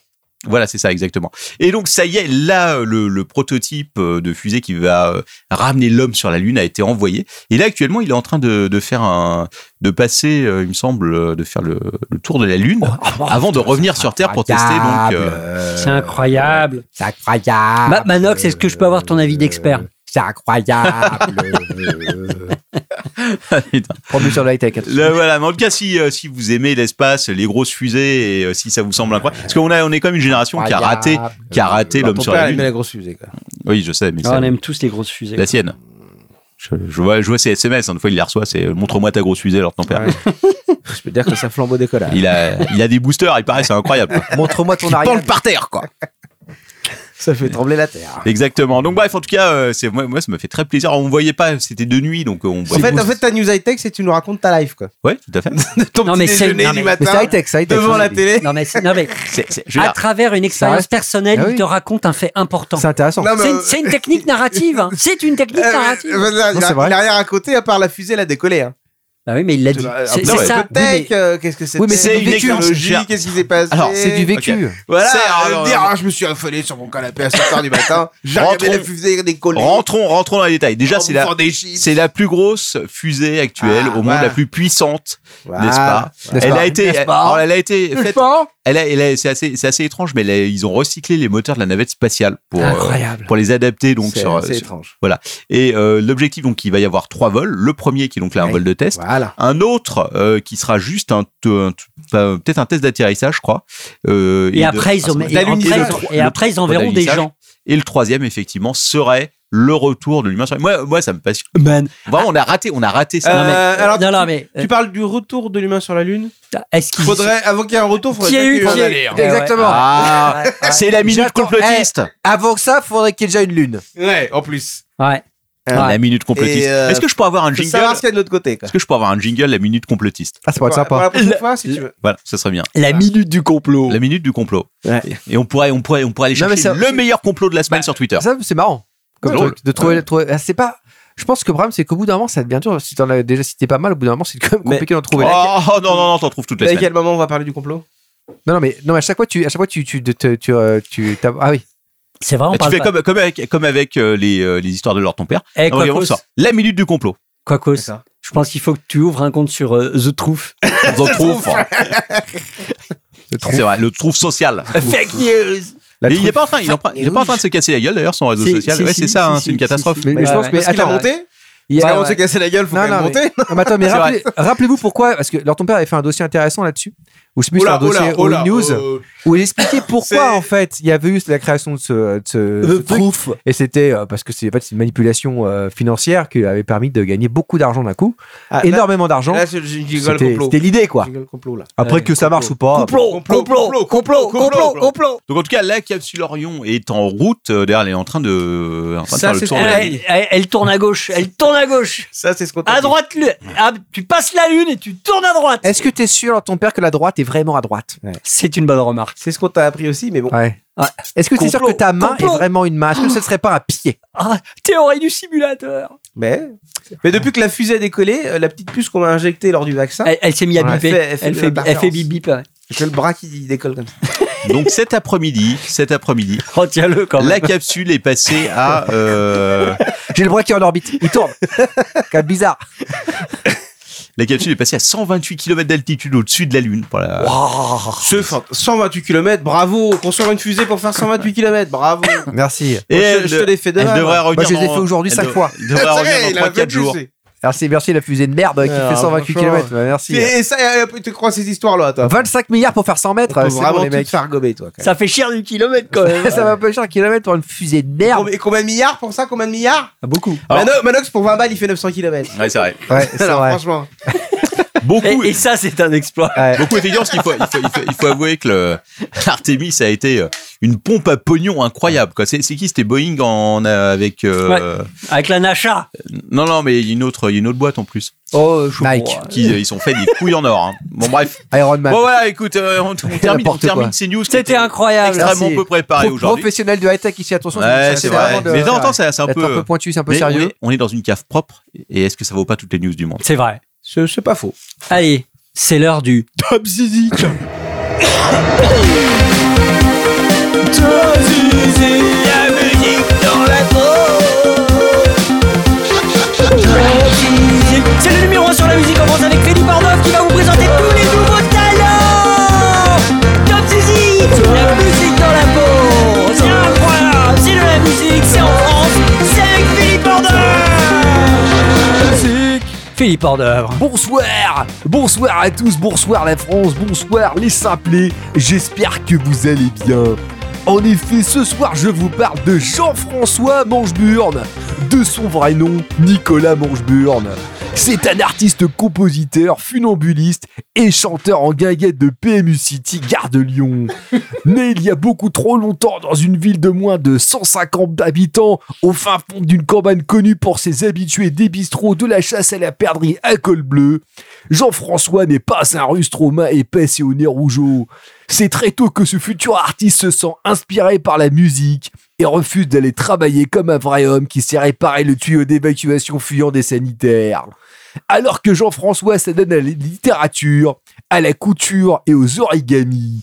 Speaker 2: Voilà, c'est ça exactement. Et donc ça y est, là euh, le, le prototype euh, de fusée qui va euh, ramener l'homme sur la Lune a été envoyé. Et là actuellement, il est en train de, de faire un, de passer, euh, il me semble, euh, de faire le, le tour de la Lune avant de revenir sur Terre pour tester. Donc, euh,
Speaker 4: C'est incroyable.
Speaker 5: C'est incroyable.
Speaker 4: Ma- Manox, est-ce que je peux avoir ton avis d'expert
Speaker 5: C'est incroyable.
Speaker 2: Ah, putain.
Speaker 5: Promu sur le high-tech.
Speaker 2: Là, voilà. Mais en tout cas, si euh, si vous aimez l'espace, les grosses fusées, et euh, si ça vous semble incroyable, parce qu'on a, on est comme une génération qui a raté, qui a raté l'homme
Speaker 6: Bah, Ton
Speaker 2: sur
Speaker 6: père
Speaker 2: la
Speaker 6: il met
Speaker 2: Lune.
Speaker 6: la grosse fusée. quoi.
Speaker 2: Oui, je sais, mais
Speaker 4: Ah,
Speaker 2: c'est-
Speaker 4: on aime tous les grosses fusées.
Speaker 2: la sienne. Je, je vois, je vois ses SMS. hein, Des fois, il les reçoit. C'est euh, montre-moi ta grosse fusée, alors ton père.
Speaker 6: Ouais. Je peux te dire que ça flambeau décollage.
Speaker 2: Il a, il a des boosters, il paraît, c'est incroyable. quoi.
Speaker 5: Montre-moi ton
Speaker 2: Il
Speaker 5: arrière.
Speaker 2: pend par terre, quoi.
Speaker 6: Ça fait trembler la terre.
Speaker 2: Exactement. Donc, bref, en tout cas, euh, c'est, moi, moi, ça me fait très plaisir. On ne voyait pas, c'était de nuit, donc euh, on
Speaker 6: En
Speaker 2: voyait.
Speaker 6: fait, en fait, ta news high-tech, c'est que tu nous racontes ta life, quoi.
Speaker 2: Ouais, tout à fait.
Speaker 6: Ton
Speaker 4: Non,
Speaker 6: petit
Speaker 4: mais c'est-
Speaker 6: déjeuner
Speaker 4: non,
Speaker 6: du
Speaker 4: mais-
Speaker 5: Mais c'est
Speaker 6: matin,
Speaker 5: high-tech, c'est high-tech.
Speaker 6: devant la télé.
Speaker 4: Non mais, c'est- non, mais
Speaker 2: C'est- c'est- je veux
Speaker 4: à
Speaker 2: dire,
Speaker 4: travers une expérience
Speaker 5: reste-
Speaker 4: personnelle,
Speaker 5: Ah oui.
Speaker 4: il te raconte un fait important.
Speaker 5: C'est intéressant.
Speaker 6: Non, mais-
Speaker 4: C'est une, c'est une technique narrative. hein. C'est une technique
Speaker 6: Euh,
Speaker 4: narrative.
Speaker 6: euh, voilà,
Speaker 5: Non,
Speaker 6: il a-
Speaker 5: c'est vrai.
Speaker 6: il a rien raconté à part la fusée, elle a décollé. hein.
Speaker 4: Bah oui, mais il l'a dit.
Speaker 6: Ah,
Speaker 4: C'est
Speaker 6: non,
Speaker 4: c'est
Speaker 6: mais
Speaker 4: ça.
Speaker 6: peut-être,
Speaker 4: Oui, mais-
Speaker 6: euh, qu'est-ce que c'est
Speaker 5: Oui, mais
Speaker 2: c'est
Speaker 5: c'est
Speaker 2: une
Speaker 5: du vécu.
Speaker 2: expérience.
Speaker 6: technologie, qu'est-ce qui s'est passé
Speaker 2: Alors,
Speaker 5: C'est du vécu.
Speaker 4: Eh
Speaker 6: Voilà,
Speaker 2: C'est-
Speaker 6: euh,
Speaker 2: alors,
Speaker 6: dire,
Speaker 2: euh,
Speaker 6: ah, je me suis affalé sur mon canapé à 7h du matin, j'ai regardé
Speaker 2: Rentrons.
Speaker 6: la fusée décoller.
Speaker 2: rentrons, rentrons dans les détails. Déjà,
Speaker 6: en
Speaker 2: c'est
Speaker 6: bouffant
Speaker 2: la,
Speaker 6: des chips.
Speaker 2: c'est la plus grosse fusée actuelle
Speaker 6: Ah,
Speaker 2: au monde,
Speaker 6: voilà.
Speaker 2: la plus puissante,
Speaker 6: Voilà.
Speaker 2: n'est-ce pas
Speaker 5: N'est-ce
Speaker 2: Elle
Speaker 5: pas
Speaker 2: a été,
Speaker 4: N'est-ce pas
Speaker 2: alors, elle a été
Speaker 6: N'est-ce
Speaker 2: faite.
Speaker 6: pas
Speaker 2: Elle a- elle a- c'est assez, c'est assez étrange, mais elle a- ils ont recyclé les moteurs de la navette spatiale pour, euh,
Speaker 4: Incroyable.
Speaker 2: pour les adapter donc
Speaker 6: C'est-
Speaker 2: sur,
Speaker 6: C'est
Speaker 2: sur-
Speaker 6: étrange.
Speaker 2: Et euh, l'objectif, donc, il va y avoir trois vols. Le premier qui est donc là un
Speaker 6: Ouais.
Speaker 2: vol de test.
Speaker 6: Voilà.
Speaker 2: Un autre euh, qui sera juste un, t- un t- enfin, peut-être un test d'atterrissage, je crois. Euh,
Speaker 4: Et
Speaker 2: de-
Speaker 4: après, ils en- et
Speaker 2: Et
Speaker 4: après,
Speaker 2: le
Speaker 4: ils en-
Speaker 2: tro-
Speaker 4: et après, ils enverront des gens.
Speaker 2: le- et le troisième, effectivement, serait le retour de l'humain sur la- moi moi ça me passe
Speaker 4: Man.
Speaker 2: vraiment on a raté on a raté ça
Speaker 6: Euh, alors,
Speaker 4: non, non, mais
Speaker 6: Tu parles du retour de l'humain sur la Lune
Speaker 4: euh, est-ce qu'il
Speaker 6: Faudrait, avant qu'il y ait un retour, faudrait
Speaker 4: Qui a
Speaker 6: bien
Speaker 4: eu-
Speaker 6: qu'il y ait
Speaker 4: qui
Speaker 6: un
Speaker 4: a-
Speaker 6: aller, hein.
Speaker 4: Ouais,
Speaker 5: Exactement.
Speaker 2: ah c'est la minute
Speaker 5: J'attends-
Speaker 2: complotiste
Speaker 5: Avant ça, faudrait qu'il y ait déjà une lune.
Speaker 6: Ouais, en plus.
Speaker 4: Ouais.
Speaker 6: Ah,
Speaker 2: la minute complotiste
Speaker 6: Et, euh,
Speaker 2: est-ce que je peux avoir un
Speaker 6: Faut
Speaker 2: jingle
Speaker 6: savoir ce qu'il y a de l'autre côté, quoi.
Speaker 2: est-ce que je peux avoir un jingle la minute complotiste
Speaker 5: Ah, ça pourrait être
Speaker 6: Pour
Speaker 5: sympa.
Speaker 6: la prochaine fois, si tu veux.
Speaker 2: voilà ça serait bien
Speaker 4: La minute du complot.
Speaker 2: la minute du complot
Speaker 6: Ouais.
Speaker 2: et on pourrait on pourrait on pourrait aller
Speaker 5: Non, mais
Speaker 2: chercher
Speaker 5: ça-
Speaker 2: le meilleur complot de la semaine sur Twitter
Speaker 5: Ça, c'est marrant. Comme
Speaker 2: C'est drôle.
Speaker 5: truc, de trouver. trouver- ah, c'est pas. Je pense que le problème, c'est qu'au bout d'un moment, ça devient dur. Si t'en as déjà cité pas mal, au bout d'un moment, c'est quand même
Speaker 6: Mais-
Speaker 5: compliqué d'en
Speaker 2: Oh
Speaker 5: trouver.
Speaker 2: non, non, non, t'en trouves toutes les
Speaker 6: Mais à
Speaker 2: semaines.
Speaker 6: quel moment on va parler du complot
Speaker 5: Non, non, mais non, mais à chaque fois, tu, à chaque fois, tu, tu, tu, tu, euh, tu- t'as- ah oui.
Speaker 4: C'est vrai, on
Speaker 2: Et Bah, tu
Speaker 4: parle
Speaker 2: fais
Speaker 4: pas.
Speaker 2: comme, comme avec, comme avec euh, les, euh, les histoires de Lord ton père.
Speaker 4: Eh,
Speaker 2: Non, regarde, on
Speaker 4: Quacos,
Speaker 2: sort. La minute du complot.
Speaker 4: Quacos,
Speaker 6: C'est ça.
Speaker 4: je pense qu'il faut que tu ouvres un compte sur euh, The Truth.
Speaker 2: On en trouve.
Speaker 5: Le trou.
Speaker 2: C'est vrai, le trouve social.
Speaker 6: Fake news
Speaker 5: La
Speaker 2: Et il
Speaker 5: trou-
Speaker 2: n'est pas en train, il est en train- il est pas en train de se casser la gueule d'ailleurs son réseau
Speaker 4: Si,
Speaker 2: social.
Speaker 4: si,
Speaker 2: Ouais,
Speaker 4: si,
Speaker 2: c'est ça,
Speaker 4: si,
Speaker 2: hein,
Speaker 4: si,
Speaker 2: c'est une
Speaker 4: si,
Speaker 2: catastrophe.
Speaker 5: Mais, mais je
Speaker 4: Ouais,
Speaker 5: pense,
Speaker 4: ouais.
Speaker 5: mais
Speaker 6: Parce qu'il a
Speaker 5: attends, Bah,
Speaker 6: monté
Speaker 5: il y
Speaker 6: Parce
Speaker 5: a-
Speaker 6: qu'avant de se casser la gueule, faut
Speaker 5: Non,
Speaker 6: quand même
Speaker 5: non,
Speaker 6: monter
Speaker 5: Non, mais attends, mais
Speaker 2: C'est
Speaker 5: rappelez, rappelez-vous pourquoi, parce que alors ton père avait fait un dossier intéressant là-dessus, où je sais plus sur un dossier ou une news
Speaker 2: euh,
Speaker 5: où il expliquait pourquoi
Speaker 2: oh, C'est-
Speaker 5: en fait il y avait eu la création de ce, de ce- ce
Speaker 4: Le
Speaker 5: truc.
Speaker 4: proof.
Speaker 5: et c'était euh, parce que c'est en fait, c'est une manipulation euh, financière qui avait permis de gagner beaucoup d'argent d'un coup,
Speaker 6: Ah, là-
Speaker 5: énormément d'argent.
Speaker 6: Là, c'est le jingle
Speaker 5: C'était
Speaker 6: complot.
Speaker 5: c'était l'idée quoi.
Speaker 6: Jingle complot, là.
Speaker 5: Après que ça marche ou pas.
Speaker 2: complot, complot, complot, complot, complot. Donc en tout cas, la capsule Orion est en route. euh, D'ailleurs, elle est en train de, euh, en train de
Speaker 6: Ça,
Speaker 2: faire le
Speaker 6: c'est
Speaker 2: tour. de la
Speaker 4: Elle, elle- elle tourne à gauche, elle tourne à gauche.
Speaker 6: Ça, c'est ce qu'on t'a
Speaker 4: À
Speaker 6: dit.
Speaker 4: droite, le- ah, tu passes la lune et tu tournes à droite.
Speaker 1: Est-ce que t'es sûr, ton père, que la droite est vraiment à droite
Speaker 4: C'est une bonne remarque.
Speaker 6: C'est ce qu'on t'a appris aussi, mais bon.
Speaker 1: Ouais. Est-ce que t'es sûr que
Speaker 4: Complot,
Speaker 1: ta main
Speaker 4: complot.
Speaker 1: est vraiment une main Est-ce que ce ne serait pas un pied
Speaker 4: Ah, théorie du simulateur.
Speaker 6: Mais, mais depuis que la fusée a décollé, euh, la petite puce qu'on m'a injectée lors du vaccin,
Speaker 4: Elle, elle s'est mise à
Speaker 5: Ouais,
Speaker 4: biper.
Speaker 6: elle fait- elle fait
Speaker 4: Elle
Speaker 6: de
Speaker 4: fait,
Speaker 6: la
Speaker 4: elle fait
Speaker 6: performance.
Speaker 4: bip bip. ouais.
Speaker 6: j'ai le bras qui décolle comme ça.
Speaker 2: Donc cet après-midi, cet après-midi,
Speaker 4: Retiens-le Oh, quand même.
Speaker 2: la capsule est passée à. euh,
Speaker 1: J'ai le bras qui est en orbite, il tourne. Quand même bizarre.
Speaker 2: la capsule est passée à 128 km d'altitude au-dessus de la Lune. Pour la-
Speaker 6: Ce fant- 128 km, bravo Construire une fusée pour faire 128 km, bravo
Speaker 1: Merci.
Speaker 2: Et
Speaker 6: Moi, je-
Speaker 2: elle
Speaker 6: je
Speaker 2: de-
Speaker 6: te l'ai fait
Speaker 2: Elle
Speaker 6: demain.
Speaker 2: devrait revenir.
Speaker 1: Moi, je les ai
Speaker 2: dans-
Speaker 1: fait aujourd'hui
Speaker 2: elle
Speaker 1: cinq
Speaker 2: de-
Speaker 1: fois.
Speaker 2: elle devrait revenir dans 3-4 jours.
Speaker 1: Merci, merci la fusée de merde qui
Speaker 6: Ah,
Speaker 1: fait 128
Speaker 6: franchement.
Speaker 1: km.
Speaker 8: Bah,
Speaker 1: Merci.
Speaker 6: Et, et ça, et après, tu crois ces histoires-là,
Speaker 8: hein.
Speaker 6: toi
Speaker 1: 25 milliards pour faire 100
Speaker 6: On
Speaker 1: mètres,
Speaker 8: euh,
Speaker 6: peut
Speaker 1: c'est bon
Speaker 6: vraiment
Speaker 1: les
Speaker 6: te
Speaker 1: mecs.
Speaker 6: faire gober, toi. quand même.
Speaker 4: Ça fait cher du kilomètre quand même.
Speaker 1: Ça va pas cher un kilomètre pour une fusée de merde.
Speaker 6: Et combien de milliards pour ça Combien de milliards
Speaker 1: Beaucoup.
Speaker 2: Alors-
Speaker 6: Mano- Manox, pour 20 balles, il fait 900 km.
Speaker 2: Ouais, c'est vrai.
Speaker 1: Ouais, c'est
Speaker 6: Alors,
Speaker 1: vrai.
Speaker 6: franchement.
Speaker 2: Beaucoup.
Speaker 4: Et, et ça, c'est un exploit.
Speaker 2: Beaucoup étaient parce qu'il faut, il faut, il faut, il faut avouer que le- l'Artemis a été euh, une pompe à pognon incroyable. quoi. C'est c'est qui C'était Boeing en, euh, avec. euh,
Speaker 4: Avec la Nacha.
Speaker 2: Non, non, mais il y a une autre, il y a une autre boîte en plus.
Speaker 4: Oh, je
Speaker 1: Nike.
Speaker 2: Qui, euh, ils sont fait des couilles en or. hein. Bon, bref.
Speaker 1: Iron Man.
Speaker 2: Bon, voilà, écoute, euh, on, on termine, on
Speaker 1: Bah. N'importe
Speaker 2: termine
Speaker 1: quoi.
Speaker 2: ces news. qui
Speaker 4: C'était
Speaker 2: étaient
Speaker 4: incroyable.
Speaker 2: Extrêmement
Speaker 1: Merci.
Speaker 2: peu préparé
Speaker 1: Pro-
Speaker 2: Ah, aujourd'hui.
Speaker 1: professionnel de high-tech ici, attention.
Speaker 2: Ouais, c'est vrai.
Speaker 1: vraiment de-
Speaker 2: Mais
Speaker 1: c'est
Speaker 2: dans le
Speaker 1: vrai.
Speaker 2: temps, c'est c'est un
Speaker 1: D'être
Speaker 2: peu.
Speaker 1: un peu pointu, c'est un peu
Speaker 2: mais on
Speaker 1: sérieux.
Speaker 2: est- on est dans une cave propre. Et est-ce que ça vaut pas toutes les news du monde
Speaker 4: C'est vrai.
Speaker 6: C'est c'est pas faux.
Speaker 4: Allez, c'est l'heure du. C'est le numéro 1 sur la musique en France avec Freddy Pardov qui va vous présenter tous les nouveaux talents Top Zizi La musique dans la peau C'est incroyable C'est de la musique, c'est en France, c'est avec Philippe Pardov Philippe Pardov
Speaker 1: Bonsoir Bonsoir à tous, bonsoir la France, bonsoir les simplés, j'espère que vous allez bien. En effet, ce soir je vous parle de Jean-François Mangeburne, de son vrai nom Nicolas Mangeburne. C'est un artiste compositeur, funambuliste et chanteur en guinguette de PMU City, gare de Lyon. Né il y a beaucoup trop longtemps dans une ville de moins de 150 habitants, au fin fond d'une campagne connue pour ses habitués des bistrots de la chasse à la perdrix à col bleu, Jean-François n'est pas un rustre aux mains épaisses et au nez rougeau. C'est très tôt que ce futur artiste se sent inspiré par la musique et refuse d'aller travailler comme un vrai homme qui sait réparer le tuyau d'évacuation fuyant des sanitaires. Alors que Jean-François s'adonne à la littérature, à la couture et aux origamis.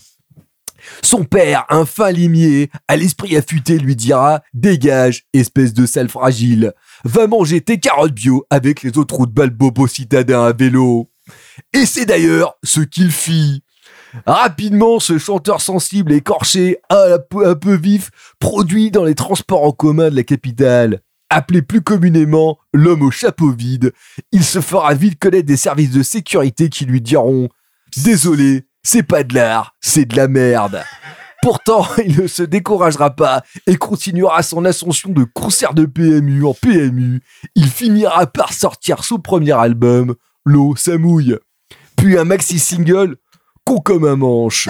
Speaker 1: Son père, un fin limier, à l'esprit affûté, lui dira Dégage, espèce de sale fragile. Va manger tes carottes bio avec les autres roues de balle bobo citadins à vélo. Et c'est d'ailleurs ce qu'il fit. Rapidement, ce chanteur sensible, écorché, un peu, un peu vif, produit dans les transports en commun de la capitale. Appelé plus communément l'homme au chapeau vide, il se fera vite connaître des services de sécurité qui lui diront Désolé, c'est pas de l'art, c'est de la merde. Pourtant, il ne se découragera pas et continuera son ascension de concert de PMU en PMU. Il finira par sortir son premier album, L'eau, ça mouille. Puis un maxi-single, Con comme un manche.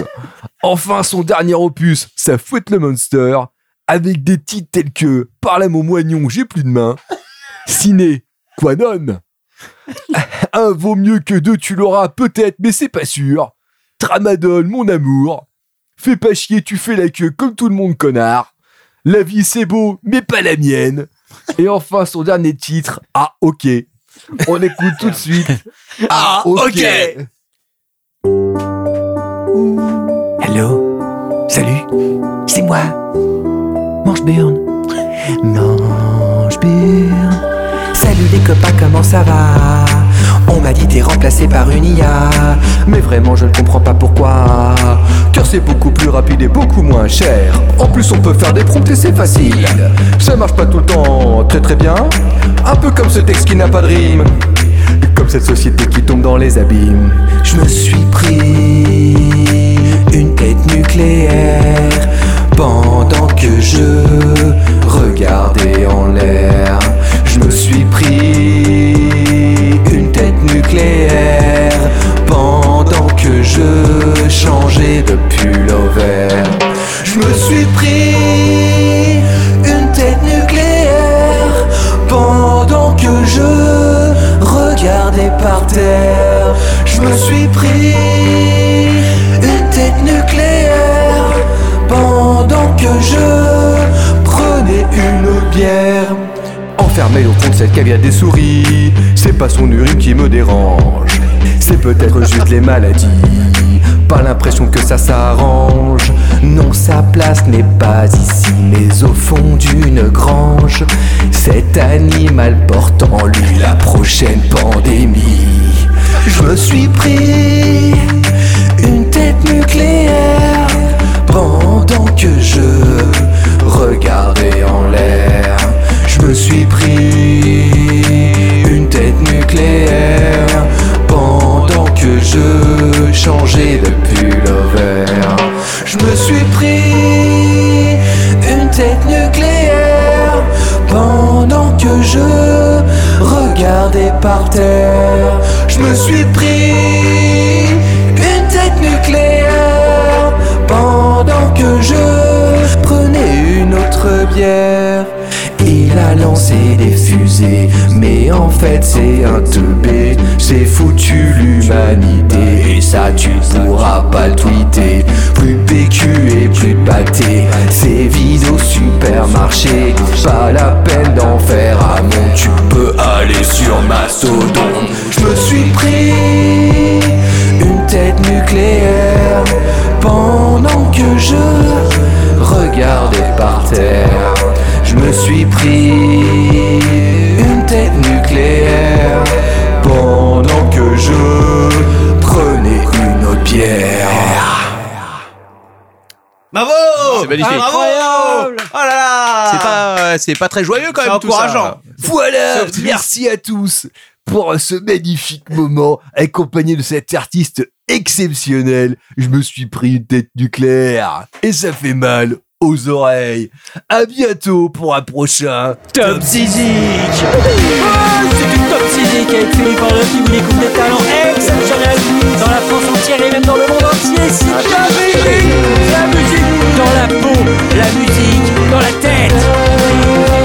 Speaker 1: Enfin, son dernier opus, Ça fouette le monster, avec des titres tels que Parle à mon moignon, j'ai plus de main, Ciné, quoi non Un vaut mieux que deux, tu l'auras peut-être, mais c'est pas sûr. Tramadol, mon amour. Fais pas chier, tu fais la queue comme tout le monde, connard. La vie, c'est beau, mais pas la mienne. Et enfin, son dernier titre, Ah, ok. On écoute tout de suite. Ah, ok.
Speaker 3: Allô Salut C'est moi Mange Burn Mange Burn Salut les copains, comment ça va On m'a dit t'es remplacé par une IA Mais vraiment je ne comprends pas pourquoi Car c'est beaucoup plus rapide et beaucoup moins cher En plus on peut faire des prompts et c'est facile Ça marche pas tout le temps très très bien Un peu comme ce texte qui n'a pas de rime comme cette société qui tombe dans les abîmes. Je me suis pris nucléaire pendant que je regardais en l'air. Je me suis pris une tête nucléaire pendant que je changeais de pull vert. Je me suis pris une tête nucléaire pendant que je regardais par terre. Je me suis pris une tête nucléaire pendant que je prenais une bière. Enfermé au fond de cette caviar des souris, c'est pas son urine qui me dérange, c'est peut-être juste les maladies. Pas l'impression que ça s'arrange. Non, sa place n'est pas ici, mais au fond d'une grange. Cet animal porte en lui la prochaine pandémie. Je me suis pris une tête nucléaire pendant que je regardais en l'air. Je me suis pris une tête nucléaire pendant que je changeais de pull vert. Je me suis pris une tête nucléaire pendant que je regardais par terre. Je me suis pris une tête nucléaire pendant que je prenais une autre bière. Il a lancé des fusées, mais en fait c'est un teubé. C'est foutu l'humanité, et ça tu pourras pas le tweeter. Plus PQ et plus pâté, c'est vide au supermarché. Pas la peine d'en faire à mon, tu peux aller sur ma sodome. Je me suis pris une tête nucléaire pendant que je regardais par terre. Je me suis pris une tête nucléaire pendant que je prenais une autre bière.
Speaker 2: Bravo C'est magnifique.
Speaker 1: ah,
Speaker 2: bravo Oh là là C'est pas, euh, c'est pas très joyeux quand même tout ça.
Speaker 9: Voilà, merci à tous pour ce magnifique moment accompagné de cet artiste exceptionnel. Je me suis pris une tête nucléaire et ça fait mal aux oreilles. À bientôt pour un prochain
Speaker 10: Top Zizik C'est une Top Zizik avec Philippe Orloff qui vous découvre des talents exceptionnels dans la France entière et même dans le monde entier. C'est la musique La musique dans la peau, la musique dans la tête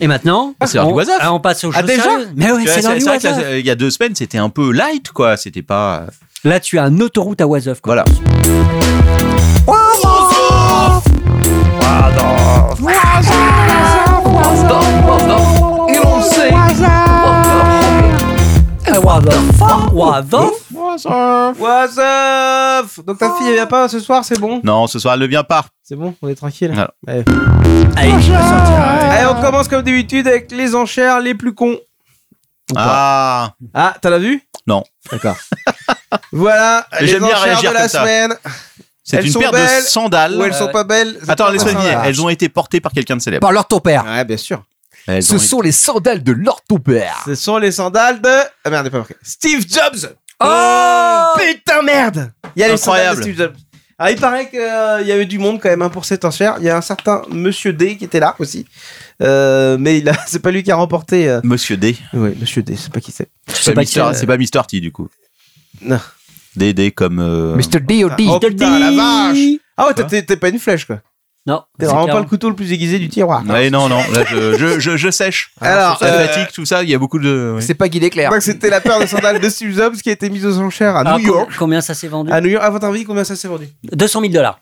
Speaker 4: Et maintenant
Speaker 2: Ah, c'est l'heure du
Speaker 4: on-
Speaker 2: WhatsApp.
Speaker 4: ah, on passe au
Speaker 2: Ah,
Speaker 4: choses
Speaker 2: déjà
Speaker 4: sérieuses. Mais ouais,
Speaker 2: Tu vois,
Speaker 4: c'est l'heure du
Speaker 2: vrai que
Speaker 4: WhatsApp.
Speaker 2: là, il y a deux semaines, c'était un peu light, quoi. C'était pas. euh,
Speaker 4: Là, tu as une autoroute à Wasoff. quoi.
Speaker 2: Voilà.
Speaker 3: Et l'on sait.
Speaker 4: Ah, Wasoff. Wasoff.
Speaker 6: What's up What's up Donc ta fille, elle vient pas ce soir, c'est bon
Speaker 2: Non, ce soir, elle ne vient pas.
Speaker 6: C'est bon, on est tranquille.
Speaker 2: Voilà.
Speaker 6: Allez.
Speaker 4: Allez, je me sens-
Speaker 6: Allez, on commence comme d'habitude avec les enchères les plus cons.
Speaker 2: Ah
Speaker 6: Ah, t'as la vu
Speaker 2: Non.
Speaker 6: D'accord. voilà,
Speaker 2: Mais
Speaker 6: les
Speaker 2: j'aime bien
Speaker 6: enchères
Speaker 2: réagir
Speaker 6: de la
Speaker 2: comme ça.
Speaker 6: semaine.
Speaker 2: C'est
Speaker 6: Elles
Speaker 2: une
Speaker 6: sont
Speaker 2: paire
Speaker 6: belles,
Speaker 2: de sandales. Euh,
Speaker 6: Ou elles sont pas belles. c'est
Speaker 2: Attends,
Speaker 6: pas
Speaker 2: laisse-moi
Speaker 6: grave.
Speaker 2: deviner. Elles ont été portées par quelqu'un de célèbre.
Speaker 9: par leur ton père.
Speaker 6: Ouais, bien sûr.
Speaker 2: Elles
Speaker 9: Ce
Speaker 2: ont
Speaker 9: sont les sandales de leur ton
Speaker 2: Ah.
Speaker 9: père.
Speaker 6: Ce sont les sandales de. Ah merde, pas marqué. Steve Jobs
Speaker 4: Oh
Speaker 6: Putain, merde Il y a les sandales de
Speaker 2: Incroyable.
Speaker 6: Steve Jobs. Alors, il paraît qu'il y avait du monde quand même hein, pour cette enchère. Il y a un certain Monsieur D qui était là aussi. Euh, mais il a... c'est pas lui qui a remporté. euh,
Speaker 2: été- Monsieur D.
Speaker 6: Oui, Monsieur D, je sais pas qui c'est.
Speaker 2: C'est pas,
Speaker 4: pas
Speaker 2: Mister-
Speaker 4: qui c'est.
Speaker 2: c'est pas Mister T, du coup.
Speaker 6: Non.
Speaker 2: DD comme. euh,
Speaker 9: Mr. D.O.D.
Speaker 6: Oh putain, la vache Ah ouais, t'es-
Speaker 2: Quoi
Speaker 6: t'es t'es pas une flèche quoi.
Speaker 4: Non,
Speaker 6: T'es
Speaker 4: c'est
Speaker 6: vraiment
Speaker 4: clair.
Speaker 6: pas le couteau le plus aiguisé du tiroir.
Speaker 2: Ouais, non, non, là, je, je, je, je sèche.
Speaker 6: Alors,
Speaker 2: la
Speaker 6: euh,
Speaker 2: fatigue, tout ça, il y a beaucoup de.
Speaker 9: C'est pas Guy
Speaker 6: Je
Speaker 9: Leclerc.
Speaker 6: crois que c'était la paire de sandales de Steve Jobs qui a été mise aux enchères
Speaker 2: Ah,
Speaker 6: à
Speaker 4: Alors,
Speaker 6: New
Speaker 4: Ah, com-
Speaker 6: York.
Speaker 4: Combien ça s'est vendu
Speaker 6: À New York, à votre avis, combien ça s'est vendu
Speaker 4: 200 000 dollars.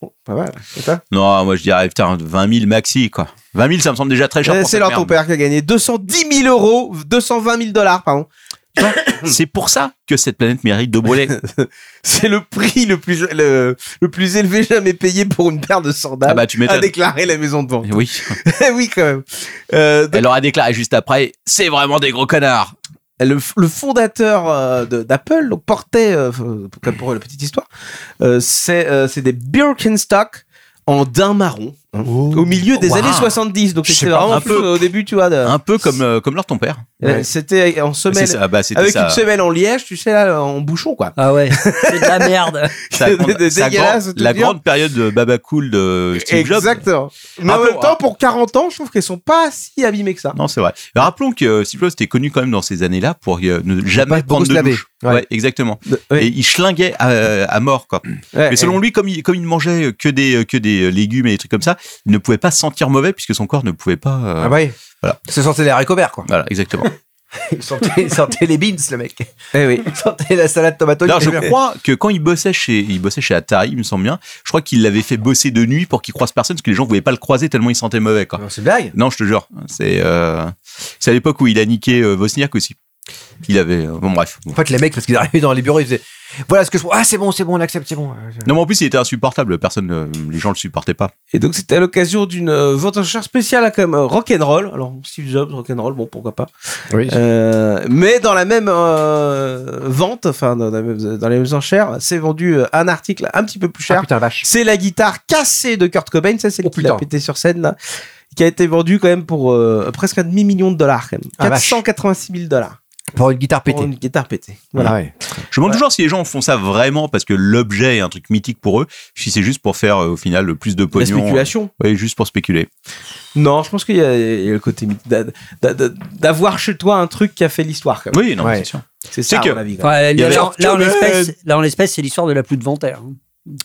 Speaker 6: Oh, Pas mal. Et toi
Speaker 2: Non, moi je dirais, putain, 20 000 maxi, quoi. 20 000, ça me semble déjà très cher.
Speaker 6: Euh,
Speaker 2: pour
Speaker 6: C'est
Speaker 2: cette
Speaker 6: leur ton
Speaker 2: merde.
Speaker 6: père qui a gagné 210 000 euros, 220 000 dollars, pardon.
Speaker 2: Hmm. C'est pour ça que cette planète mérite de brûler.
Speaker 6: C'est le prix le plus, le, le plus élevé jamais payé pour une paire de sandales
Speaker 2: ah bah, tu
Speaker 6: a
Speaker 2: m'étonnes.
Speaker 6: déclaré la maison de vente. Eh
Speaker 2: Oui.
Speaker 6: oui, quand même. Euh, donc,
Speaker 2: Elle aura déclaré juste après, c'est vraiment des gros connards.
Speaker 6: le, f- le fondateur euh, de- d'Apple donc, portait, euh, f- comme pour la petite histoire, euh, c'est euh, c'est des Birkenstock en daim marron. Au milieu des
Speaker 2: Wow.
Speaker 6: années 70, donc
Speaker 2: Je sais
Speaker 6: c'était
Speaker 2: pas,
Speaker 6: vraiment
Speaker 2: un
Speaker 6: plus
Speaker 2: peu-
Speaker 6: au début, tu vois. de-
Speaker 2: Un peu comme, euh, comme lors de ton père.
Speaker 6: Euh, C'était en semelle.
Speaker 2: C'est ça, bah, c'était
Speaker 6: avec
Speaker 2: ça.
Speaker 6: une semelle en liège, tu sais, là, en bouchon, quoi.
Speaker 4: Ah ouais, c'est de la merde.
Speaker 2: Ça-
Speaker 6: C'était
Speaker 2: on- sa
Speaker 6: dégueulasse,
Speaker 2: grande-
Speaker 6: tout
Speaker 2: la
Speaker 6: dire.
Speaker 2: grande période de Baba Cool de Steve Jobs.
Speaker 6: Exactement. Mais en
Speaker 2: Ah,
Speaker 6: même
Speaker 2: bon,
Speaker 6: temps, pour 40 ans, je trouve qu'elles sont pas si abîmées que ça.
Speaker 2: Non, c'est vrai. Mais rappelons que euh, Steve Jobs était connu quand même dans ces années-là pour euh, ne jamais
Speaker 6: pas beaucoup
Speaker 2: prendre
Speaker 6: se
Speaker 2: de
Speaker 6: laver.
Speaker 2: douche.
Speaker 6: Ouais.
Speaker 2: Ouais. exactement.
Speaker 6: ouais.
Speaker 2: Et il schlinguait à, à mort, quoi.
Speaker 6: Ouais,
Speaker 2: Mais selon lui, comme il, comme il ne mangeait que des, euh, que des légumes et des trucs comme ça, il ne pouvait pas se sentir mauvais puisque son corps ne pouvait pas. euh,
Speaker 8: Ah ouais.
Speaker 2: Voilà.
Speaker 8: Se sentait les haricots verts, quoi.
Speaker 2: Voilà, exactement.
Speaker 8: Il sentait, il sentait les beans, le mec.
Speaker 6: Eh oui.
Speaker 8: Il sentait la salade tomate
Speaker 2: Alors, je crois que quand il bossait chez, il bossait chez Atari, il me semble bien, je crois qu'il l'avait fait bosser de nuit pour qu'il croise personne parce que les gens ne voulaient pas le croiser tellement il se sentait mauvais, quoi.
Speaker 8: Non, c'est blague.
Speaker 2: Non, je te jure. C'est euh, c'est à l'époque où il a niqué euh, Wozniak aussi. Il avait. euh, bon, bref.
Speaker 8: En fait, les mecs, parce qu'ils arrivaient dans les bureaux, ils faisaient Voilà ce que je. Ah, c'est bon, c'est bon, on accepte, c'est bon. Euh,
Speaker 2: Non, mais en plus, il était insupportable. Personne, euh, les gens le supportaient pas.
Speaker 6: Et donc, c'était à l'occasion d'une euh, vente en chair spéciale à comme euh, rock'n'roll. Alors, Steve Jobs, rock'n'roll, bon, pourquoi pas.
Speaker 8: Oui. Ah,
Speaker 6: Euh, mais dans la même euh, vente, enfin, dans, la même- dans les mêmes enchères, c'est vendu euh, un article un petit peu plus cher.
Speaker 8: Ah, putain, la vache.
Speaker 6: c'est la guitare cassée de Kurt Cobain, ça c'est le
Speaker 8: Oh,
Speaker 6: qui l'a
Speaker 8: putain.
Speaker 6: pété sur scène là, qui a été vendue quand même pour euh, presque un demi-million de dollars, quand même.
Speaker 8: Ah, vache.
Speaker 6: 486 000 dollars
Speaker 8: Pour une guitare
Speaker 6: pour
Speaker 8: pétée.
Speaker 6: une guitare pétée. Voilà.
Speaker 8: Ouais.
Speaker 2: Je me demande toujours si les gens font ça vraiment parce que l'objet est un truc mythique pour eux, si c'est juste pour faire euh, au final le plus de
Speaker 6: La
Speaker 2: pognon.
Speaker 6: spéculation.
Speaker 2: Oui, juste pour spéculer.
Speaker 6: Non, je pense qu'il y, a il y a le côté mythe d'a- d'a- d'a- d'avoir chez toi un truc qui a fait l'histoire. quand même.
Speaker 2: Oui, non,
Speaker 8: Ouais.
Speaker 2: c'est sûr.
Speaker 6: C'est ça,
Speaker 2: que-
Speaker 6: à mon avis. quoi.
Speaker 4: Ouais,
Speaker 2: Il y
Speaker 4: là,
Speaker 2: avait-
Speaker 4: là, en l'espèce, là, en l'espèce, c'est l'histoire de la pluie de Ventaire. hein.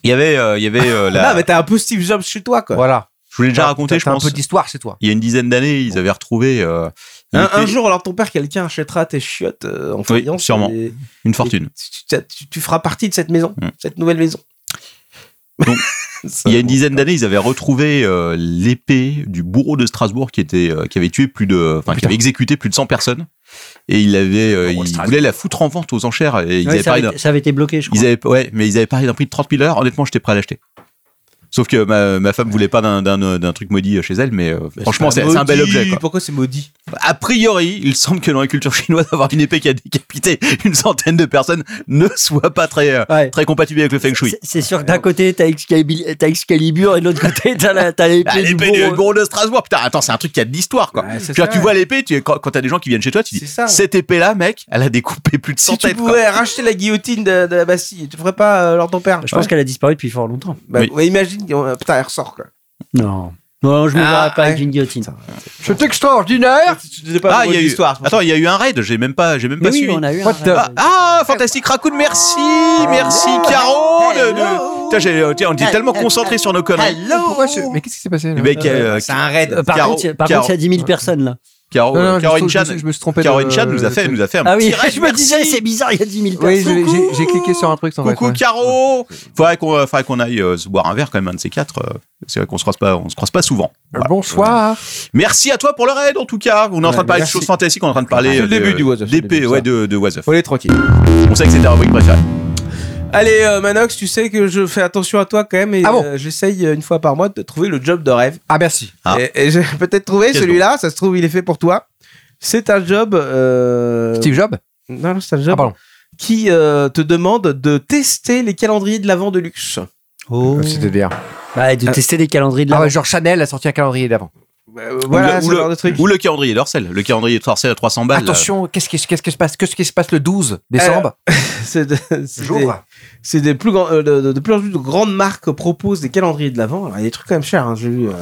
Speaker 2: Il y avait, euh, il y avait euh, la-
Speaker 6: Non, mais t'as un peu Steve Jobs chez toi, quoi.
Speaker 8: Voilà.
Speaker 2: Je vous l'ai déjà raconté,
Speaker 8: T'as-
Speaker 2: je
Speaker 8: t'as
Speaker 2: pense.
Speaker 8: un peu d'histoire, c'est toi.
Speaker 2: Il y a une dizaine d'années, ils avaient retrouvé euh, il
Speaker 6: Un,
Speaker 2: était-
Speaker 6: un jour, alors ton père, quelqu'un achètera tes chiottes euh, en faïence.
Speaker 2: sûrement.
Speaker 6: et-
Speaker 2: une fortune.
Speaker 6: Tu, tu- tu- tu feras partie de cette maison,
Speaker 2: Mm.
Speaker 6: cette nouvelle maison.
Speaker 2: Donc,
Speaker 6: Ça,
Speaker 2: Il y a une
Speaker 6: bon.
Speaker 2: dizaine d'années, ils avaient retrouvé euh, l'épée du bourreau de Strasbourg qui était, euh, qui avait tué plus de, enfin, qui avait exécuté plus de 100 personnes. Et il avait, euh, il voulait la foutre en vente aux enchères. Et ils
Speaker 4: Ouais,
Speaker 2: avaient
Speaker 4: ça,
Speaker 2: parlé
Speaker 4: avait,
Speaker 2: d'un-
Speaker 4: ça avait été bloqué, je crois.
Speaker 2: Ils avaient, ouais, mais ils avaient parlé d'un prix de 30 000 dollars. Honnêtement, j'étais prêt à l'acheter. Sauf que ma, ma femme voulait pas d'un- d'un d'un truc maudit chez elle, mais euh, franchement, c'est c'est un bel
Speaker 6: Maudit,
Speaker 2: objet. quoi.
Speaker 6: Pourquoi c'est maudit
Speaker 2: A priori, il semble que dans la culture chinoise, avoir une épée qui a décapité une centaine de personnes ne soit pas très, euh,
Speaker 4: Ouais.
Speaker 2: très compatible avec le feng shui.
Speaker 4: C'est- C'est sûr que d'un côté, t'as Excalibur, t'as Excalibur et de l'autre côté, t'as la- t'as l'épée
Speaker 2: Ah,
Speaker 4: du
Speaker 2: l'épée
Speaker 4: bourreau.
Speaker 2: du bourreau de Strasbourg. Putain, attends, c'est un truc qui a de l'histoire, quoi.
Speaker 6: Ouais, c'est
Speaker 2: Je veux dire,
Speaker 6: ça,
Speaker 2: tu
Speaker 6: ouais.
Speaker 2: vois l'épée, tu, quand, quand t'as des gens qui viennent chez toi, tu dis,
Speaker 6: C'est ça, ouais.
Speaker 2: cette épée-là, mec, elle a découpé plus de 100
Speaker 6: Si tu
Speaker 2: têtes, quoi.
Speaker 6: pouvais racheter la guillotine de, de la Bastille, tu ferais pas euh, leur ton père
Speaker 4: Je pense qu'elle a disparu depuis fort longtemps.
Speaker 6: Bah,
Speaker 2: Oui.
Speaker 6: ouais, imagine, euh, putain, elle ressort quoi.
Speaker 4: Non. Non, je me
Speaker 6: Ah,
Speaker 4: verrai pas
Speaker 6: ouais.
Speaker 4: avec une guillotine.
Speaker 8: C'est extraordinaire
Speaker 2: Ah, il y a eu, attends, il y a eu un raid, j'ai même pas, j'ai même
Speaker 4: Mais
Speaker 2: pas
Speaker 4: oui,
Speaker 2: suivi.
Speaker 4: on a eu un
Speaker 8: What
Speaker 4: rêve.
Speaker 8: the-
Speaker 2: Ah, ah, fantastique Raccoon, merci, merci Caro. de- de- Putain, j'ai- euh, tiens, on était tellement concentré sur nos conneries.
Speaker 8: Pourquoi je- Mais qu'est-ce qui s'est passé là
Speaker 2: Le mec, euh,
Speaker 6: C'est un raid.
Speaker 4: Euh, Par
Speaker 2: Caro-
Speaker 4: contre, il y a- par
Speaker 2: Caro-
Speaker 4: contre, il y a 10 000 personnes là.
Speaker 2: Caro,
Speaker 8: Non, non, je me
Speaker 2: Caroline
Speaker 8: suis- je me
Speaker 2: Chan,
Speaker 8: suis- je me suis trompé de-
Speaker 2: Caroline Chan nous a fait,
Speaker 8: de-
Speaker 2: nous a fait un
Speaker 4: Ah oui,
Speaker 2: petit raid,
Speaker 4: je me
Speaker 2: merci.
Speaker 4: disais, c'est bizarre, il y a 10 000
Speaker 8: Oui,
Speaker 4: personnes.
Speaker 8: j'ai- j'ai j'ai cliqué sur un truc sans
Speaker 2: Coucou
Speaker 8: vrai.
Speaker 2: Caro. Faudrait qu'on, euh, faudrait qu'on aille euh, se boire un verre quand même un de ces quatre. euh, C'est vrai qu'on se croise pas, on se croise pas souvent. Voilà.
Speaker 8: Bonsoir.
Speaker 2: Merci à toi pour le raid en tout cas. On est en train de parler de
Speaker 6: merci.
Speaker 2: choses fantastiques, on est en train de parler
Speaker 6: C'est le
Speaker 2: euh,
Speaker 6: début
Speaker 2: de-
Speaker 6: du Was Up, c'est le
Speaker 2: d'épée,
Speaker 6: début,
Speaker 2: ouais,
Speaker 6: ça.
Speaker 2: de, de Was Up.
Speaker 6: Faut aller tranquille.
Speaker 2: On sait que c'est ta rubrique préférée.
Speaker 6: Allez, euh, Manox, tu sais que je fais attention à toi quand même et
Speaker 8: Ah bon
Speaker 6: euh, j'essaye euh, une fois par mois de te trouver le job de rêve.
Speaker 8: Ah, merci.
Speaker 2: Ah.
Speaker 6: Et, et j'ai peut-être trouvé
Speaker 2: Quel
Speaker 6: celui-là, ça se trouve, il est fait pour toi. C'est un job. euh,
Speaker 8: Steve Jobs
Speaker 6: Non, non, c'est un job
Speaker 8: Ah, pardon.
Speaker 6: qui euh, te demande de tester les calendriers de l'avant de luxe.
Speaker 4: Oh.
Speaker 8: C'est-à-dire
Speaker 4: Bah, de tester des calendriers de
Speaker 8: Ah
Speaker 4: l'avant.
Speaker 8: ouais, genre Chanel a sorti un calendrier d'avant.
Speaker 6: Euh, voilà,
Speaker 2: ou
Speaker 6: ce
Speaker 2: le-
Speaker 6: genre de truc.
Speaker 2: Ou le calendrier d'Orcel. Le calendrier d'Orcel à 300
Speaker 6: Ah
Speaker 2: balles.
Speaker 8: Attention, qu'est-ce qui, qu'est-ce qui se passe Qu'est-ce qui se passe le 12 décembre
Speaker 6: Euh, C'est de- c'est
Speaker 8: Jour.
Speaker 6: des, c'est des plus grands, euh, de, de- de plus en plus de grandes marques proposent des calendriers de l'avant. Alors, il y a des trucs quand même chers. Hein, j'ai vu. euh,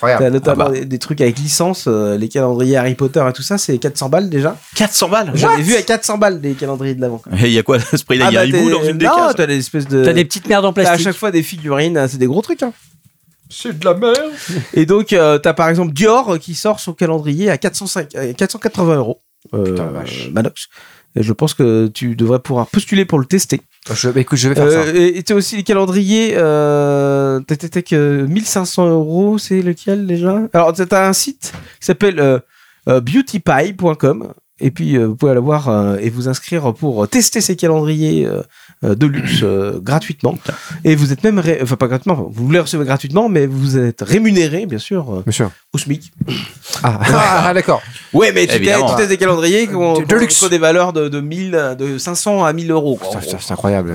Speaker 6: t'as notamment
Speaker 2: Ah bah.
Speaker 6: des, des trucs avec licence, euh, les calendriers Harry Potter et tout ça, c'est 400 balles déjà.
Speaker 2: 400 balles.
Speaker 6: J'en ai vu à 400 balles des calendriers de l'avant. Ah bah,
Speaker 2: Et Eh, il y a quoi à ce prix-là Il y a un hibou dans une des
Speaker 6: Non,
Speaker 2: cases.
Speaker 6: t'as des espèces de.
Speaker 4: T'as des petites merdes en
Speaker 6: T'as euh, bah, à
Speaker 4: plastique.
Speaker 6: chaque fois des figurines, hein, c'est des gros trucs. Hein.
Speaker 8: C'est de la merde.
Speaker 6: Et donc, euh, t'as par exemple Dior euh, qui sort son calendrier à 405, euh, 480 euros. Euh,
Speaker 8: Putain, la vache.
Speaker 6: Manox. Et je pense que tu devrais pouvoir postuler pour le tester.
Speaker 8: Je, bah, écoute, je vais faire
Speaker 6: Euh,
Speaker 8: ça.
Speaker 6: et et t'as aussi les calendriers. Euh, tac, tac, tac, euh, 1500 euros, c'est lequel déjà Alors, t'as- t'as un site qui s'appelle euh, euh, beautypie.com. Et puis, euh, vous pouvez aller voir euh, et vous inscrire pour tester ces calendriers euh, euh, de luxe euh, gratuitement. Et vous êtes même. ré- Enfin, pas gratuitement, vous les recevez gratuitement, mais vous êtes rémunéré, bien sûr, euh,
Speaker 8: Monsieur.
Speaker 6: au SMIC.
Speaker 5: Ah, ah, d'accord.
Speaker 6: Ouais, mais tu t'es
Speaker 2: Évidemment.
Speaker 6: des calendriers qui ont,
Speaker 5: De
Speaker 6: qui ont-
Speaker 5: luxe.
Speaker 6: qui ont des valeurs de, de, 1000, de 500 à 1000 euros. quoi, en
Speaker 5: Putain,
Speaker 6: gros.
Speaker 5: C'est c'est incroyable.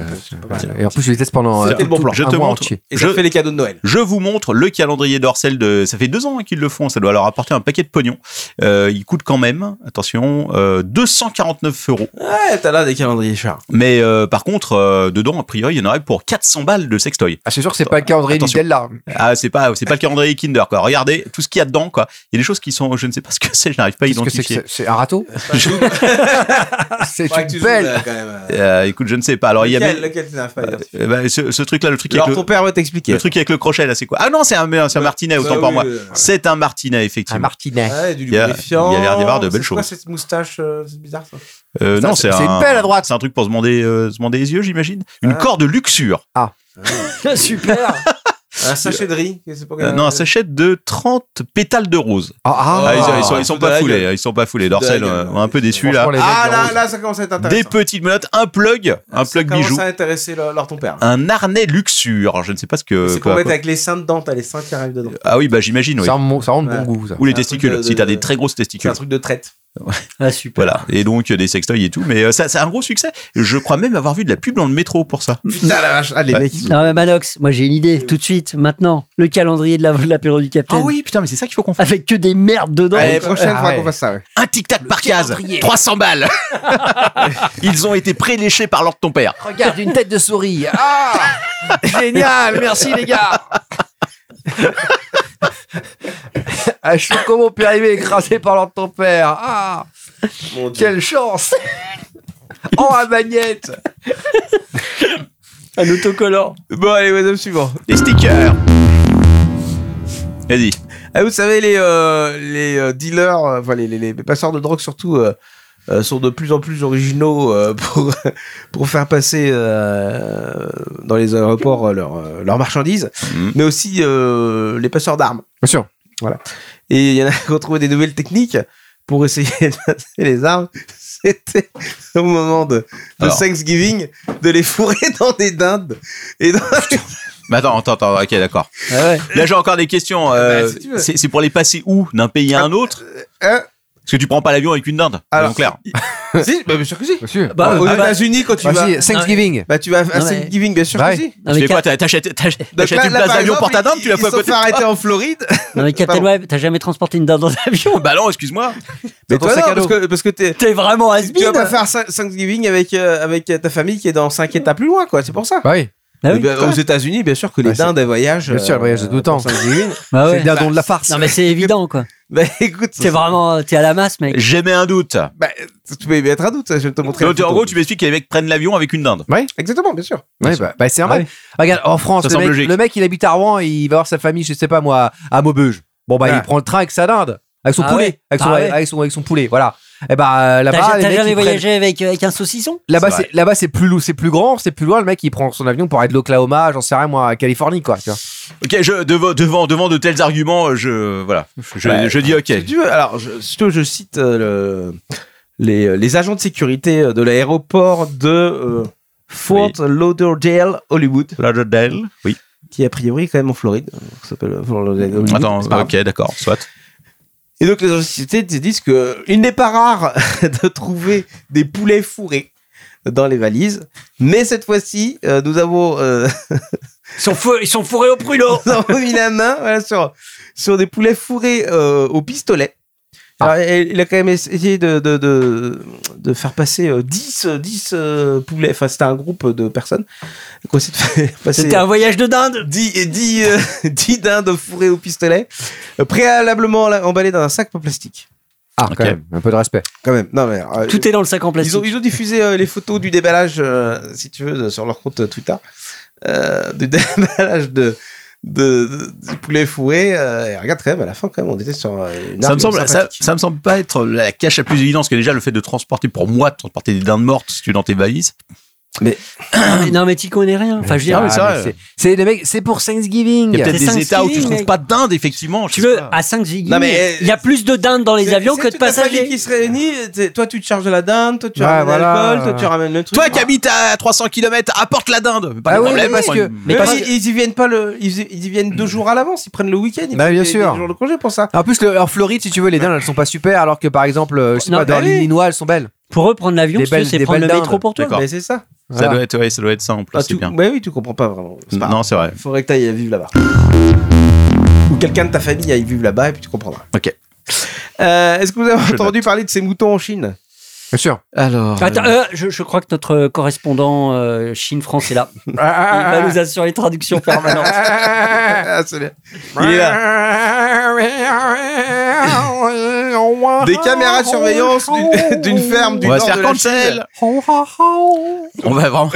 Speaker 5: Et en plus, je les teste pendant
Speaker 6: C'était
Speaker 5: euh,
Speaker 6: le bon plan.
Speaker 5: tout-
Speaker 2: Je
Speaker 5: un
Speaker 2: te
Speaker 5: mois
Speaker 2: montre.
Speaker 5: entier.
Speaker 6: Et ça
Speaker 2: Je-
Speaker 6: fait les cadeaux de Noël.
Speaker 2: Je vous montre le calendrier d'Orcel de. Ça fait deux ans hein, qu'ils le font. Ça doit leur apporter un paquet de pognon. Euh, il coûte quand même, attention, euh, 249 euros.
Speaker 6: Ouais, t'as là des calendriers chers.
Speaker 2: Mais euh, par contre, euh, dedans, a priori, il y en aurait pour 400 balles de sextoy.
Speaker 5: Ah, c'est sûr que c'est pas le calendrier
Speaker 2: Attention.
Speaker 5: Lidl là.
Speaker 2: Ah, c'est pas, c'est pas le calendrier Kinder. Quoi. Regardez tout ce qu'il y a dedans. Quoi. Il y a des choses qui sont, je ne sais pas ce que c'est. Je n'arrive pas à
Speaker 5: Qu'est-ce que c'est que
Speaker 2: identifier.
Speaker 5: c'est- C'est un râteau C'est une belle.
Speaker 6: belle.
Speaker 2: Euh, écoute, je ne sais pas. Alors, il y avait.
Speaker 6: Lequel tu n'as pas identifié
Speaker 2: Eh ben, ce, ce truc-là, le truc
Speaker 6: Alors
Speaker 2: avec
Speaker 6: ton
Speaker 2: le,
Speaker 6: père va t'expliquer.
Speaker 2: le truc avec le crochet, là, c'est quoi Ah non, c'est un, c'est un martinet, autant
Speaker 6: Bah
Speaker 2: pour
Speaker 6: oui,
Speaker 2: moi.
Speaker 6: euh,
Speaker 2: C'est un martinet,
Speaker 5: Un
Speaker 2: effectivement.
Speaker 5: martinet.
Speaker 6: Ouais, du
Speaker 2: Il y a-
Speaker 6: lubrifiant.
Speaker 2: il y a l'air d'y avoir de belles
Speaker 6: C'est quoi
Speaker 2: choses.
Speaker 6: cette moustache euh, C'est bizarre ça.
Speaker 2: Euh,
Speaker 5: Ça,
Speaker 2: non,
Speaker 5: c'est-
Speaker 2: c'est
Speaker 5: c'est
Speaker 2: un-
Speaker 5: une pelle à droite.
Speaker 2: C'est un truc pour se bander, euh, se bander les yeux, j'imagine. Une
Speaker 6: Ah.
Speaker 2: corde de luxure.
Speaker 4: Super
Speaker 6: Un sachet de riz. c'est pas-
Speaker 2: Euh, non, un sachet de 30 pétales de rose.
Speaker 6: Oh.
Speaker 5: Ah, ah,
Speaker 2: Ah, ils, ils sont, ils sont
Speaker 6: de
Speaker 2: pas
Speaker 6: la
Speaker 2: foulés,
Speaker 6: gueule.
Speaker 2: ils sont pas foulés.
Speaker 6: de la
Speaker 2: Dorsel,
Speaker 6: gueule.
Speaker 2: euh, un peu déçu là.
Speaker 5: Franchement, les mecs,
Speaker 6: Ah
Speaker 5: les
Speaker 6: là,
Speaker 5: roses.
Speaker 6: là, ça commence à être
Speaker 2: Des
Speaker 6: intéressant.
Speaker 2: petites menottes, un plug, un plug bijou,
Speaker 6: Ça intéressé intéresser leur, ton père.
Speaker 2: un arnais luxure. Alors, Je ne sais pas ce que.
Speaker 6: c'est
Speaker 2: quoi-
Speaker 6: qu'on met avec les seins dedans, t'as les seins qui arrivent dedans.
Speaker 2: Ah oui, bah j'imagine, oui.
Speaker 5: Ça remonte- ça rend bon
Speaker 6: Ouais.
Speaker 5: goût, ça.
Speaker 2: Ou les
Speaker 6: un truc
Speaker 2: testicules,
Speaker 6: de-
Speaker 2: si t'as des
Speaker 6: de-
Speaker 2: très grosses
Speaker 6: C'est
Speaker 2: testicules.
Speaker 6: un truc de traite.
Speaker 4: Ah, super.
Speaker 2: Voilà. Et donc euh, des sextoys et tout. Mais euh, ça, c'est un gros succès. Je crois même avoir vu de la pub dans le métro pour ça.
Speaker 6: Putain la vache, ah, les
Speaker 2: Ouais.
Speaker 6: mecs ils sont-
Speaker 4: Non, mais Manox, moi j'ai une idée, tout de suite, maintenant. Le calendrier de la- de l'apéro du
Speaker 2: Ah
Speaker 4: Capitaine.
Speaker 2: oui, putain, mais c'est ça qu'il faut qu'on fasse.
Speaker 4: Avec que des merdes dedans.
Speaker 6: Allez, prochaine
Speaker 5: Ah
Speaker 6: fois
Speaker 5: ouais.
Speaker 6: qu'on fasse ça, ouais.
Speaker 2: Un tic-tac par case, 300 balles. Ils ont été préléchés par l'ordre de ton père.
Speaker 5: Regarde une tête de souris. Ah Génial, merci les gars. Ah, je suis comme mon père est écrasé par l'ordre de ton père. Ah,
Speaker 6: Mon Dieu.
Speaker 5: quelle chance. Oh, à magnette.
Speaker 4: Un autocollant.
Speaker 6: Bon, allez, madame, suivant.
Speaker 2: Les stickers. Vas-y.
Speaker 6: Ah, vous savez, les, euh, les euh, dealers, euh, enfin, les, les, les passeurs de drogue surtout, euh, euh, sont de plus en plus originaux euh, pour, pour faire passer euh, dans les aéroports euh, leurs euh, leurs marchandises,
Speaker 2: Mhm.
Speaker 6: mais aussi euh, les passeurs d'armes.
Speaker 5: Bien sûr.
Speaker 6: Et il y en a qui ont trouvé des nouvelles techniques pour essayer de passer les armes. C'était au moment de, de
Speaker 2: Alors.
Speaker 6: Thanksgiving de les fourrer dans des dindes. Et dans...
Speaker 2: Mais attends, attends, attends, ok, d'accord. Là, j'ai encore des questions. euh,
Speaker 6: Ah Bah, si tu veux. Ah.
Speaker 2: c'est c'est pour les passer où D'un pays à un autre
Speaker 6: Hein
Speaker 2: Parce que tu prends pas l'avion avec une dinde.
Speaker 6: Alors,
Speaker 2: Alors, clair.
Speaker 6: si, bah, bien sûr que si. ah,
Speaker 5: Monsieur.
Speaker 4: Bah,
Speaker 6: aux
Speaker 4: euh, bah,
Speaker 6: États-Unis, quand tu vas.
Speaker 5: Vas-y, Thanksgiving.
Speaker 6: Bah, tu vas à
Speaker 4: mais-
Speaker 6: Thanksgiving, bien sûr
Speaker 5: Bah
Speaker 6: que
Speaker 5: ouais.
Speaker 6: si.
Speaker 4: non, mais
Speaker 2: tu fais
Speaker 4: Cap-
Speaker 2: quoi T'as- T'achètes t'achètes-
Speaker 6: Donc
Speaker 2: t'achètes
Speaker 6: là-
Speaker 2: Bah, une
Speaker 6: là,
Speaker 2: place
Speaker 6: par
Speaker 2: d'avion
Speaker 6: exemple,
Speaker 2: pour ta dinde
Speaker 6: ils-
Speaker 2: Tu l'as
Speaker 6: ils
Speaker 2: fait à
Speaker 6: se sont
Speaker 2: côté
Speaker 6: fait arrêter en Floride.
Speaker 4: non, mais Captain
Speaker 6: Pardon.
Speaker 4: Web, t'as jamais transporté une dinde dans un avion
Speaker 2: Bah non, excuse-moi.
Speaker 6: Mais
Speaker 5: ton
Speaker 6: toi,
Speaker 5: sac à
Speaker 6: non, parce
Speaker 5: dos.
Speaker 6: que, parce que t'es.
Speaker 4: T'es vraiment has
Speaker 6: Tu vas pas faire ça- Thanksgiving avec, euh, avec ta famille qui est dans 5 états plus loin, quoi. C'est pour ça.
Speaker 5: Bah oui,
Speaker 4: Ah oui.
Speaker 6: Eh ben, aux États-Unis, bien sûr que les
Speaker 5: Bah, c'est-
Speaker 6: dindes, elles voyagent. euh,
Speaker 5: bien sûr, le voyage de tout temps.
Speaker 4: Bah
Speaker 5: C'est
Speaker 4: ouais.
Speaker 5: le dindon de la farce.
Speaker 4: Non, mais c'est évident, quoi.
Speaker 6: Bah écoute,
Speaker 4: T'es vraiment, t'es à la masse, mec.
Speaker 2: J'émets un doute.
Speaker 6: Bah, tu peux y mettre un doute, ça, je vais te montrer.
Speaker 2: Donc,
Speaker 6: la
Speaker 2: en
Speaker 6: photo.
Speaker 2: gros, tu m'expliques que les mecs prennent l'avion avec une dinde.
Speaker 6: Exactement, bien sûr.
Speaker 5: Ouais, bah, bah, c'est normal. Regarde, en France,
Speaker 2: Ça
Speaker 5: le
Speaker 2: semble
Speaker 5: mec,
Speaker 2: logique.
Speaker 5: le mec, il habite à Rouen et il va voir sa famille, je sais pas moi, à Maubeuge. Bon, bah,
Speaker 6: Ouais.
Speaker 5: il prend le train avec sa dinde, avec son
Speaker 4: Ah
Speaker 5: poulet,
Speaker 4: ouais.
Speaker 5: avec, son,
Speaker 4: Ah ouais.
Speaker 5: avec, son, avec son poulet, voilà. Et bah, euh, là-bas,
Speaker 4: T'as
Speaker 5: les
Speaker 4: t'as
Speaker 5: mecs,
Speaker 4: jamais
Speaker 5: ils prennent-
Speaker 4: voyagé avec, euh, avec un saucisson
Speaker 5: Là-bas,
Speaker 2: C'est vrai.
Speaker 5: c'est là-bas, c'est plus lou- c'est plus grand, c'est plus loin. Le mec, il prend son avion pour aller de l'Oklahoma, j'en sais rien moi, à Californie quoi. Tu vois.
Speaker 2: Ok, je, devant, devant, devant de tels arguments, je, voilà, je,
Speaker 6: Ouais.
Speaker 2: je dis ok.
Speaker 6: Si Bah, tu veux, alors, je, si tu veux, je cite euh, le- les, euh, les agents de sécurité euh, de l'aéroport de euh, Fort Lauderdale, Hollywood,
Speaker 2: Lauderdale. Oui.
Speaker 6: qui a priori est quand même en Floride. euh, Ça s'appelle Fort Lauderdale, Hollywood,
Speaker 2: Attends, euh,
Speaker 6: c'est pas grave.
Speaker 2: ok, d'accord, soit.
Speaker 6: Et donc, les agents de sécurité te disent que il n'est pas rare de trouver des poulets fourrés dans les valises, mais cette fois-ci, euh, nous avons. euh,
Speaker 4: ils sont, fou- ils sont fourrés au pruneau
Speaker 6: Nous avons mis la main voilà, sur, sur des poulets fourrés euh, au pistolet. Alors, il il a quand même essayé de, de, de, de faire passer euh, 10, euh, 10 euh, poulets. Enfin, c'était un groupe de personnes qui ont essayé de faire passer
Speaker 4: C'était un voyage de dinde
Speaker 6: 10, 10, euh, 10 dindes fourrées au pistolet, euh, préalablement là, emballées dans un sac en plastique.
Speaker 5: Ah,
Speaker 2: Ok.
Speaker 5: quand même, un peu de respect.
Speaker 6: Quand même. Non, mais, euh,
Speaker 4: Tout est dans le sac en plastique.
Speaker 6: ils ont, ils ont diffusé euh, les photos du déballage, euh, si tu veux, de- sur leur compte euh, Twitter, euh, du déballage de, de, de- du poulet fourré. euh, et regarde quand même, à la fin, quand même, on était sur euh, une
Speaker 2: Ça me
Speaker 6: arme
Speaker 2: semble, ça,
Speaker 6: sympathique.
Speaker 2: ça me semble pas être la cache la plus évidente, parce que déjà le fait de transporter, pour moi, de transporter des dindes mortes, si tu es dans tes valises,
Speaker 6: Mais
Speaker 4: Mais non, mais t'y connais rien. Enfin, je veux dire,
Speaker 2: Ah, mais c'est
Speaker 6: Ah,
Speaker 2: vrai.
Speaker 6: mais c'est- c'est les mecs, c'est pour
Speaker 2: Il y
Speaker 6: Thanksgiving.
Speaker 2: a peut-être
Speaker 4: C'est
Speaker 2: des États où tu
Speaker 4: Thanksgiving,
Speaker 2: trouves
Speaker 4: mec.
Speaker 2: pas de dinde, effectivement. je
Speaker 4: tu
Speaker 2: sais
Speaker 4: veux,
Speaker 2: pas.
Speaker 4: à 5 gigas,
Speaker 2: Non, mais-
Speaker 4: il y a plus de dindes dans les
Speaker 6: C'est-
Speaker 4: avions
Speaker 6: c'est
Speaker 4: que de
Speaker 6: toute la famille
Speaker 4: passagers.
Speaker 6: qui se réunit. t'es- Toi, tu te charges de la dinde, toi, tu
Speaker 8: Ouais,
Speaker 6: ramènes
Speaker 8: voilà.
Speaker 6: l'alcool, toi, tu ramènes le truc.
Speaker 2: Toi qui habites à 300 km, apporte la dinde. Pas
Speaker 5: Bah
Speaker 8: Ah
Speaker 2: de
Speaker 8: oui,
Speaker 2: problème.
Speaker 8: mais parce
Speaker 2: moi,
Speaker 8: que-
Speaker 6: Mais
Speaker 8: Mais parce
Speaker 6: ils, ils y viennent pas le, ils, y- ils y viennent deux jours à l'avance, ils prennent le week-end, ils
Speaker 8: Bah,
Speaker 6: prennent
Speaker 8: bien
Speaker 6: des-
Speaker 8: sûr.
Speaker 6: des jours de congé pour ça.
Speaker 8: En plus, le, en Floride, si tu veux, les dindes, elles sont pas super, alors que par exemple, euh, je sais
Speaker 4: Non,
Speaker 8: pas, dans
Speaker 4: bah oui.
Speaker 8: l'Illinois, elles sont belles.
Speaker 4: Pour eux, prendre l'avion,
Speaker 8: Des
Speaker 4: si tu veux,
Speaker 8: belles-
Speaker 4: c'est
Speaker 8: des
Speaker 4: prendre le
Speaker 8: belles
Speaker 4: métro pour toi.
Speaker 2: D'accord.
Speaker 6: Mais Bah, c'est ça.
Speaker 2: Ça
Speaker 8: Voilà.
Speaker 2: doit être, ouais, ça doit être ça en plus.
Speaker 6: Ah,
Speaker 2: c'est
Speaker 6: tu-
Speaker 2: bien.
Speaker 6: Bah oui, tu comprends pas vraiment. C'est pas grave.
Speaker 2: Non, c'est vrai.
Speaker 6: Faudrait que t'ailles vivre là-bas. Ou quelqu'un de ta famille aille vivre là-bas et puis tu comprendras.
Speaker 2: Ok.
Speaker 6: Euh, Est-ce que vous avez
Speaker 2: Je
Speaker 6: entendu parler de ces moutons en Chine
Speaker 8: Bien sûr.
Speaker 6: Alors.
Speaker 8: Ah,
Speaker 4: Attends, euh, je, je crois que notre correspondant euh, Chine-France est là. Il
Speaker 8: Ah,
Speaker 4: va nous assurer les traductions permanentes.
Speaker 6: Ah, Il est là. Des caméras de surveillance d'une- d'une ferme du
Speaker 2: On va se
Speaker 6: nord de
Speaker 2: faire
Speaker 6: la Chine
Speaker 2: cancel. On va vraiment.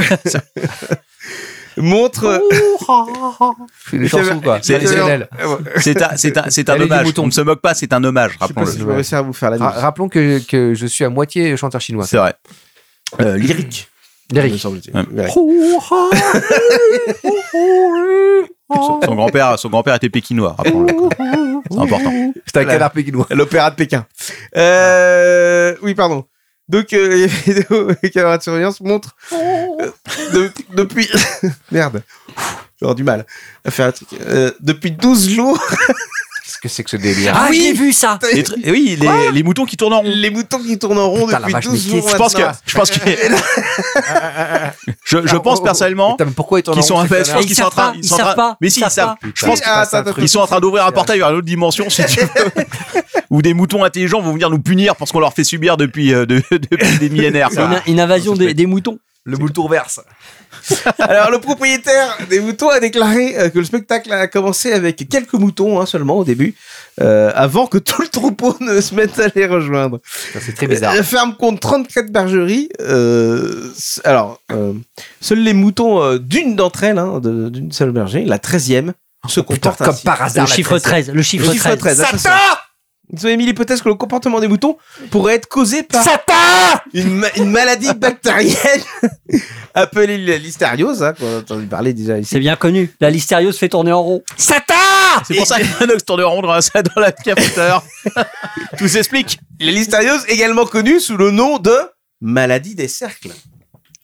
Speaker 6: montre euh,
Speaker 8: Une chanson, quoi.
Speaker 2: C'est-
Speaker 8: Traditionnelle.
Speaker 2: C'est un, c'est un, c'est
Speaker 8: Elle
Speaker 2: un
Speaker 8: est du
Speaker 2: hommage.
Speaker 8: mouton.
Speaker 2: On ne se moque pas, c'est un hommage,
Speaker 6: Je sais pas si je vais
Speaker 2: rappelons-le.
Speaker 6: réussir à vous faire la
Speaker 8: Ra-
Speaker 6: musique.
Speaker 8: Ah, Rappelons que, que je suis à moitié chanteur chinois.
Speaker 2: C'est vrai. Euh,
Speaker 6: lyrique.
Speaker 8: Lyrique.
Speaker 2: Ouais. Son son grand-père, son grand-père était pékinois, rappelons-le. C'est important.
Speaker 8: C'est un canard pékinois.
Speaker 6: L'opéra de Pékin. Euh, oui, pardon. Donc, euh, les vidéos et caméras de surveillance montrent euh, de- depuis. Merde. J'ai avoir du mal à faire un truc. Euh, depuis 12 jours,
Speaker 8: Qu'est-ce que c'est que ce délire
Speaker 4: Ah, j'ai vu ça.
Speaker 2: Et tr- et oui, les, les moutons qui tournent en rond.
Speaker 6: les moutons qui tournent en rond
Speaker 8: Putain, la
Speaker 6: depuis
Speaker 8: vache,
Speaker 6: 12
Speaker 8: mais
Speaker 6: jours.
Speaker 8: qu'est-ce-
Speaker 2: Je pense que,
Speaker 6: maintenant. Ah,
Speaker 2: je pense que, je, je
Speaker 6: oh,
Speaker 2: pense personnellement
Speaker 8: Putain, mais pourquoi est-on
Speaker 2: qu'ils sont, en fait, je
Speaker 8: fait
Speaker 2: pense
Speaker 4: Ils
Speaker 2: qu'ils sont en
Speaker 4: savent
Speaker 2: train,
Speaker 4: pas,
Speaker 2: sont
Speaker 4: ils
Speaker 2: en train-
Speaker 4: savent pas,
Speaker 2: mais si,
Speaker 4: ils
Speaker 2: ils
Speaker 4: savent
Speaker 2: savent.
Speaker 4: pas.
Speaker 2: Je pense,
Speaker 6: Ah, attends, attends,
Speaker 2: ils sont en train d'ouvrir un portail vers une autre dimension, si tu veux. Où des moutons intelligents vont venir nous punir pour ce qu'on leur fait subir depuis, euh, de- depuis des millénaires.
Speaker 4: C'est une, une invasion des, des moutons.
Speaker 8: Le mouton verse.
Speaker 6: Alors, le propriétaire des moutons a déclaré euh, que le spectacle a commencé avec quelques moutons hein, seulement au début, euh, avant que tout le troupeau ne se mette à les rejoindre.
Speaker 8: C'est très bizarre.
Speaker 6: Euh, La ferme compte 34 bergeries. euh, s- alors, euh, seuls les moutons euh, d'une d'entre elles, hein, de- d'une seule bergerie, la 13e, se comportent
Speaker 8: Oh, Comme
Speaker 6: ainsi.
Speaker 8: par hasard.
Speaker 4: Le
Speaker 8: la
Speaker 4: chiffre 13. Le
Speaker 6: Le
Speaker 4: chiffre 13.
Speaker 6: attention. Ils ont émis l'hypothèse que le comportement des moutons pourrait être causé par une, ma- une maladie bactérienne appelée la listériose, hein, qu'on a entendu parler déjà ici.
Speaker 4: C'est bien connu. La listériose fait tourner en rond.
Speaker 2: C'est pour ça qu'il y en a qui se tournent en rond dans la- dans la cafetière. Tout s'explique.
Speaker 6: La listériose également connue sous le nom de maladie des cercles.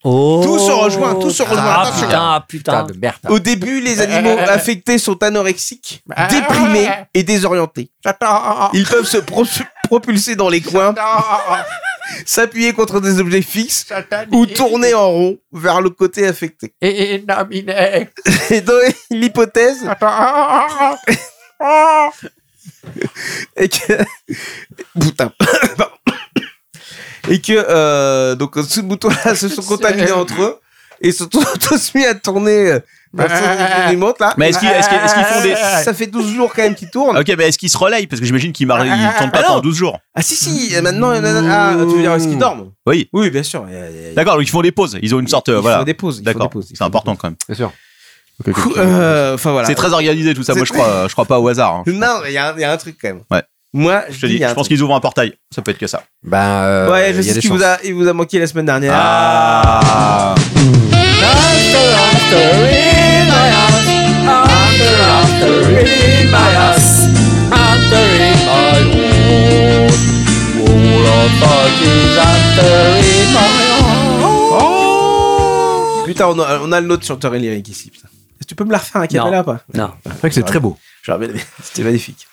Speaker 4: Oh.
Speaker 6: Tout se rejoint, tout se rejoint.
Speaker 4: Ah
Speaker 6: Attention.
Speaker 4: putain, putain.
Speaker 8: Putain de merde.
Speaker 6: Au début, les animaux
Speaker 8: Ah,
Speaker 6: affectés sont anorexiques, déprimés et désorientés. Ils peuvent se pro- propulser dans les coins, s'appuyer contre des objets fixes ou tourner en rond vers le côté affecté. Et dans l'hypothèse et que putain Pardon. et que euh, donc ces moutons là se sont contaminés entre eux et se sont tous mis à tourner euh, dans le sens des alimentent, là
Speaker 2: Mais est-ce qu'ils est-ce qu'ils- est-ce qu'ils font des. Ah
Speaker 6: ça fait 12 jours quand même qu'ils tournent
Speaker 2: Ok, mais est-ce qu'ils se relaient Parce que j'imagine qu'ils mar- ils tournent pas
Speaker 6: Ah non.
Speaker 2: pendant 12 jours.
Speaker 6: ah si si et maintenant il y en a- ah, tu veux dire est-ce qu'ils dorment
Speaker 2: Oui.
Speaker 6: oui bien sûr Il y a- il y a-
Speaker 2: D'accord, donc ils font des pauses. Ils ont une sorte. euh,
Speaker 6: ils font
Speaker 2: voilà.
Speaker 6: des pauses ils font
Speaker 2: D'accord.
Speaker 6: des pauses, ils
Speaker 2: C'est
Speaker 6: font des
Speaker 2: important quand même.
Speaker 8: Bien sûr.
Speaker 6: pauses. Euh, enfin voilà
Speaker 2: C'est très organisé tout ça.
Speaker 6: C'est
Speaker 2: Moi, je crois, je crois pas au hasard. hein.
Speaker 6: non il y, a un- il y a un truc quand même
Speaker 2: Ouais.
Speaker 6: moi
Speaker 2: Je te dis,
Speaker 6: il y a
Speaker 2: je
Speaker 6: un
Speaker 2: pense
Speaker 6: truc.
Speaker 2: qu'ils ouvrent un portail. Ça peut être que ça.
Speaker 8: Ben, euh,
Speaker 6: ouais
Speaker 8: il
Speaker 6: je
Speaker 8: y a
Speaker 6: sais
Speaker 8: des
Speaker 6: qu'il
Speaker 8: chances.
Speaker 6: vous a il vous a manqué la semaine dernière
Speaker 2: Ah
Speaker 6: Putain, on a, on a le nôtre chanteur et lyrique ici. Putain. Est-ce que Tu peux me la refaire un cappella ou pas
Speaker 4: Non.
Speaker 8: C'est vrai que c'est très beau.
Speaker 6: J'aurais bien aimé. C'était magnifique.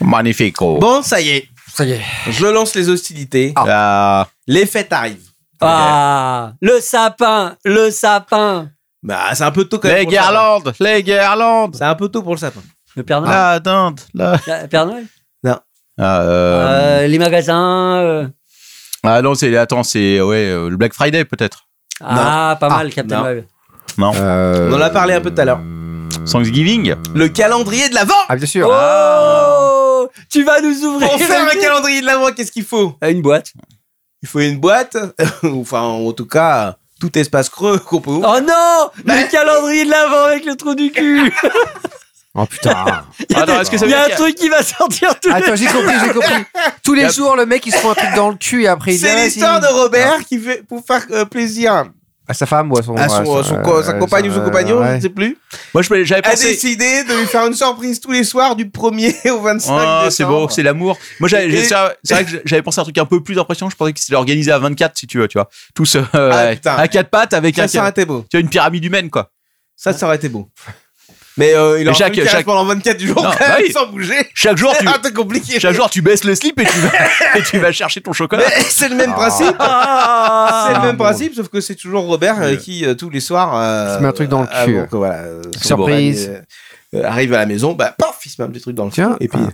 Speaker 2: Magnifique. oh.
Speaker 6: Bon, ça y est.
Speaker 8: Ça y est.
Speaker 6: Je lance les hostilités.
Speaker 2: Ah.
Speaker 6: Les fêtes arrivent.
Speaker 4: Ah, le sapin, le sapin.
Speaker 6: Bah, c'est un peu tôt quand même.
Speaker 2: Les
Speaker 6: pour le sapin.
Speaker 2: guirlandes, les guirlandes.
Speaker 6: C'est un peu tôt pour le sapin.
Speaker 4: Le
Speaker 6: Ah.
Speaker 4: Père Noël.
Speaker 2: La dinde, la.
Speaker 4: Le Père Noël.
Speaker 2: Ah, euh,
Speaker 4: Euh, les magasins. euh,
Speaker 2: ah non, c'est attends, c'est ouais, euh, le Black Friday peut-être.
Speaker 4: Ah, pas mal, Captain
Speaker 6: non.
Speaker 4: Marvel.
Speaker 8: Euh,
Speaker 6: On en a parlé un peu tout à
Speaker 2: Euh.
Speaker 6: l'heure.
Speaker 2: Thanksgiving.
Speaker 6: Le calendrier de l'avant
Speaker 8: Ah, bien sûr.
Speaker 4: Oh Tu vas nous
Speaker 2: Ah.
Speaker 4: ouvrir
Speaker 6: Pour faire un
Speaker 4: une-
Speaker 6: calendrier de l'avant, qu'est-ce qu'il faut
Speaker 4: à une boîte.
Speaker 6: Il faut une boîte. enfin, en tout cas, tout espace creux qu'on peut ouvrir.
Speaker 4: Oh non Le calendrier de l'avant avec le trou du cul
Speaker 8: Oh putain.
Speaker 2: Ah non, est-ce que ça
Speaker 4: Il
Speaker 2: veut
Speaker 4: y a un
Speaker 2: dire qu'il y a-
Speaker 4: truc qui va sortir tout
Speaker 8: Attends, j'ai compris, j'ai compris. Tous les jours, le mec, il se prend un truc dans le cul et après il dit,
Speaker 6: C'est
Speaker 8: ah, si.
Speaker 6: l'histoire de Robert qui fait pour faire euh, plaisir
Speaker 8: À sa femme ou à son,
Speaker 6: à son,
Speaker 8: à
Speaker 6: son co- sa
Speaker 8: euh,
Speaker 6: compagne ou son
Speaker 8: euh,
Speaker 6: compagnon, je
Speaker 8: ouais.
Speaker 6: ne sais plus,
Speaker 2: Moi, je- j'avais
Speaker 6: a
Speaker 2: pensé.
Speaker 6: décidé de lui faire une surprise tous les soirs du 1er au 25
Speaker 2: Ah,
Speaker 6: décembre.
Speaker 2: c'est beau, c'est l'amour. Moi, j'avais- j'ai-
Speaker 6: Et-
Speaker 2: c'est vrai- c'est vrai que j'avais pensé à un truc un peu plus impressionnant. Je pensais que c'était organisé à 24, si tu veux, tu vois. Tous euh,
Speaker 6: Ah, putain.
Speaker 2: à quatre pattes avec
Speaker 6: Ça,
Speaker 2: un,
Speaker 6: ça aurait été beau.
Speaker 2: tu vois, une pyramide humaine, quoi.
Speaker 6: Ça, ça aurait été beau. Mais euh, il
Speaker 2: Mais
Speaker 6: a
Speaker 2: chaque-
Speaker 6: fallu qu'il reste
Speaker 2: chaque-
Speaker 6: pendant 24 du jour
Speaker 2: Non,
Speaker 6: quand
Speaker 2: bah
Speaker 6: même,
Speaker 2: oui.
Speaker 6: sans bouger.
Speaker 2: Chaque jour, tu,
Speaker 6: Ah, t'es compliqué.
Speaker 2: chaque jour, tu baisses le slip et tu vas, et tu vas chercher ton chocolat.
Speaker 6: Mais c'est le même principe.
Speaker 2: Ah.
Speaker 6: c'est le même principe, sauf que c'est toujours Robert euh, qui, euh, tous les soirs. euh,
Speaker 8: Il se met un truc dans le
Speaker 6: avant
Speaker 8: cul.
Speaker 6: que, voilà, euh, son
Speaker 8: Surprise.
Speaker 6: compagnie, euh, euh, arrive à la maison, bah, paf, il se met un petit truc dans le cul.
Speaker 8: Tiens.
Speaker 6: Et
Speaker 2: Ah.
Speaker 6: puis,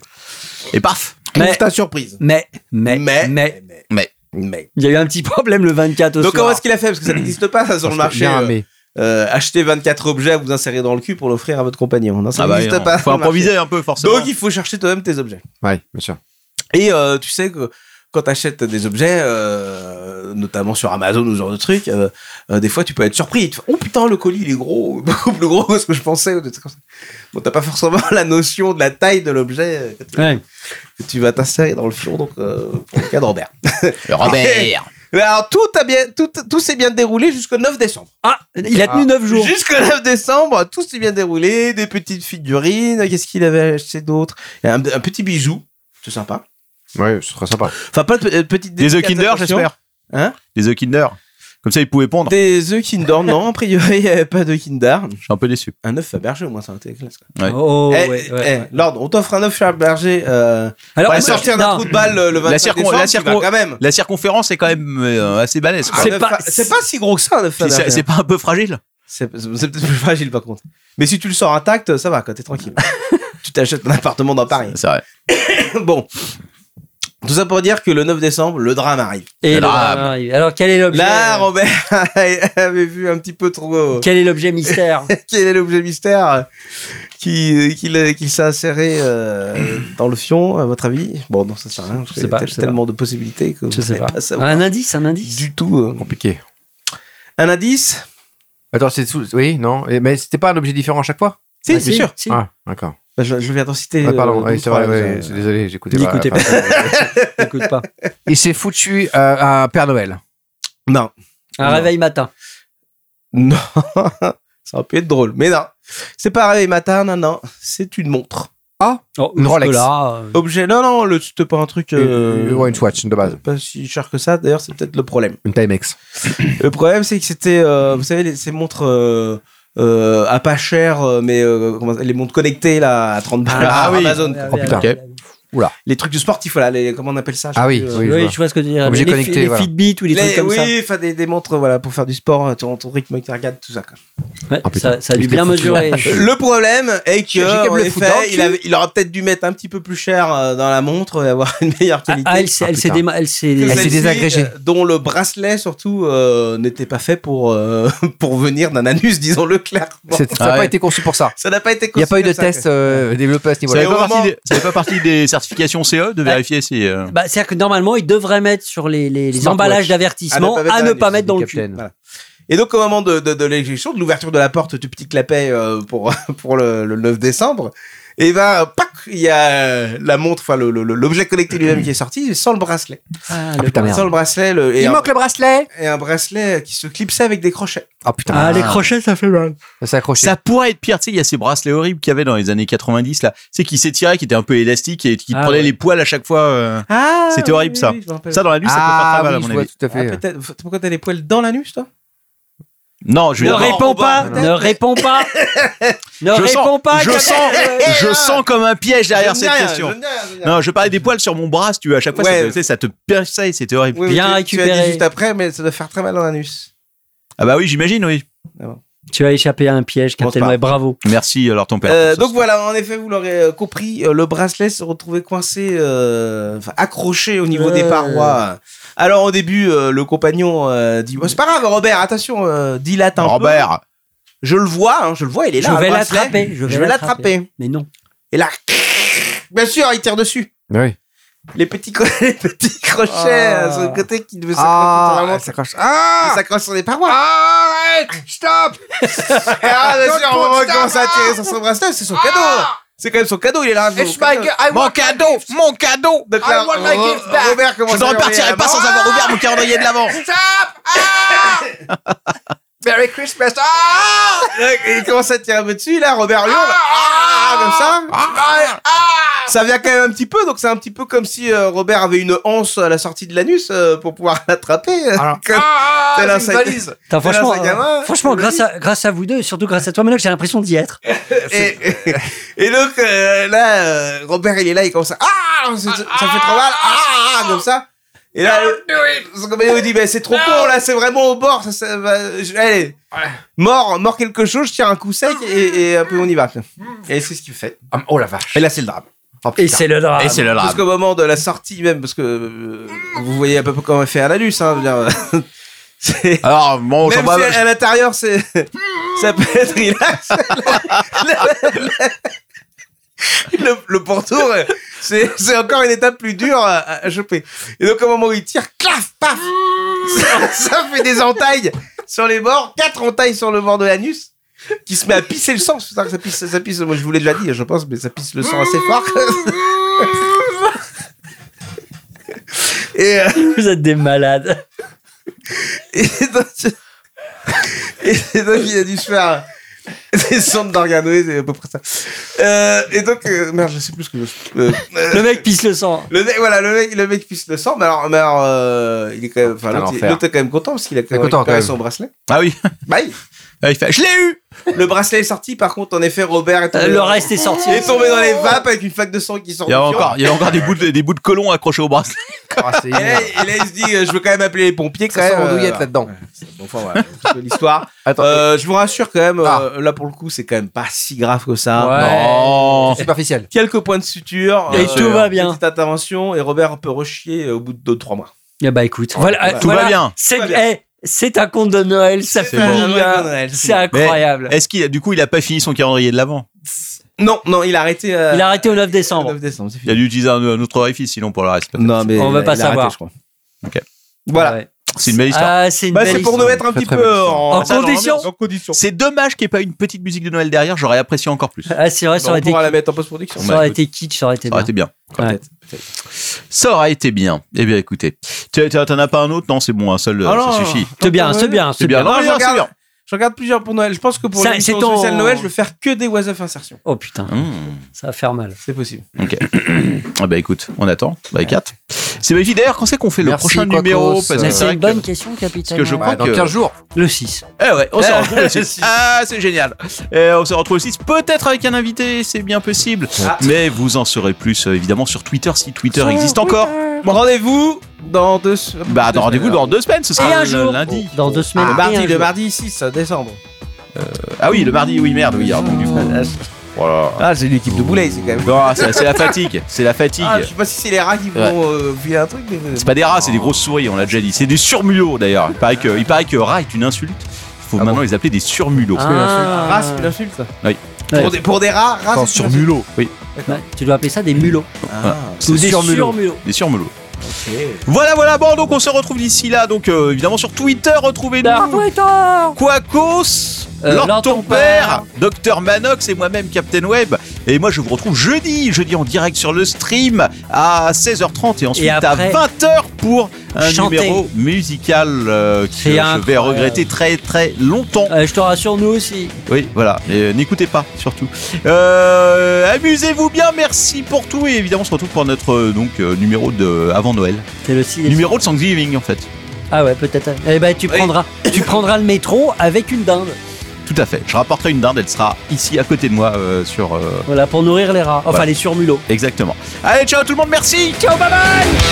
Speaker 2: Et paf.
Speaker 4: Mais,
Speaker 6: ta surprise.
Speaker 4: mais, mais,
Speaker 6: Mais-
Speaker 4: mais,
Speaker 6: Mais.
Speaker 4: il y a eu un petit problème le 24 au
Speaker 6: Donc, comment
Speaker 4: soir.
Speaker 6: est-ce qu'il a fait Parce que ça n'existe pas, ça, sur le marché.
Speaker 8: Bien,
Speaker 6: euh,
Speaker 8: mais-
Speaker 6: euh, acheter 24 objets à vous insérer dans le cul pour l'offrir à votre compagnon. Non, ça
Speaker 2: Ah bah,
Speaker 6: n'existe
Speaker 2: non.
Speaker 6: pas.
Speaker 2: Faut
Speaker 6: sur le marché.
Speaker 2: improviser un peu, forcément.
Speaker 6: Donc, il faut chercher toi-même tes objets.
Speaker 8: Ouais, bien sûr.
Speaker 6: Et euh, tu sais que quand tu achètes des objets, euh, notamment sur Amazon ou ce genre de trucs, euh, euh, des fois tu peux être surpris. Tu fais, oh putain, le colis il est gros, beaucoup plus gros que ce que je pensais. ou des trucs comme ça. Bon, t'as pas forcément la notion de la taille de l'objet euh, que tu-
Speaker 4: Ouais.
Speaker 6: que tu vas t'insérer dans le fion, donc euh, pour le cas de Robert.
Speaker 2: Robert.
Speaker 6: Mais Euh, alors tout, a bien, tout, tout s'est bien déroulé jusqu'au 9 décembre.
Speaker 4: Ah, il a tenu 9 jours.
Speaker 6: Jusqu'au 9 décembre, tout s'est bien déroulé, des petites figurines, qu'est-ce qu'il avait acheté d'autre un, un petit bijou, c'est sympa.
Speaker 8: Ouais, c'est très sympa.
Speaker 6: Enfin, pas de pe- euh, petites
Speaker 2: Des œufs
Speaker 6: dédicaces,
Speaker 2: Kinder,
Speaker 6: attention.
Speaker 2: j'espère.
Speaker 6: Hein
Speaker 2: Des œufs Kinder. Comme ça, ils pouvaient pondre.
Speaker 6: Des œufs Kinder, non, a priori, il n'y avait pas de Kinder.
Speaker 2: Je suis un peu déçu.
Speaker 6: Un œuf Fabergé, au moins, ça aurait été classe. quoi.
Speaker 2: Ouais.
Speaker 4: Oh,
Speaker 6: Eh,
Speaker 4: ouais,
Speaker 6: eh,
Speaker 4: ouais.
Speaker 6: eh, Lord, on t'offre un œuf Fabergé. Euh,
Speaker 4: Alors,
Speaker 6: on va
Speaker 4: moi,
Speaker 6: sortir
Speaker 4: non,
Speaker 6: d'un trou de balle euh, le 25
Speaker 2: circon-
Speaker 6: décembre,
Speaker 2: la
Speaker 6: tu vas
Speaker 2: circon-
Speaker 6: quand même.
Speaker 2: La circonférence est quand même euh, assez balèze. quoi.
Speaker 4: c'est
Speaker 6: Un œuf
Speaker 4: pas-
Speaker 6: fa- c'est pas si gros que ça, un œuf
Speaker 2: Puis
Speaker 6: Fabergé.
Speaker 2: C'est c'est pas un peu fragile
Speaker 6: C'est c'est peut-être plus fragile, par contre. Mais si tu le sors intact, ça va, quand t'es tranquille. tu t'achètes un appartement dans Paris.
Speaker 2: C'est vrai.
Speaker 6: bon. Tout ça pour dire que le 9 décembre, le drame arrive.
Speaker 4: et le-
Speaker 2: Drame.
Speaker 4: alors, quel est l'objet
Speaker 6: Là, Robert avait vu un petit peu trop. euh,
Speaker 4: Quel est l'objet mystère
Speaker 6: quel est l'objet mystère euh, qui, qui, l'a- qui s'est inséré euh, dans le fion, à votre avis Bon, non, ça sert à rien. parce
Speaker 4: Je
Speaker 6: que
Speaker 4: sais pas,
Speaker 6: Il y a
Speaker 4: je sais
Speaker 6: tellement de possibilités que
Speaker 4: Je
Speaker 6: vous
Speaker 4: sais
Speaker 6: savez
Speaker 4: pas. Ah.
Speaker 6: savoir
Speaker 4: Un indice, un indice.
Speaker 6: du tout. euh.
Speaker 8: Compliqué.
Speaker 6: Un indice
Speaker 8: Attends, c'est sous. Oui, non. Et- Mais c'était pas un objet différent à chaque fois
Speaker 6: Si,
Speaker 4: Bah,
Speaker 6: c'est sûr.
Speaker 4: si.
Speaker 8: Ah, d'accord.
Speaker 6: Bah, Je, je viens d'en citer.
Speaker 8: Ah, pardon,
Speaker 6: euh,
Speaker 8: ouais,
Speaker 6: deux,
Speaker 8: c'est vrai,
Speaker 6: trois,
Speaker 8: ouais,
Speaker 6: euh,
Speaker 8: c'est- désolé, j'écoutais pas. euh,
Speaker 4: N'écoutez pas. N'écoute pas.
Speaker 8: Il s'est foutu euh, un Père Noël.
Speaker 6: Non.
Speaker 4: Un
Speaker 6: Non.
Speaker 4: réveil matin.
Speaker 6: Non. ça aurait pu être drôle. Mais non. C'est pas un réveil matin, non, non. C'est une montre.
Speaker 4: Oh,
Speaker 8: Une Rolex.
Speaker 4: jusque-là, euh,
Speaker 6: Objet. Non, non, le- c'était pas un truc. euh,
Speaker 8: Euh... Ouais, une Swatch de base.
Speaker 6: Pas si cher que ça. D'ailleurs, c'est peut-être le problème.
Speaker 8: Une Timex.
Speaker 6: Le problème, c'est que c'était, euh, vous savez, les- ces montres euh, euh, à pas cher, euh, mais euh, comment ça- les montres connectées là, à 30 balles
Speaker 2: Ah
Speaker 6: à
Speaker 2: oui.
Speaker 6: Amazon.
Speaker 4: ouais,
Speaker 8: Oh,
Speaker 4: ouais,
Speaker 8: putain.
Speaker 4: ouais, ouais.
Speaker 6: Les trucs du sportif, voilà, les, comment on appelle ça je
Speaker 8: Ah
Speaker 6: sais
Speaker 8: oui,
Speaker 6: plus, euh,
Speaker 8: oui,
Speaker 4: Oui,
Speaker 8: je vois.
Speaker 4: je vois ce que tu veux dire.
Speaker 8: Objet
Speaker 4: les, fi-
Speaker 8: connecté,
Speaker 4: les
Speaker 8: voilà.
Speaker 4: Fitbit ou les,
Speaker 6: les-
Speaker 4: trucs comme
Speaker 6: oui, enfin des, des montres voilà, pour faire du sport, euh, ton, ton rythme cardiaque, tout ça. quoi.
Speaker 4: ça. Ouais,
Speaker 8: Ah, putain.
Speaker 4: ça. Ça a dû
Speaker 8: Il
Speaker 4: bien
Speaker 8: s'est foutu.
Speaker 4: mesurer.
Speaker 6: Le problème est
Speaker 8: J'ai- j'ai
Speaker 6: que,
Speaker 8: qu'à
Speaker 6: en
Speaker 8: me le foutre dans le
Speaker 6: effet,
Speaker 8: cul.
Speaker 6: il, avait- il aurait peut-être dû mettre un petit peu plus cher euh, dans la montre et avoir une meilleure
Speaker 4: Ah,
Speaker 6: qualité.
Speaker 4: ah, elle s'est
Speaker 8: Ah,
Speaker 4: elle s'est
Speaker 8: putain.
Speaker 4: déma- elle s'est-
Speaker 6: que
Speaker 8: Elle s'est
Speaker 6: celle-ci,
Speaker 8: désagrégée.
Speaker 6: euh, dont le bracelet surtout euh, n'était pas fait pour euh, pour venir d'un anus, disons-le clairement.
Speaker 8: C'est- Ça n'a
Speaker 2: Ah
Speaker 8: pas
Speaker 2: ouais.
Speaker 8: été conçu pour ça.
Speaker 6: Ça n'a pas été.
Speaker 8: Il n'y a pas eu de
Speaker 6: conçu comme ça,
Speaker 8: test euh, développé à ce
Speaker 2: Ça
Speaker 8: niveau-là.
Speaker 2: fait pas,
Speaker 6: moment-
Speaker 2: partie des- ça fait pas partie des certifications CE de vérifier si. euh,
Speaker 4: Bah, C'est-à-dire que normalement, ils devraient mettre sur les, les- les
Speaker 8: Smartwatch.
Speaker 4: emballages d'avertissement
Speaker 6: À ne pas mettre
Speaker 4: à
Speaker 6: dans
Speaker 4: ne
Speaker 6: la
Speaker 4: pas
Speaker 6: liste
Speaker 4: mettre dans le cul.
Speaker 8: Capitaine. Ah,
Speaker 6: Et donc, au moment de, de, de l'éjection, de l'ouverture de la porte du petit clapet euh, pour, pour le, le 9 décembre, et ben, pac, il y a euh, la montre, enfin, le- le- le- l'objet connecté lui-même qui est sorti, sans le bracelet.
Speaker 4: Ah,
Speaker 8: Ah
Speaker 4: le-
Speaker 8: putain,
Speaker 6: Sans
Speaker 8: merde.
Speaker 6: le bracelet, le, et,
Speaker 8: Il
Speaker 6: un,
Speaker 8: manque le bracelet
Speaker 6: et un bracelet qui se clipsait avec des crochets.
Speaker 8: Ah putain.
Speaker 4: Ah, les crochets, ça fait mal.
Speaker 8: Ça s'est accroché.
Speaker 2: Ça pourrait être pire. Tu sais, il y a ces bracelets horribles qu'il y avait dans les années 90 là. C'est qui s'étiraient, qui étaient un peu élastiques et qui te
Speaker 4: Ah,
Speaker 2: prenaient
Speaker 4: ouais.
Speaker 2: les poils à chaque fois. euh.
Speaker 6: Ah!
Speaker 2: C'était horrible, ça. Ça dans la nuit, ça peut faire
Speaker 8: Ah
Speaker 2: très mal à
Speaker 8: oui, je
Speaker 2: mon
Speaker 8: vois
Speaker 2: avis.
Speaker 8: tout à
Speaker 6: Ah,
Speaker 8: fait.
Speaker 6: peut-être. Faut- Pourquoi t'as les poils dans l'anus, toi?
Speaker 2: Non, je
Speaker 4: Ne
Speaker 2: vais
Speaker 6: Non,
Speaker 4: réponds
Speaker 6: on va-
Speaker 4: pas,
Speaker 6: non,
Speaker 4: ne réponds pas, ne
Speaker 2: Je sens-
Speaker 4: réponds pas.
Speaker 2: je
Speaker 4: Capitaine.
Speaker 2: sens, je sens comme un piège derrière
Speaker 6: Je ne dis
Speaker 2: cette
Speaker 6: rien,
Speaker 2: question.
Speaker 6: je ne dis rien, je ne dis rien.
Speaker 2: Non, je parlais des poils sur mon bras, si tu veux. À chaque fois,
Speaker 6: Ouais.
Speaker 2: ça, te, tu sais, ça te perçait, c'était horrible.
Speaker 6: Oui, oui,
Speaker 4: Bien
Speaker 6: tu- Tu l'as
Speaker 4: récupéré.
Speaker 6: dit juste après, mais ça doit faire très mal dans l'anus.
Speaker 2: Ah bah oui, j'imagine, oui.
Speaker 4: Tu as échappé à un piège, Captain.
Speaker 6: pas.
Speaker 4: Ouais, bravo.
Speaker 2: Merci, alors ton père.
Speaker 6: Euh,
Speaker 2: Bah, pour ce
Speaker 6: donc voilà, en effet, vous l'aurez euh, compris, euh, le bracelet se retrouvait coincé, euh, enfin, accroché au niveau des
Speaker 4: Ouais.
Speaker 6: parois. Alors au début, euh, le compagnon euh, dit Oh, C'est pas grave, Robert, attention, euh, dilate un peu.
Speaker 2: Robert,
Speaker 6: Je le vois, hein, je le vois, il est là.
Speaker 4: Je
Speaker 6: le
Speaker 4: vais
Speaker 6: bracelet.
Speaker 4: l'attraper. Je vais l'attraper. Mais non.
Speaker 6: Et là, bien sûr, il tire dessus.
Speaker 8: Oui.
Speaker 6: Les petits, co- les petits crochets
Speaker 8: Ah.
Speaker 6: euh, sur le côté qui devaient
Speaker 8: Ah,
Speaker 6: s'accrocher
Speaker 8: ça
Speaker 6: sur la montre,
Speaker 8: accroche. Ah
Speaker 6: qui s'accrochent sur les parois.
Speaker 8: Arrête Stop
Speaker 6: Ah, bien sûr, au moment où il commence à tirer sur son bracelet, c'est son cadeau. C'est quand même son cadeau, il est là.
Speaker 5: It's my gu- I
Speaker 2: Mon
Speaker 5: want my
Speaker 2: cadeau,
Speaker 5: gift.
Speaker 2: mon cadeau.
Speaker 6: Donc
Speaker 5: I
Speaker 6: là,
Speaker 5: want my
Speaker 6: Ro-
Speaker 5: gift back.
Speaker 6: Robert commence
Speaker 2: Je ne
Speaker 6: à hurler à
Speaker 2: repartirai pas
Speaker 6: mort.
Speaker 2: sans avoir ouvert mon calendrier de l'avant.
Speaker 5: Stop! Ah! Merry Christmas! Ah!
Speaker 6: Donc, Il commence à tirer un peu dessus, là, Robert hurle. Ah, comme ça.
Speaker 5: Ah!
Speaker 6: Ça vient quand même un petit peu, donc c'est un petit peu comme si euh, Robert avait une anse à la sortie de l'anus euh, pour pouvoir l'attraper. Comme-
Speaker 5: Ah!
Speaker 6: Tel un
Speaker 5: C'est
Speaker 6: sac-
Speaker 5: une valise!
Speaker 4: Putain,
Speaker 6: Voilà,
Speaker 4: franchement,
Speaker 6: ça,
Speaker 4: euh,
Speaker 6: gamin,
Speaker 4: franchement
Speaker 6: je
Speaker 4: grâce, à, grâce à vous deux, et surtout grâce à toi, Manoc, j'ai l'impression d'y être.
Speaker 6: Oh, et, et donc euh, là, euh, Robert il est là, il commence à ah, ça, ça fait trop mal, ah, comme ça. Et là, le- son compagnon lui dit mais c'est trop court là, c'est vraiment au bord, ça, ça va- je- allez, mort, mort quelque chose, je tire un coup sec et, et un peu on y va. Et c'est ce qu'il fait.
Speaker 5: Mm. Ah, Oh la vache!
Speaker 6: Et là c'est le drame.
Speaker 4: Et c'est le drame.
Speaker 2: le
Speaker 6: Parce qu'au moment de la sortie même, parce que euh, vous voyez à peu près comment elle fait à la luce, hein, je veux dire, c'est-
Speaker 2: Alors, bon, j'en
Speaker 6: même
Speaker 2: vois-
Speaker 6: si à l'intérieur, c'est, ça peut être relax. le, le pourtour, euh, c'est, c'est encore une étape plus dure à, à choper. Et donc, au moment où il tire, claf, paf, ça, ça fait des entailles sur les bords, quatre entailles sur le bord de l'anus, qui se met à pisser le sang. C'est-à-dire que ça pisse, ça pisse, moi je vous l'ai déjà dit, je pense, mais ça pisse le sang assez fort. Et, euh,
Speaker 4: Vous êtes des malades.
Speaker 6: et donc, et donc, il a dû se faire des sondes d'organoïdes, c'est à peu près ça. Euh, et donc, euh, merde, je sais plus ce que je. euh, euh,
Speaker 4: Le mec pisse le sang.
Speaker 6: le mec, voilà, le mec, le mec pisse le sang, mais alors, mais alors, euh, il est quand même, enfin,
Speaker 9: Putain,
Speaker 6: l'autre il-
Speaker 9: l'enfer.
Speaker 6: l'autre est quand même content parce qu'il a quand même
Speaker 9: content,
Speaker 6: récupéré
Speaker 9: quand même.
Speaker 6: son bracelet.
Speaker 2: Ah oui. Ah,
Speaker 6: Bah oui.
Speaker 2: Il fait, Je l'ai eu.
Speaker 6: Le bracelet est sorti, par contre, en effet, Robert est
Speaker 4: Euh,
Speaker 6: tombé,
Speaker 4: Le reste est sorti.
Speaker 6: est tombé dans les vapes avec une fac de sang qui sort.
Speaker 2: Il y a
Speaker 6: du fion.
Speaker 2: encore, il y a encore des bouts de, des bouts de colons accrochés au bras.
Speaker 5: Ah, c'est
Speaker 6: Et là, et là, il se dit, euh, je veux quand même appeler les pompiers quand
Speaker 5: Ça sent
Speaker 6: même.
Speaker 5: l'andouillette
Speaker 6: euh,
Speaker 5: là-dedans.
Speaker 6: Bon, enfin, voilà, c'est un petit peu l'histoire.
Speaker 5: Attends,
Speaker 6: Euh, je vous rassure quand même,
Speaker 2: Ah.
Speaker 6: euh, là pour le coup, c'est quand même pas si grave que ça.
Speaker 2: Non.
Speaker 5: superficiel.
Speaker 6: Quelques points de suture. euh,
Speaker 4: Et tout va bien.
Speaker 6: Petite intervention et Robert peut rechier euh, au bout de 2-3 mois.
Speaker 4: Ah bah écoute, voilà,
Speaker 2: Tout
Speaker 4: voilà.
Speaker 2: va bien.
Speaker 4: C'est,
Speaker 6: Tout va bien.
Speaker 4: eh, c'est un conte de Noël, ça fait
Speaker 6: C'est un
Speaker 4: du
Speaker 6: conte de
Speaker 4: bien.
Speaker 6: Noël, c'est
Speaker 4: C'est incroyable.
Speaker 2: Est-ce qu'il a, du coup, il a pas fini son calendrier de l'avant
Speaker 6: Non, non, il a arrêté. euh,
Speaker 4: Il a arrêté au 9
Speaker 6: le
Speaker 4: décembre.
Speaker 6: 9 décembre, c'est
Speaker 2: Il a
Speaker 6: fini.
Speaker 2: dû utiliser un, un autre orifice, sinon pour le reste. peut-être.
Speaker 6: Non, mais
Speaker 4: On
Speaker 6: il a-
Speaker 4: veut pas
Speaker 6: il a arrêté,
Speaker 4: savoir.
Speaker 6: je crois.
Speaker 2: Ok.
Speaker 6: Voilà.
Speaker 4: Ouais.
Speaker 2: C'est une belle histoire.
Speaker 4: Ah, c'est une
Speaker 6: Bah,
Speaker 4: belle
Speaker 6: c'est pour
Speaker 4: histoire.
Speaker 6: nous mettre un petit peu en,
Speaker 4: En condition.
Speaker 6: En condition.
Speaker 2: C'est dommage qu'il n'y ait pas une petite musique de Noël derrière, j'aurais apprécié encore plus. Ça
Speaker 4: Ah, c'est vrai, ça
Speaker 6: Bah, on
Speaker 4: aurait été,
Speaker 6: pourra la mettre en post-production.
Speaker 4: ça aurait été kitsch, ça aurait été
Speaker 2: aurait
Speaker 4: bien.
Speaker 2: été bien.
Speaker 4: Ouais.
Speaker 2: Ça aurait été bien. Eh bien, écoutez. Tu- tu- T'en as pas un autre Non, c'est bon, un seul, euh,
Speaker 6: Ah
Speaker 2: ça
Speaker 6: non.
Speaker 2: suffit.
Speaker 4: C'est bien, c'est bien,
Speaker 2: C'est bien. Non,
Speaker 6: Moi,
Speaker 2: mais
Speaker 6: je
Speaker 2: non, c'est
Speaker 6: regarde.
Speaker 2: bien.
Speaker 6: Je regarde plusieurs pour Noël. Je pense que pour
Speaker 4: Ça,
Speaker 6: l'émission
Speaker 4: c'est ton-
Speaker 6: spéciale Noël, je vais faire que des was-of insertion.
Speaker 4: Oh putain,
Speaker 2: Mmh.
Speaker 4: ça va faire mal.
Speaker 6: C'est possible.
Speaker 2: Ok. ah bah écoute, on attend. Bah 4. C'est magnifique. D'ailleurs, quand c'est qu'on fait le
Speaker 5: Merci,
Speaker 2: prochain
Speaker 5: Quacos.
Speaker 2: numéro
Speaker 5: Mais
Speaker 2: que
Speaker 4: Mais
Speaker 2: c'est
Speaker 4: c'est
Speaker 2: vrai
Speaker 4: une bonne
Speaker 2: que-
Speaker 4: question, capitaine.
Speaker 2: parce que je
Speaker 4: Ouais.
Speaker 2: crois
Speaker 5: Ouais, dans
Speaker 2: que-
Speaker 5: 15 jours.
Speaker 4: Le 6.
Speaker 2: Eh ouais, on se
Speaker 6: Ah,
Speaker 2: retrouve le
Speaker 6: le
Speaker 2: 6.
Speaker 6: six.
Speaker 2: Ah, c'est génial. Euh, on se retrouve le 6, peut-être avec un invité, c'est bien possible.
Speaker 6: Ah.
Speaker 2: Mais vous en saurez plus, euh, évidemment, sur Twitter, si Twitter existe encore.
Speaker 6: Bon, rendez-vous dans deux.
Speaker 2: Bah,
Speaker 6: deux
Speaker 2: dans rendez-vous
Speaker 6: semaines.
Speaker 2: dans deux semaines, ce
Speaker 4: Et
Speaker 2: sera
Speaker 4: un
Speaker 2: le
Speaker 4: jour.
Speaker 2: lundi.
Speaker 4: Dans deux semaines. Ah,
Speaker 6: le
Speaker 4: et un
Speaker 6: mardi, le
Speaker 4: jour.
Speaker 6: mardi 6 décembre.
Speaker 2: Ah oui, le mardi, oui, merde, oui. alors, donc, du coup, euh, voilà.
Speaker 6: Ah, c'est l'équipe de Boulay, c'est quand même.
Speaker 2: Non, c'est c'est la fatigue, c'est la fatigue.
Speaker 6: Ah, je sais pas si c'est les rats qui vont euh, virer un truc, mais.
Speaker 2: C'est pas des rats, c'est des grosses souris, on l'a déjà dit. C'est des surmulots d'ailleurs. Il paraît que, il paraît que rat est une insulte. Il faut maintenant les appeler des surmulots.
Speaker 4: Ah.
Speaker 6: Race, c'est une insulte.
Speaker 2: Oui.
Speaker 4: Ouais.
Speaker 6: Pour, des, pour des rats, race. c'est une insulte.
Speaker 2: Oui,
Speaker 4: Ouais, Bah, Tu dois appeler ça des mulots.
Speaker 2: c'est
Speaker 4: Ou des surmulots.
Speaker 2: Des surmulots. Voilà, voilà, bon, donc on se retrouve d'ici là. Donc euh, évidemment sur Twitter, retrouvez-nous. Quacos,
Speaker 4: Euh,
Speaker 2: Lord
Speaker 4: Lord
Speaker 2: ton
Speaker 4: ton
Speaker 2: père, Docteur Manox et moi-même Captain Web. Et moi je vous retrouve jeudi, jeudi en direct sur le stream à 16h30 et ensuite
Speaker 4: Et après,
Speaker 2: à 20h pour un
Speaker 4: chanter.
Speaker 2: numéro musical euh, que
Speaker 4: C'est
Speaker 2: je vais
Speaker 4: incroyable.
Speaker 2: regretter très très longtemps.
Speaker 4: Euh, je te rassure, nous aussi.
Speaker 2: Oui, voilà. Et euh, n'écoutez pas, surtout. Euh, Amusez-vous bien, merci pour tout. Et évidemment, on se retrouve pour notre euh, donc, euh, numéro de avant Noël.
Speaker 4: C'est le 6.
Speaker 2: Numéro de Thanksgiving, en fait.
Speaker 4: Ah ouais, peut-être. Eh ben, tu prendras, tu prendras le métro avec une dinde.
Speaker 2: Tout à fait. Je rapporterai une dinde, elle sera ici à côté de moi euh, sur. euh,
Speaker 4: Voilà, pour nourrir les rats. Enfin,
Speaker 2: Ouais.
Speaker 4: les surmulots.
Speaker 2: exactement. Allez, ciao tout le monde, merci. Ciao, bye bye.